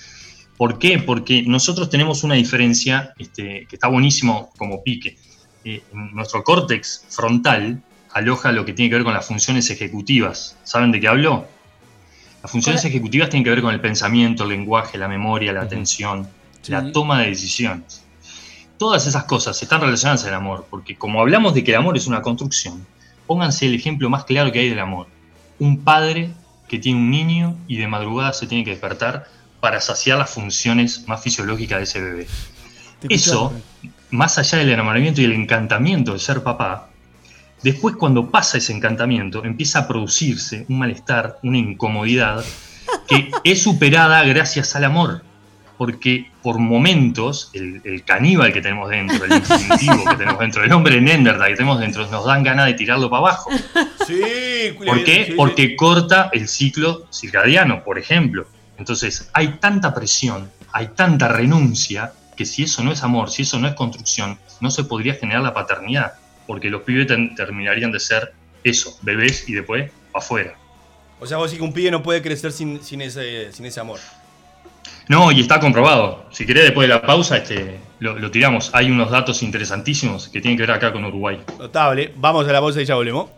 Speaker 14: ¿Por qué? Porque nosotros tenemos una diferencia este, que está buenísimo como pique. Eh, nuestro córtex frontal aloja lo que tiene que ver con las funciones ejecutivas. ¿Saben de qué hablo? Las funciones ejecutivas tienen que ver con el pensamiento, el lenguaje, la memoria, la atención, la toma de decisiones. Todas esas cosas están relacionadas al amor, porque como hablamos de que el amor es una construcción, pónganse el ejemplo más claro que hay del amor. Un padre que tiene un niño y de madrugada se tiene que despertar para saciar las funciones más fisiológicas de ese bebé.
Speaker 15: Te
Speaker 14: Eso, más allá del enamoramiento y el encantamiento de ser papá, después cuando pasa ese encantamiento empieza a producirse un malestar, una incomodidad que es superada gracias al amor. Porque por momentos el, el caníbal que tenemos dentro, el instintivo que tenemos dentro, el hombre Nenderda que tenemos dentro, nos dan ganas de tirarlo para abajo.
Speaker 4: Sí,
Speaker 14: ¿Por
Speaker 4: sí,
Speaker 14: qué?
Speaker 4: sí.
Speaker 14: Porque corta el ciclo circadiano, por ejemplo. Entonces, hay tanta presión, hay tanta renuncia, que si eso no es amor, si eso no es construcción, no se podría generar la paternidad, porque los pibes ten- terminarían de ser eso, bebés y después afuera.
Speaker 4: O sea, vos decís que un pibe no puede crecer sin, sin, ese, sin ese amor.
Speaker 14: No, y está comprobado. Si querés, después de la pausa, este, lo, lo tiramos. Hay unos datos interesantísimos que tienen que ver acá con Uruguay.
Speaker 4: Notable. Vamos a la bolsa y ya volvemos.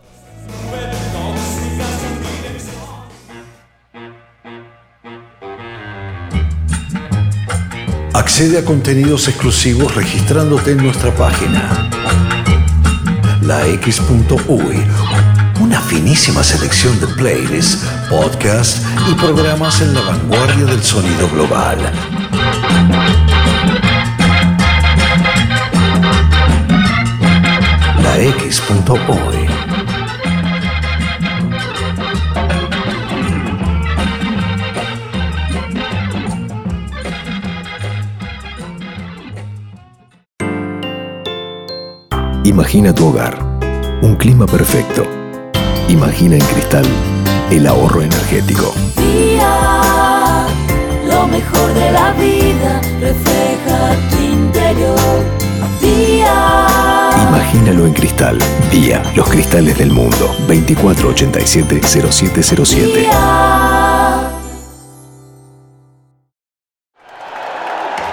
Speaker 8: Accede a contenidos exclusivos registrándote en nuestra página. La X.UI. Una finísima selección de playlists, podcasts y programas en la vanguardia del sonido global. La X.UI.
Speaker 7: Imagina tu hogar, un clima perfecto. Imagina en cristal el ahorro energético.
Speaker 9: Día, lo mejor de la vida refleja tu interior. Día,
Speaker 7: Imagínalo en cristal. Día, los cristales del mundo. 2487-0707.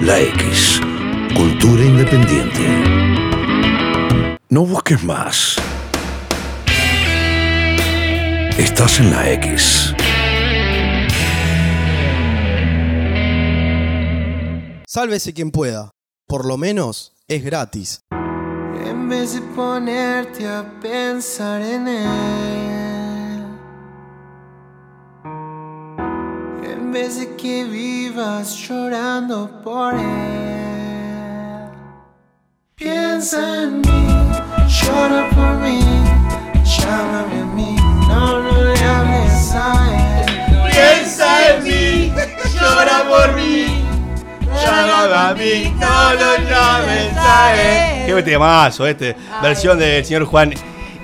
Speaker 8: La X. Cultura independiente. No busques más. Estás en la X.
Speaker 6: Sálvese quien pueda. Por lo menos es gratis.
Speaker 15: En vez de ponerte a pensar en él. En vez de que vivas llorando por él. Piensa en mí, llora por mí. Llámame a mí, no, no le hables a él. Piensa en mí, llora por mí.
Speaker 4: Llámame a mí, no lo llames a él. Qué temazo este. Versión del señor Juan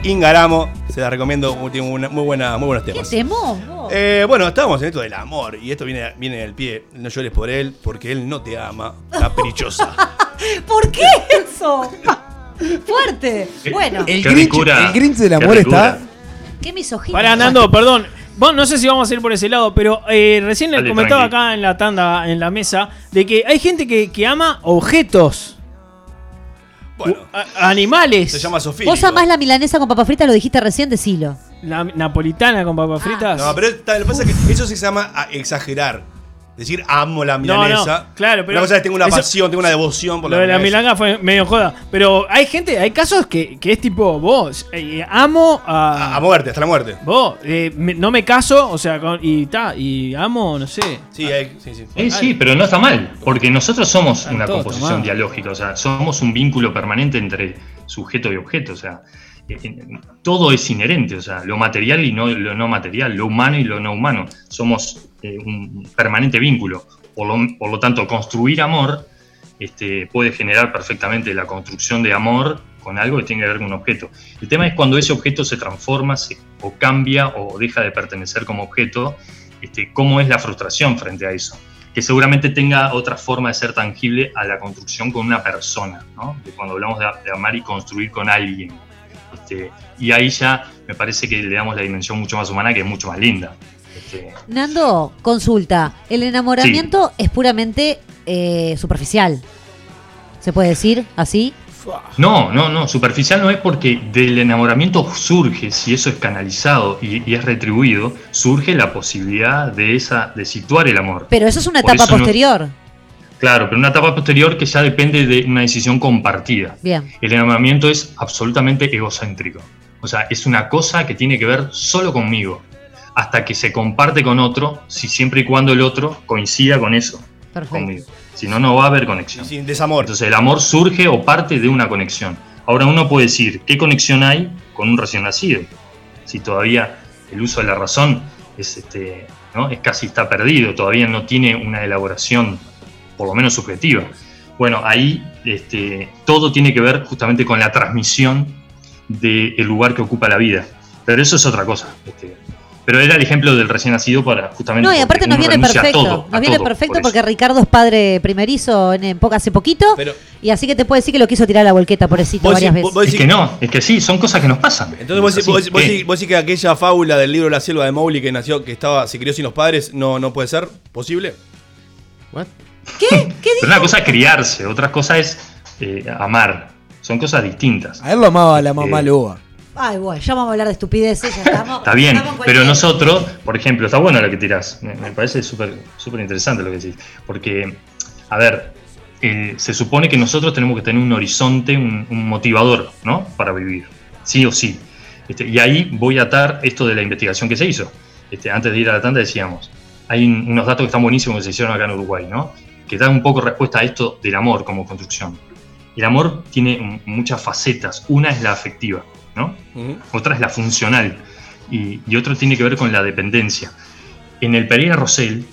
Speaker 4: Ingaramo. Se la recomiendo. Tiene una muy, buena, muy buenos
Speaker 5: ¿Qué
Speaker 4: temas.
Speaker 5: temo?
Speaker 4: Eh, bueno, estábamos en esto del amor. Y esto viene, viene del pie. No llores por él, porque él no te ama. Caprichosa.
Speaker 5: ¿Por qué eso? Fuerte. Bueno,
Speaker 1: El
Speaker 3: El
Speaker 1: Qué
Speaker 3: Grinch,
Speaker 1: ricura.
Speaker 3: el Grinch del
Speaker 1: Qué
Speaker 3: amor
Speaker 1: ricura.
Speaker 3: está.
Speaker 5: qué misógino.
Speaker 1: Para Nando, perdón. Vos no sé si vamos a ir por ese lado, pero eh, recién les
Speaker 14: Dale,
Speaker 1: comentaba
Speaker 14: tranqui.
Speaker 1: acá en la tanda, en la mesa, de que hay gente que, que ama objetos.
Speaker 4: Bueno.
Speaker 1: animales.
Speaker 4: Se llama Sofía.
Speaker 5: Vos amás la milanesa con papa frita, lo dijiste recién, decilo.
Speaker 1: La napolitana con
Speaker 5: Ah.
Speaker 1: papas fritas.
Speaker 4: No, pero está- lo que pasa es que eso se llama a- exagerar. Decir amo la
Speaker 1: No,
Speaker 4: milanesa.
Speaker 1: no, claro, pero
Speaker 4: Una cosa es tengo una
Speaker 1: eso-
Speaker 4: pasión, tengo una devoción por
Speaker 1: Lo
Speaker 4: la
Speaker 1: de la
Speaker 4: milanesa.
Speaker 1: milanga fue medio joda. Pero hay gente, hay casos que, que es tipo, vos, eh, amo a.
Speaker 4: A muerte, hasta la muerte.
Speaker 1: Vos, eh, me- no me caso, o sea, con- y ta, y amo, no sé.
Speaker 4: Sí, hay- sí, sí.
Speaker 14: Eh, sí, pero no está mal, porque nosotros somos una
Speaker 1: todo
Speaker 14: composición
Speaker 1: tomado.
Speaker 14: dialógica, o sea, somos un vínculo permanente entre sujeto y objeto, o sea, eh, eh, todo es inherente, o sea, lo material y no, lo no material, lo humano y lo no humano, somos eh, un permanente vínculo, por lo, por lo tanto, construir amor este, puede generar perfectamente la construcción de amor con algo que tiene que ver con un objeto. El tema es cuando ese objeto se transforma se- o cambia o deja de pertenecer como objeto, este, cómo es la frustración frente a eso. Que seguramente tenga otra forma de ser tangible a la construcción con una persona, ¿no? De cuando hablamos de, de amar y construir con alguien. Este, y ahí ya me parece que le damos la dimensión mucho más humana que es mucho más linda. Este,
Speaker 5: Nando, consulta. El enamoramiento es puramente eh, superficial. ¿Se puede decir así?
Speaker 14: No, no, no, superficial no es porque del enamoramiento surge, si eso es canalizado y, y es retribuido, surge la posibilidad de esa, de situar el amor.
Speaker 5: Pero eso es una
Speaker 14: Por
Speaker 5: etapa
Speaker 14: eso no-
Speaker 5: posterior.
Speaker 14: claro, pero una etapa posterior que ya depende de una decisión compartida.
Speaker 5: Bien.
Speaker 14: El enamoramiento es absolutamente egocéntrico. O sea, es una cosa que tiene que ver solo conmigo. Hasta que se comparte con otro, si siempre y cuando el otro coincida con eso, conmigo. Si no, no va a haber conexión.
Speaker 4: Sin desamor.
Speaker 14: Entonces, el amor surge o parte de una conexión. Ahora uno puede decir, ¿qué conexión hay con un recién nacido? Si todavía el uso de la razón es, este, ¿no? es casi está perdido, todavía no tiene una elaboración, por lo menos subjetiva. Bueno, ahí este, todo tiene que ver justamente con la transmisión del lugar que ocupa la vida. Pero eso es otra cosa. este. pero era el ejemplo del recién nacido para justamente.
Speaker 5: No, y aparte
Speaker 14: porque
Speaker 5: nos
Speaker 14: uno
Speaker 5: viene
Speaker 14: renuncia a
Speaker 5: perfecto.
Speaker 14: todo, a
Speaker 5: nos viene
Speaker 14: todo
Speaker 5: perfecto
Speaker 14: por eso.
Speaker 5: porque Ricardo es padre primerizo en, en poco, hace poquito.
Speaker 14: Pero-
Speaker 5: y así que te puedo decir que lo quiso tirar a la volqueta, pobrecito, varias veces.
Speaker 14: es que no, es que sí, son cosas que nos pasan.
Speaker 4: Entonces vos, decís- vos
Speaker 14: Así,
Speaker 4: decís- vos
Speaker 14: ¿qué?
Speaker 4: decís- vos decís que aquella fábula del libro La selva de Mowgli que nació, que estaba, se crió sin los padres, no, no puede ser posible.
Speaker 14: Pero una cosa es criarse, otra cosa es eh, amar. Son cosas distintas.
Speaker 3: A él lo amaba la mamá
Speaker 14: Eh,
Speaker 3: Loba.
Speaker 5: Ay, bueno, ya vamos a hablar de estupideces, ya estamos.
Speaker 14: Está bien,
Speaker 5: estamos en
Speaker 14: pero
Speaker 5: cualquier-
Speaker 14: nosotros, por ejemplo, está bueno lo que tirás. Me, me parece súper súper interesante lo que decís. Porque, a ver, eh, se supone que nosotros tenemos que tener un horizonte, un, un motivador, ¿no? Para vivir, sí o sí. Este, y ahí voy a atar esto de la investigación que se hizo. Este, antes de ir a la tanda decíamos, hay un- unos datos que están buenísimos que se hicieron acá en Uruguay, ¿no? Que dan un poco respuesta a esto del amor como construcción. El amor tiene mm, muchas facetas. Una es la afectiva, ¿no? Otra es la funcional y, y otro tiene que ver con la dependencia. En el Pereira Rosell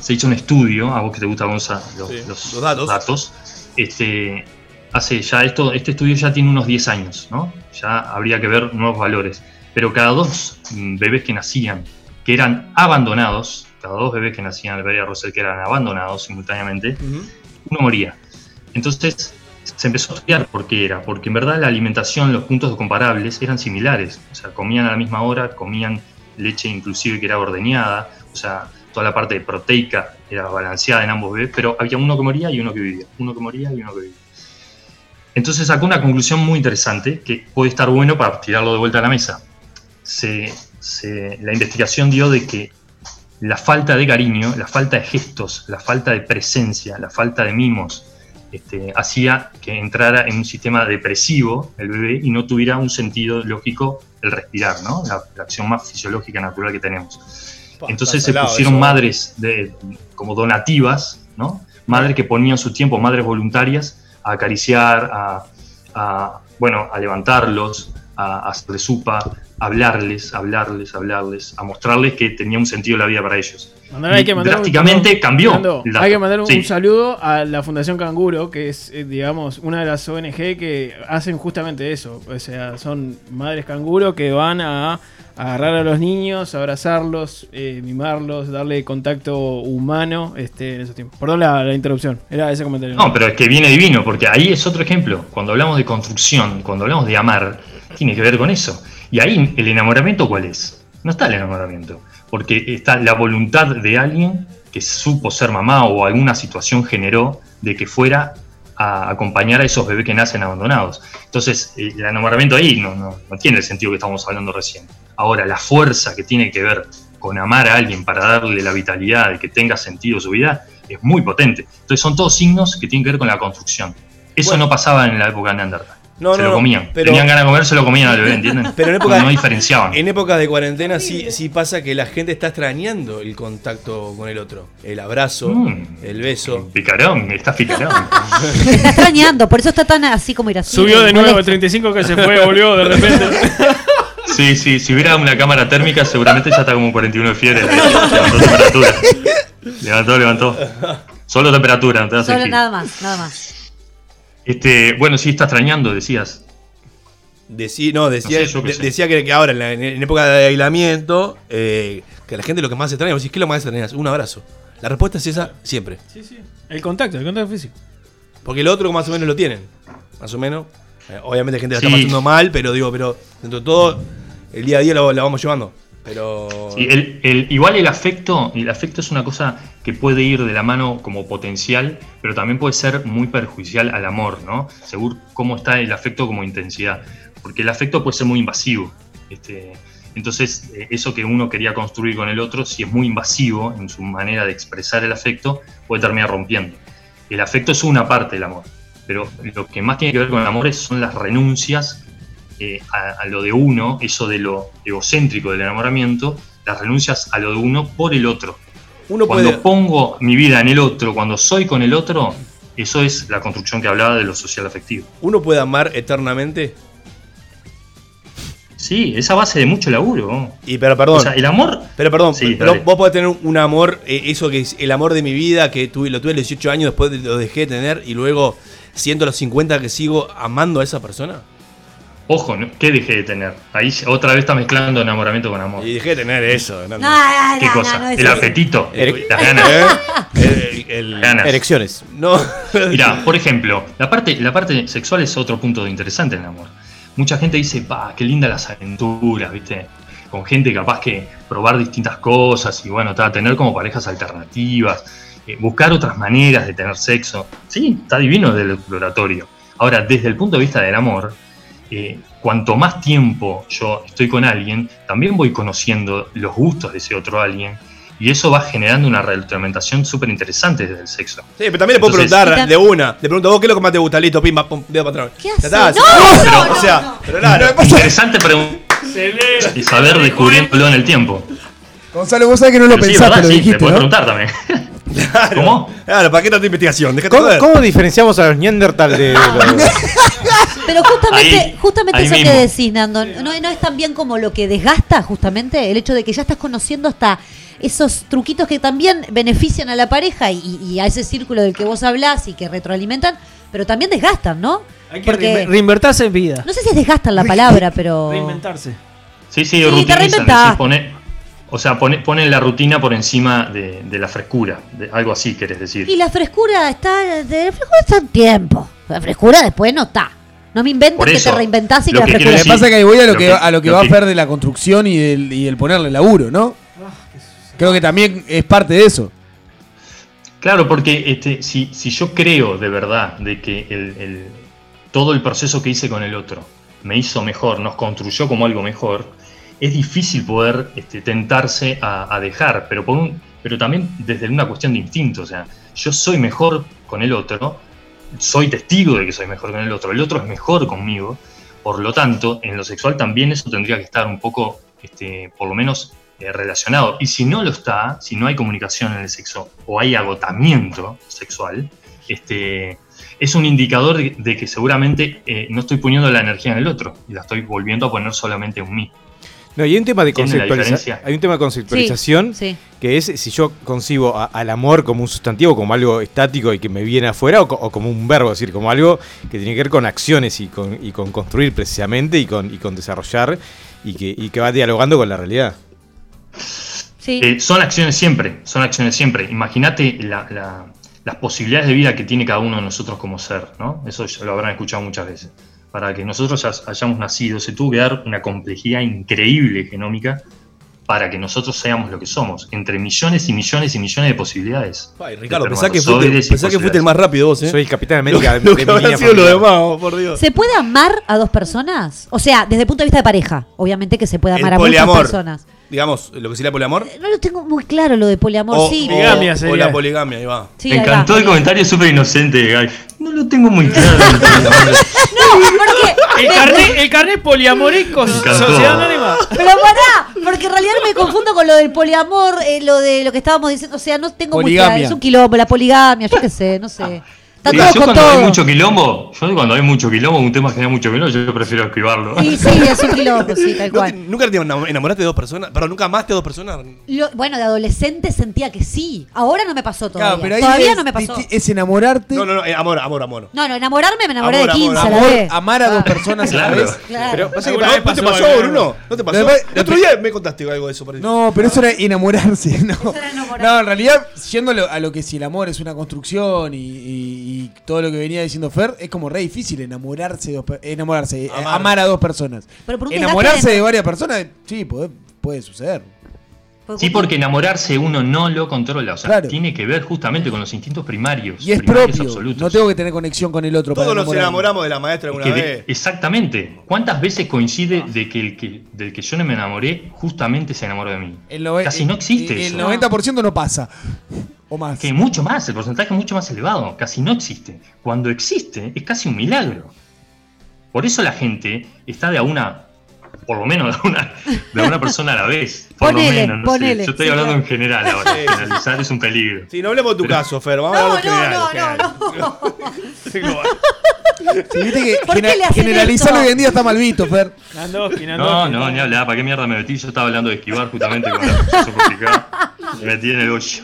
Speaker 14: se hizo un estudio, a vos que te gusta Gonza, los, los- los datos, este, hace ya esto, este estudio ya tiene unos 10 años, ¿no? Ya habría que ver nuevos valores. Pero cada dos mm, bebés que nacían, que eran abandonados, cada dos bebés que nacían en el Pereira Rosell que eran abandonados simultáneamente, uno moría. Entonces se empezó a estudiar por qué era, porque en verdad la alimentación, los puntos comparables eran similares, o sea, comían a la misma hora, comían leche inclusive que era ordeñada, o sea, toda la parte proteica era balanceada en ambos bebés, pero había uno que moría y uno que vivía, uno que moría y uno que vivía. Entonces sacó una conclusión muy interesante que puede estar bueno para tirarlo de vuelta a la mesa. Se- se- la investigación dio de que la falta de cariño, la falta de gestos, la falta de presencia, la falta de mimos, este, hacía que entrara en un sistema depresivo el bebé y no tuviera un sentido lógico el respirar, ¿no? La, la acción más fisiológica natural que tenemos. Entonces
Speaker 4: está
Speaker 14: se
Speaker 4: salado
Speaker 14: pusieron
Speaker 4: eso.
Speaker 14: madres de, como donativas, ¿no? Madres que ponían su tiempo, madres voluntarias, a acariciar, a, a, bueno, a levantarlos, a, a hacerles supa, a hablarles, a hablarles, a hablarles, a mostrarles que tenía un sentido la vida para ellos.
Speaker 1: Mandar- hay
Speaker 14: Y
Speaker 1: que mandar un-
Speaker 14: drásticamente
Speaker 1: perdón,
Speaker 14: cambió.
Speaker 1: Fernando,
Speaker 14: el dato.
Speaker 1: hay que mandar un,
Speaker 14: Sí.
Speaker 1: un saludo a la Fundación Canguro, que es, eh, digamos, una de las ONG que hacen justamente eso. O sea, son madres canguro que van a, a agarrar a los niños, abrazarlos, eh, mimarlos, darle contacto humano este, en esos tiempos. Perdón la, la interrupción, era ese comentario.
Speaker 14: No, pero es que viene divino, porque ahí es otro ejemplo. Cuando hablamos de construcción, cuando hablamos de amar, tiene que ver con eso. Y ahí el enamoramiento, ¿cuál es? No está el enamoramiento, porque está la voluntad de alguien que supo ser mamá o alguna situación generó de que fuera a acompañar a esos bebés que nacen abandonados. Entonces, eh, el enamoramiento ahí no, no, no tiene el sentido que estamos hablando recién. Ahora, la fuerza que tiene que ver con amar a alguien para darle la vitalidad y que tenga sentido su vida es muy potente. Entonces, son todos signos que tienen que ver con la construcción. Eso no pasaba en la época de Neandertal.
Speaker 4: No,
Speaker 14: se
Speaker 4: no,
Speaker 14: lo
Speaker 4: no,
Speaker 14: comían.
Speaker 4: pero-
Speaker 14: Tenían ganas de comer, se lo comían al bebé, ¿entienden?
Speaker 4: Pero en
Speaker 14: no,
Speaker 4: época- Eh,
Speaker 14: no diferenciaban.
Speaker 4: En épocas de cuarentena sí, sí pasa que la gente está extrañando el contacto con el otro. El abrazo,
Speaker 14: Mm.
Speaker 4: el beso.
Speaker 14: Picarón, está picarón.
Speaker 5: Se está extrañando, por eso está tan así como irascible.
Speaker 1: Subió de nuevo
Speaker 5: Molesto.
Speaker 1: 35 que se fue, volvió de repente.
Speaker 14: Sí, sí, si hubiera una cámara térmica, seguramente ya está como 41 de fiebre. Levantó temperatura. Levantó, levantó. Solo temperatura, no te vas a
Speaker 5: Solo
Speaker 14: elegir.
Speaker 5: nada más, nada más.
Speaker 14: Este, bueno, sí, está extrañando, decías.
Speaker 4: Decí- no, decía,
Speaker 14: No sé, yo qué
Speaker 4: de-
Speaker 14: sé.
Speaker 4: decía que, que ahora, en, la- en época de aislamiento, eh, que a la gente lo que más extraña, vos decís, ¿qué es lo más extrañas? Un abrazo. La respuesta es esa siempre.
Speaker 1: El contacto, el contacto físico.
Speaker 4: Porque el otro más o menos lo tienen. Más o menos. Eh, obviamente hay gente que la
Speaker 14: Sí.
Speaker 4: está pasando mal, pero digo, pero dentro de todo, el día a día lo, la vamos llevando. Pero.
Speaker 14: Sí, el- el- igual el afecto, el afecto es una cosa que puede ir de la mano como potencial, pero también puede ser muy perjudicial al amor, ¿no? Según cómo está el afecto como intensidad. Porque el afecto puede ser muy invasivo. Este, entonces, eh, eso que uno quería construir con el otro, si es muy invasivo en su manera de expresar el afecto, puede terminar rompiendo. El afecto es una parte del amor, pero lo que más tiene que ver con el amor es- son las renuncias eh, a, a lo de uno, eso de lo egocéntrico del enamoramiento, las renuncias a lo de uno por el otro.
Speaker 4: Uno
Speaker 14: cuando
Speaker 4: puede-
Speaker 14: pongo mi vida en el otro, cuando soy con el otro, eso es la construcción que hablaba de lo social afectivo.
Speaker 4: ¿Uno puede amar eternamente?
Speaker 14: Sí, esa base de mucho laburo.
Speaker 4: Y pero perdón.
Speaker 14: O sea, el amor.
Speaker 4: Pero perdón,
Speaker 14: Sí,
Speaker 4: pero
Speaker 14: dale.
Speaker 4: vos podés tener un amor, eh, eso que es el amor de mi vida, que tuve, lo tuve a los 18 años, después lo dejé de tener y luego siento a los 50 que sigo amando a esa persona.
Speaker 14: Ojo, ¿no? ¿qué dejé de tener? Ahí ya- otra vez está mezclando enamoramiento con amor.
Speaker 4: Y dejé de tener eso. Eh,
Speaker 5: No, no, no,
Speaker 14: ¿Qué
Speaker 5: no,
Speaker 14: cosa?
Speaker 5: no es
Speaker 14: el
Speaker 5: eso.
Speaker 14: apetito.
Speaker 4: El-
Speaker 14: las ganas. Las ganas.
Speaker 4: Erecciones. No.
Speaker 14: Mirá, por ejemplo, la parte, la parte sexual es otro punto interesante en el amor. Mucha gente dice, pa, qué linda las aventuras, ¿viste? Con gente capaz que probar distintas cosas y bueno, ta, tener como parejas alternativas, eh, buscar otras maneras de tener sexo. Sí, está divino desde el exploratorio. Ahora, desde el punto de vista del amor, eh, cuanto más tiempo yo estoy con alguien, también voy conociendo los gustos de ese otro alguien y eso va generando una retroalimentación súper interesante desde el sexo.
Speaker 4: Sí, pero también le puedo
Speaker 14: Entonces-
Speaker 4: preguntar de una. Le pregunto, ¿vos qué es lo que más te gusta? Listo, pimba, pum, dedo para atrás.
Speaker 5: ¿Qué
Speaker 4: Ya está,
Speaker 5: haces?
Speaker 4: sí.
Speaker 5: No, no,
Speaker 4: o sea,
Speaker 5: no, no.
Speaker 4: pero nada, no me pasa.
Speaker 14: Interesante pregunta y saber descubriéndolo en el tiempo.
Speaker 3: Gonzalo, vos sabés que no lo
Speaker 14: Pero sí,
Speaker 3: pensaste,
Speaker 14: verdad,
Speaker 3: lo
Speaker 14: sí,
Speaker 3: dijiste,
Speaker 14: te puedes
Speaker 3: ¿no?
Speaker 14: preguntar también.
Speaker 4: ¿Cómo? Claro, ¿para qué tanta investigación? Déjate
Speaker 2: ¿Cómo,
Speaker 4: joder.
Speaker 2: cómo diferenciamos a los Neandertal de los.?
Speaker 5: Pero justamente,
Speaker 2: Ahí,
Speaker 5: justamente
Speaker 2: ahí
Speaker 5: eso que
Speaker 2: mismo.
Speaker 5: decís, Nando, no, no es tan bien como lo que desgasta justamente el hecho de que ya estás conociendo hasta esos truquitos que también benefician a la pareja y, y a ese círculo del que vos hablás y que retroalimentan, pero también desgastan, ¿no?
Speaker 1: Hay que
Speaker 5: Porque-
Speaker 1: reinve- reinvertirse en vida.
Speaker 5: No sé si es desgastan la palabra, pero...
Speaker 1: Reinventarse.
Speaker 5: Sí,
Speaker 14: Sí, sí,
Speaker 5: te
Speaker 14: rutinizan, es
Speaker 5: reinventás.
Speaker 14: decir, pone- o sea, pone- ponen la rutina por encima de, de la frescura, de- algo así querés decir.
Speaker 5: Y la frescura está, de- la frescura está en tiempo. La frescura después no está. No me inventes
Speaker 14: Por
Speaker 5: que
Speaker 14: eso,
Speaker 5: te reinventás y que
Speaker 14: lo
Speaker 5: la
Speaker 14: que
Speaker 5: frescura.
Speaker 14: quiero
Speaker 3: Lo que pasa es que ahí voy a lo,
Speaker 14: Lo
Speaker 3: que,
Speaker 14: que-
Speaker 3: a lo que
Speaker 14: lo
Speaker 3: va
Speaker 14: que-
Speaker 3: a perder la construcción y el, y el ponerle laburo, ¿no? Creo que también es parte de eso.
Speaker 14: Claro, porque este, si, si yo creo de verdad de que el- el- todo el proceso que hice con el otro me hizo mejor, nos construyó como algo mejor, es difícil poder este, tentarse a, a dejar, pero, por un, pero también desde una cuestión de instinto, o sea, yo soy mejor con el otro, soy testigo de que soy mejor con el otro, el otro es mejor conmigo, por lo tanto, en lo sexual también eso tendría que estar un poco, este, por lo menos, eh, relacionado. Y si no lo está, si no hay comunicación en el sexo o hay agotamiento sexual, este, es un indicador de, de que seguramente eh, no estoy poniendo la energía en el otro y la estoy volviendo a poner solamente en mí.
Speaker 2: No, y hay un tema de
Speaker 14: ¿Entiende la
Speaker 2: conceptualización.
Speaker 14: diferencia?
Speaker 2: Hay un tema de conceptualización
Speaker 5: Sí, sí.
Speaker 2: que es si yo concibo a- al amor como un sustantivo, como algo estático y que me viene afuera, o, co- o como un verbo, es decir, como algo que tiene que ver con acciones y con, y con construir precisamente y con, y con desarrollar y que, y que va dialogando con la realidad.
Speaker 5: Sí.
Speaker 14: Eh, son acciones siempre, son acciones siempre. Imagínate la- la- las posibilidades de vida que tiene cada uno de nosotros como ser, ¿no? Eso ya lo habrán escuchado muchas veces. Para que nosotros has- hayamos nacido, se tuvo que dar una complejidad increíble genómica para que nosotros seamos lo que somos, entre millones y millones y millones de posibilidades.
Speaker 4: Ay, Ricardo, pensá que fuiste, pensá que fuiste el más rápido vos, ¿eh?
Speaker 2: Soy capitán de
Speaker 4: América.
Speaker 2: América
Speaker 4: Lo,
Speaker 2: de- de
Speaker 4: lo que
Speaker 2: mi
Speaker 4: habrán
Speaker 2: línea
Speaker 4: sido los
Speaker 2: familiar.
Speaker 4: demás, oh, por Dios.
Speaker 5: ¿Se puede amar a dos personas? O sea, desde el punto de vista de pareja. Obviamente que se puede amar
Speaker 4: El
Speaker 5: a muchas
Speaker 4: poliamor.
Speaker 5: personas.
Speaker 4: Digamos, lo que sería poliamor.
Speaker 5: No lo tengo muy claro lo de poliamor,
Speaker 4: o,
Speaker 5: sí.
Speaker 4: o-
Speaker 5: pero-
Speaker 4: o la poligamia, ahí va.
Speaker 5: Sí,
Speaker 14: Me
Speaker 5: ahí va.
Speaker 14: encantó el comentario súper inocente de Guy. No lo tengo muy claro.
Speaker 1: El carnet, el carnet poliamorico,
Speaker 14: encantó.
Speaker 1: sociedad anónima.
Speaker 5: Pero pará, porque en realidad me confundo con lo del poliamor, eh, lo de lo que estábamos diciendo. O sea, no tengo muy
Speaker 14: Poligamia.
Speaker 5: claro. Es un quilombo, la poligamia, yo qué sé, no sé. Está
Speaker 14: Mira,
Speaker 5: todo
Speaker 14: yo
Speaker 5: con
Speaker 14: cuando hay
Speaker 5: todo.
Speaker 14: mucho quilombo, yo cuando hay mucho quilombo, un tema que da mucho quilombo, yo prefiero esquivarlo.
Speaker 5: Sí, sí, es un quilombo, sí, tal
Speaker 4: ¿No
Speaker 5: cual.
Speaker 4: te- ¿Nunca te enamo- enamoraste de dos personas? Pero nunca amaste a dos personas.
Speaker 5: Lo- bueno, de adolescente sentía que sí. Ahora no me pasó todavía.
Speaker 3: Claro, pero ahí
Speaker 5: todavía
Speaker 3: es
Speaker 5: no me pasó.
Speaker 3: disti- Es enamorarte.
Speaker 4: No, no, no, eh, amor, amor, amor.
Speaker 5: No, no, enamorarme me enamoré
Speaker 4: Amor,
Speaker 5: de
Speaker 4: amor,
Speaker 5: 15 a la
Speaker 4: amor,
Speaker 5: vez.
Speaker 3: Amar a dos personas a la
Speaker 4: Claro.
Speaker 3: vez.
Speaker 5: Claro.
Speaker 2: Pero pasa que
Speaker 4: ¿No
Speaker 2: también
Speaker 4: te
Speaker 2: pasó
Speaker 4: pasó,
Speaker 2: algo,
Speaker 4: Bruno? ¿No te pasó?
Speaker 3: Lo que-
Speaker 4: El otro día me contaste algo de eso. parece.
Speaker 3: No, pero eso era enamorarse. No, No, en realidad, yendo a lo, a lo que si el amor es una construcción y, y- y todo lo que venía diciendo Fer, es como re difícil enamorarse, de dos per- enamorarse eh, amar.
Speaker 4: Amar.
Speaker 3: a dos personas.
Speaker 5: Pero por un
Speaker 3: enamorarse
Speaker 5: desgaste de-
Speaker 3: de varias personas, sí, puede, puede suceder.
Speaker 14: Sí, porque enamorarse uno no lo controla. O sea, tiene que ver justamente con los instintos primarios.
Speaker 3: Y es
Speaker 14: primarios
Speaker 3: propio.
Speaker 14: absolutos.
Speaker 3: No tengo que tener conexión con el otro.
Speaker 4: Todos
Speaker 3: para
Speaker 4: nos
Speaker 3: enamorarme.
Speaker 4: enamoramos de la maestra alguna
Speaker 14: Que de-
Speaker 4: vez.
Speaker 14: exactamente. ¿Cuántas veces coincide de que el que, del que yo no me enamoré justamente se enamoró de mí?
Speaker 3: El nove-
Speaker 14: Casi no existe
Speaker 3: el-
Speaker 14: eso.
Speaker 3: El 90% no pasa. O más.
Speaker 14: Que mucho más, el porcentaje es mucho más elevado. Casi no existe. Cuando existe, es casi un milagro. Por eso la gente está de a una por lo menos de una, de una persona a la vez. Por
Speaker 5: Ponele,
Speaker 14: lo menos, no sé.
Speaker 5: ponele.
Speaker 14: Yo estoy
Speaker 5: Sí,
Speaker 14: hablando
Speaker 5: claro.
Speaker 14: en general ahora.
Speaker 4: Sí, sí.
Speaker 14: Generalizar es un peligro.
Speaker 4: Sí, no hablemos de tu caso, Fer. Vamos a hablar de general. general.
Speaker 3: Sí, viste que
Speaker 4: ¿Por qué
Speaker 3: genera-
Speaker 4: le hacen
Speaker 3: generalizar
Speaker 4: esto?
Speaker 3: hoy en día está mal visto, Fer.
Speaker 14: No, no, ni hablar. ¿Para qué mierda me metí? Yo estaba hablando de esquivar justamente con la posición complicada. Me metí en el hoyo.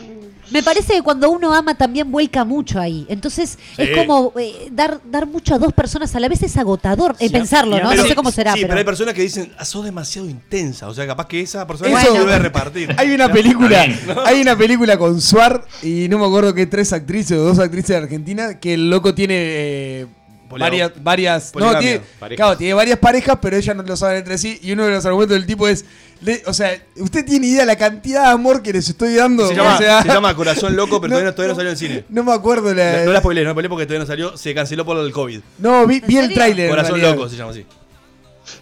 Speaker 5: Me parece que cuando uno ama también vuelca mucho ahí. Entonces
Speaker 14: Sí.
Speaker 5: es como eh, dar, dar mucho a dos personas a la vez es agotador eh, pensarlo, ¿no? no sé cómo será.
Speaker 4: Sí, pero,
Speaker 5: pero...
Speaker 4: hay personas que dicen, ah, sos demasiado intensa. O sea, capaz que esa persona
Speaker 3: Eso-
Speaker 4: se debe repartir.
Speaker 3: Hay una
Speaker 4: ¿No?
Speaker 3: película,
Speaker 4: Está bien.
Speaker 3: hay una película con Suar y no me acuerdo que tres actrices o dos actrices de Argentina que el loco tiene eh, varias, varias, no,
Speaker 2: poligamia,
Speaker 3: tiene,
Speaker 2: parejas.
Speaker 3: claro, tiene varias parejas, pero ellas no lo saben entre sí y uno de los argumentos del tipo es, le- o sea, usted tiene idea de la cantidad de amor que les estoy dando,
Speaker 4: Se llama,
Speaker 3: o sea,
Speaker 4: se llama Corazón Loco, pero todavía, no, todavía no salió en cine.
Speaker 3: no me acuerdo la,
Speaker 4: No, no la spoilé, no la spoilé porque todavía no salió. Se canceló por el COVID.
Speaker 3: no vi, vi el tráiler, en
Speaker 4: Corazón
Speaker 3: realidad.
Speaker 4: Loco se llama así.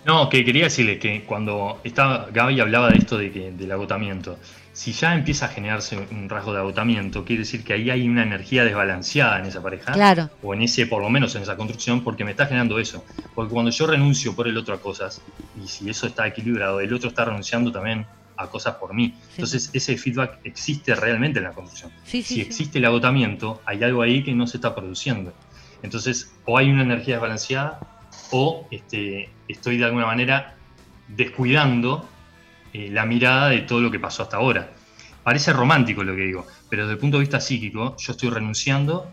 Speaker 14: No, que quería decirle que cuando estaba, Gaby hablaba de esto de que, del agotamiento, si ya empieza a generarse un rasgo de agotamiento, quiere decir que ahí hay una energía desbalanceada en esa pareja,
Speaker 5: Claro.
Speaker 14: o en ese, por lo menos en esa construcción, porque me está generando eso. Porque cuando yo renuncio por el otro a cosas, y si eso está equilibrado, el otro está renunciando también a cosas por mí. Entonces ese feedback existe realmente en la construcción.
Speaker 5: Sí, sí,
Speaker 14: si
Speaker 5: sí.
Speaker 14: existe el agotamiento, hay algo ahí que no se está produciendo. Entonces, o hay una energía desbalanceada, o este, estoy de alguna manera descuidando eh, la mirada de todo lo que pasó hasta ahora. Parece romántico lo que digo, pero desde el punto de vista psíquico, yo estoy renunciando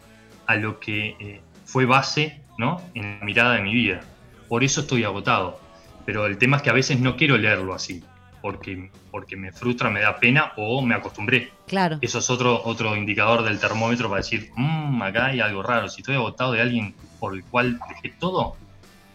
Speaker 14: a lo que eh, fue base ¿no? en la mirada de mi vida. Por eso estoy agotado. Pero el tema es que a veces no quiero leerlo así, porque, porque me frustra, me da pena o me acostumbré.
Speaker 5: Claro.
Speaker 14: Eso es otro, otro indicador del termómetro para decir, mmm, acá hay algo raro. Si estoy agotado de alguien por el cual dejé todo,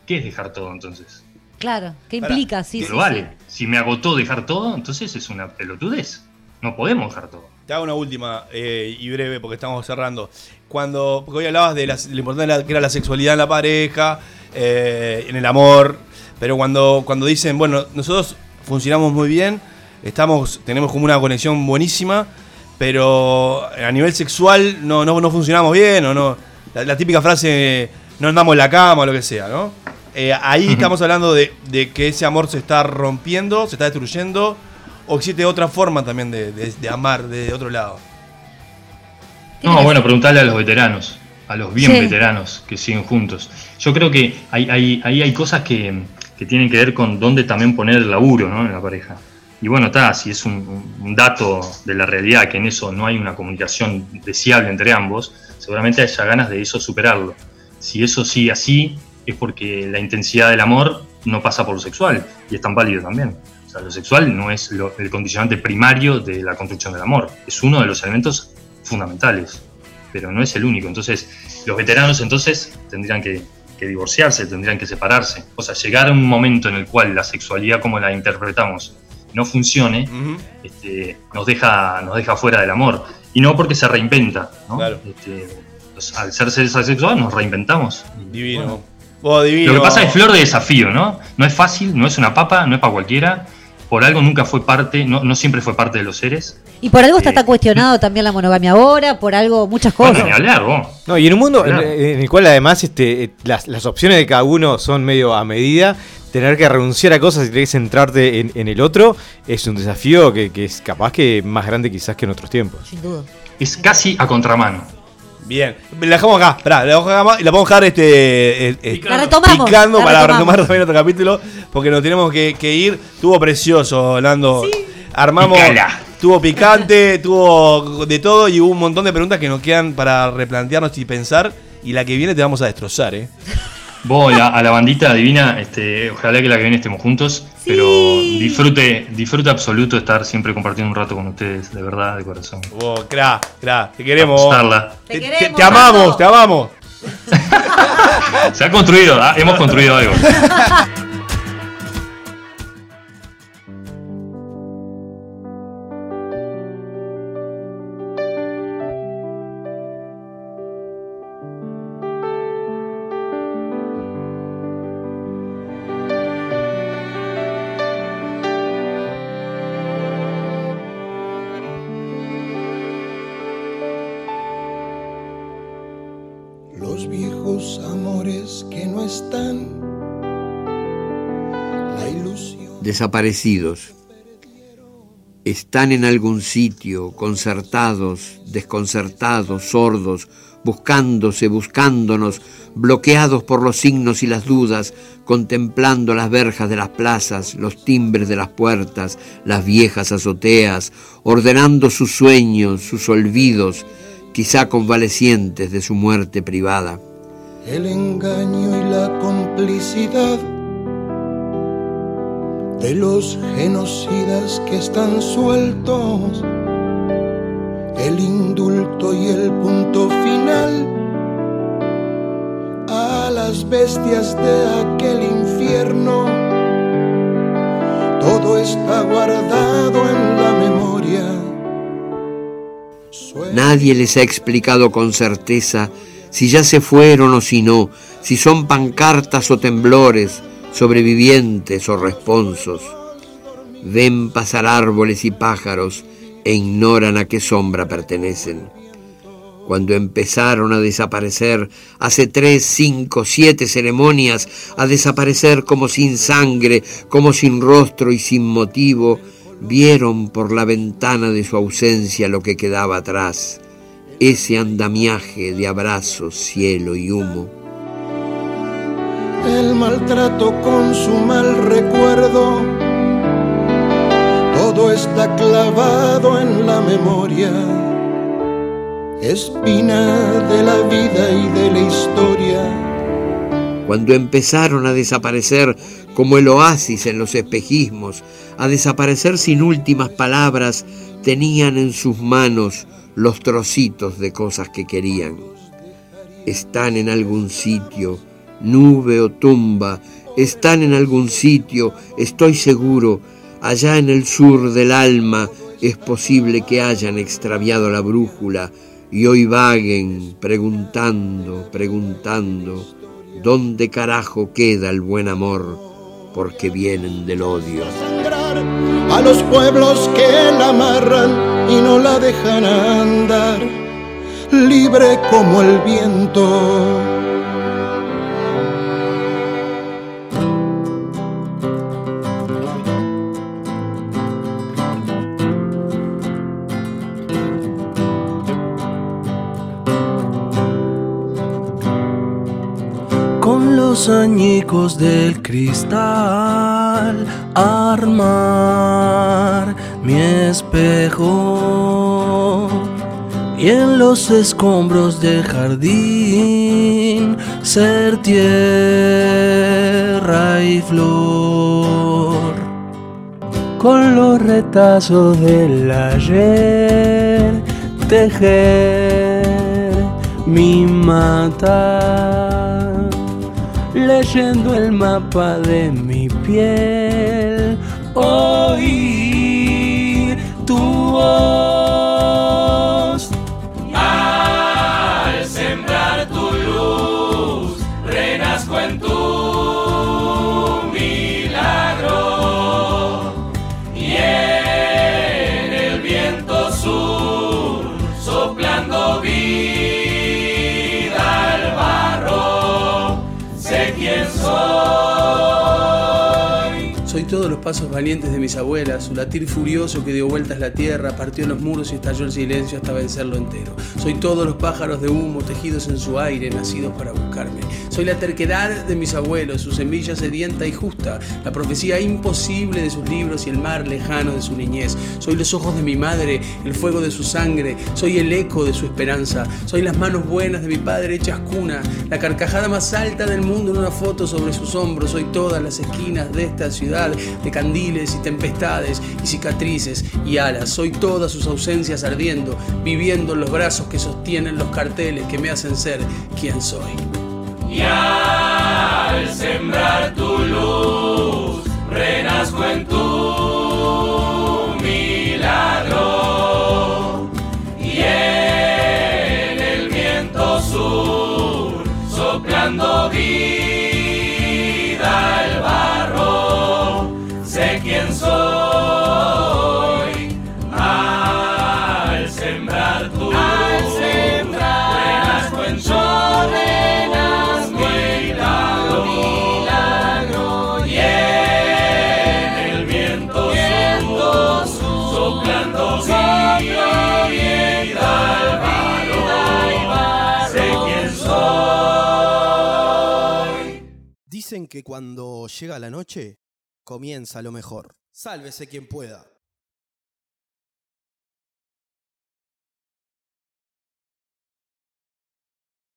Speaker 14: ¿qué es dejar todo entonces?
Speaker 5: Claro, ¿qué
Speaker 14: Pará,
Speaker 5: implica? Sí,
Speaker 14: Pero
Speaker 5: sí,
Speaker 14: vale,
Speaker 5: sí.
Speaker 14: si me agotó dejar todo, entonces es una pelotudez. No podemos dejar todo.
Speaker 4: Te hago una última eh, y breve porque estamos cerrando. Cuando porque hoy hablabas de las- lo importante de la- que era la sexualidad en la pareja, eh, en el amor, pero cuando, cuando dicen, bueno, nosotros funcionamos muy bien, estamos, tenemos como una conexión buenísima, pero a nivel sexual no, no, no funcionamos bien, o no. La, la típica frase, no andamos en la cama o lo que sea, ¿no? Eh, ahí estamos hablando de, de que ese amor se está rompiendo, se está destruyendo, o existe otra forma también de, de- de amar de otro lado.
Speaker 14: No, bueno, preguntarle a los veteranos, a los bien
Speaker 4: Sí.
Speaker 14: veteranos que siguen juntos. Yo creo que hay, hay, ahí hay cosas que, que tienen que ver con dónde también poner el laburo ¿no? en la pareja. Y bueno, está, si es un, un dato de la realidad que en eso no hay una comunicación deseable entre ambos, seguramente haya ganas de eso superarlo. Si eso sigue así, es porque la intensidad del amor no pasa por lo sexual y es tan válido también. O sea, lo sexual no es lo- el condicionante primario de la construcción del amor, es uno de los elementos fundamentales, pero no es el único. Entonces, los veteranos entonces tendrían que, que divorciarse, tendrían que separarse. O sea, llegar a un momento en el cual la sexualidad como la interpretamos no funcione, este, nos, deja, nos deja fuera del amor. Y no porque se reinventa, ¿no? Este, los- al ser seres asexuados nos reinventamos.
Speaker 4: Divino. Vos, divino.
Speaker 14: Lo que pasa es flor de desafío, ¿no? No es fácil, no es una papa, no es para cualquiera. Por algo nunca fue parte, no, no siempre fue parte de los seres.
Speaker 5: Y por algo está
Speaker 14: Eh,
Speaker 5: tan cuestionado también la monogamia ahora, por algo, muchas cosas.
Speaker 14: Bueno, ni hablar, vos.
Speaker 2: No, y en un mundo en-
Speaker 14: Claro.
Speaker 2: en, el cual además este, eh, las, las opciones de cada uno son medio a medida, tener que renunciar a cosas y tener que centrarte en, en el otro es un desafío que, que es capaz que más grande quizás que en otros tiempos.
Speaker 5: Sin duda.
Speaker 14: Es casi a contramano.
Speaker 4: Bien, la dejamos acá, pará, la dejamos acá y la podemos dejar este, eh, eh,
Speaker 5: La retomamos,
Speaker 4: picando
Speaker 5: la
Speaker 4: para
Speaker 5: retomamos.
Speaker 4: retomar también otro capítulo, porque nos tenemos que, que ir. Tuvo precioso, Lando. Armamos,
Speaker 14: Picala.
Speaker 4: tuvo picante, tuvo de todo y hubo un montón de preguntas que nos quedan para replantearnos y pensar. Y la que viene te vamos a destrozar, ¿eh?
Speaker 14: Vos, la- a la bandita divina, este, ojalá que la que viene estemos juntos, pero disfrute, disfrute absoluto estar siempre compartiendo un rato con ustedes, de verdad, de corazón.
Speaker 4: Vos, cra, cra, te queremos.
Speaker 14: Starla.
Speaker 4: Te, te- te amamos, te amamos.
Speaker 14: Se ha construido, ah, hemos construido algo.
Speaker 16: los viejos amores que no están, la ilusión. desaparecidos. Están en algún sitio, concertados, desconcertados, sordos, buscándose, buscándonos, bloqueados por los signos y las dudas, contemplando las verjas de las plazas, los timbres de las puertas, las viejas azoteas, ordenando sus sueños, sus olvidos, quizá convalecientes de su muerte privada.
Speaker 15: El engaño y la complicidad de los genocidas que están sueltos. El indulto y el punto final a las bestias de aquel infierno. Todo está guardado en la memoria.
Speaker 16: Nadie les ha explicado con certeza si ya se fueron o si no, si son pancartas o temblores, sobrevivientes o responsos. Ven pasar árboles y pájaros e ignoran a qué sombra pertenecen. Cuando empezaron a desaparecer, hace tres, cinco, siete ceremonias, a desaparecer como sin sangre, como sin rostro y sin motivo, vieron por la ventana de su ausencia lo que quedaba atrás, ese andamiaje de abrazos, cielo y humo.
Speaker 15: El maltrato con su mal recuerdo. Todo está clavado en la memoria. Espina de la vida y de la historia.
Speaker 16: cuando empezaron a desaparecer como el oasis en los espejismos, a desaparecer sin últimas palabras, tenían en sus manos los trocitos de cosas que querían. Están en algún sitio, nube o tumba, están en algún sitio, estoy seguro, allá en el sur del alma es posible que hayan extraviado la brújula y hoy vaguen preguntando, preguntando. ¿Dónde carajo queda el buen amor? Porque vienen del odio.
Speaker 15: A los pueblos que la amarran y no la dejan andar. Libre como el viento.
Speaker 17: Con los añicos del cristal, armar mi espejo. Y en los escombros del jardín, ser tierra y flor. Con los retazos del ayer, tejer mi mata leyendo el mapa de mi piel, oír tu voz.
Speaker 12: Al sembrar tu luz, renazco en tu milagro. Y en el viento sur, soplando vida al barro, sé quién soy.
Speaker 17: Soy todos los pasos valientes de mis abuelas, su latir furioso que dio vueltas la tierra, partió los muros y estalló el silencio hasta vencerlo entero. Soy todos los pájaros de humo tejidos en su aire, nacidos para buscarme. Soy la terquedad de mis abuelos, su semilla sedienta y justa, la profecía imposible de sus libros y el mar lejano de su niñez. Soy los ojos de mi madre, el fuego de su sangre, soy el eco de su esperanza, soy las manos buenas de mi padre hechas cuna, la carcajada más alta del mundo en una foto sobre sus hombros, soy todas las esquinas de esta ciudad, de candiles y tempestades y cicatrices y alas, soy todas sus ausencias ardiendo, viviendo en los brazos que sostienen los carteles que me hacen ser quien soy.
Speaker 12: Y al sembrar tu luz, renazco en tu milagro. Y en el viento sur, soplando vida al barro, sé quién soy. Al sembrar tu luz, renazco en tu milagro. Hablando Soy Oriente Álvaro, sé quién soy.
Speaker 6: Dicen que cuando llega la noche, comienza lo mejor. Sálvese quien pueda.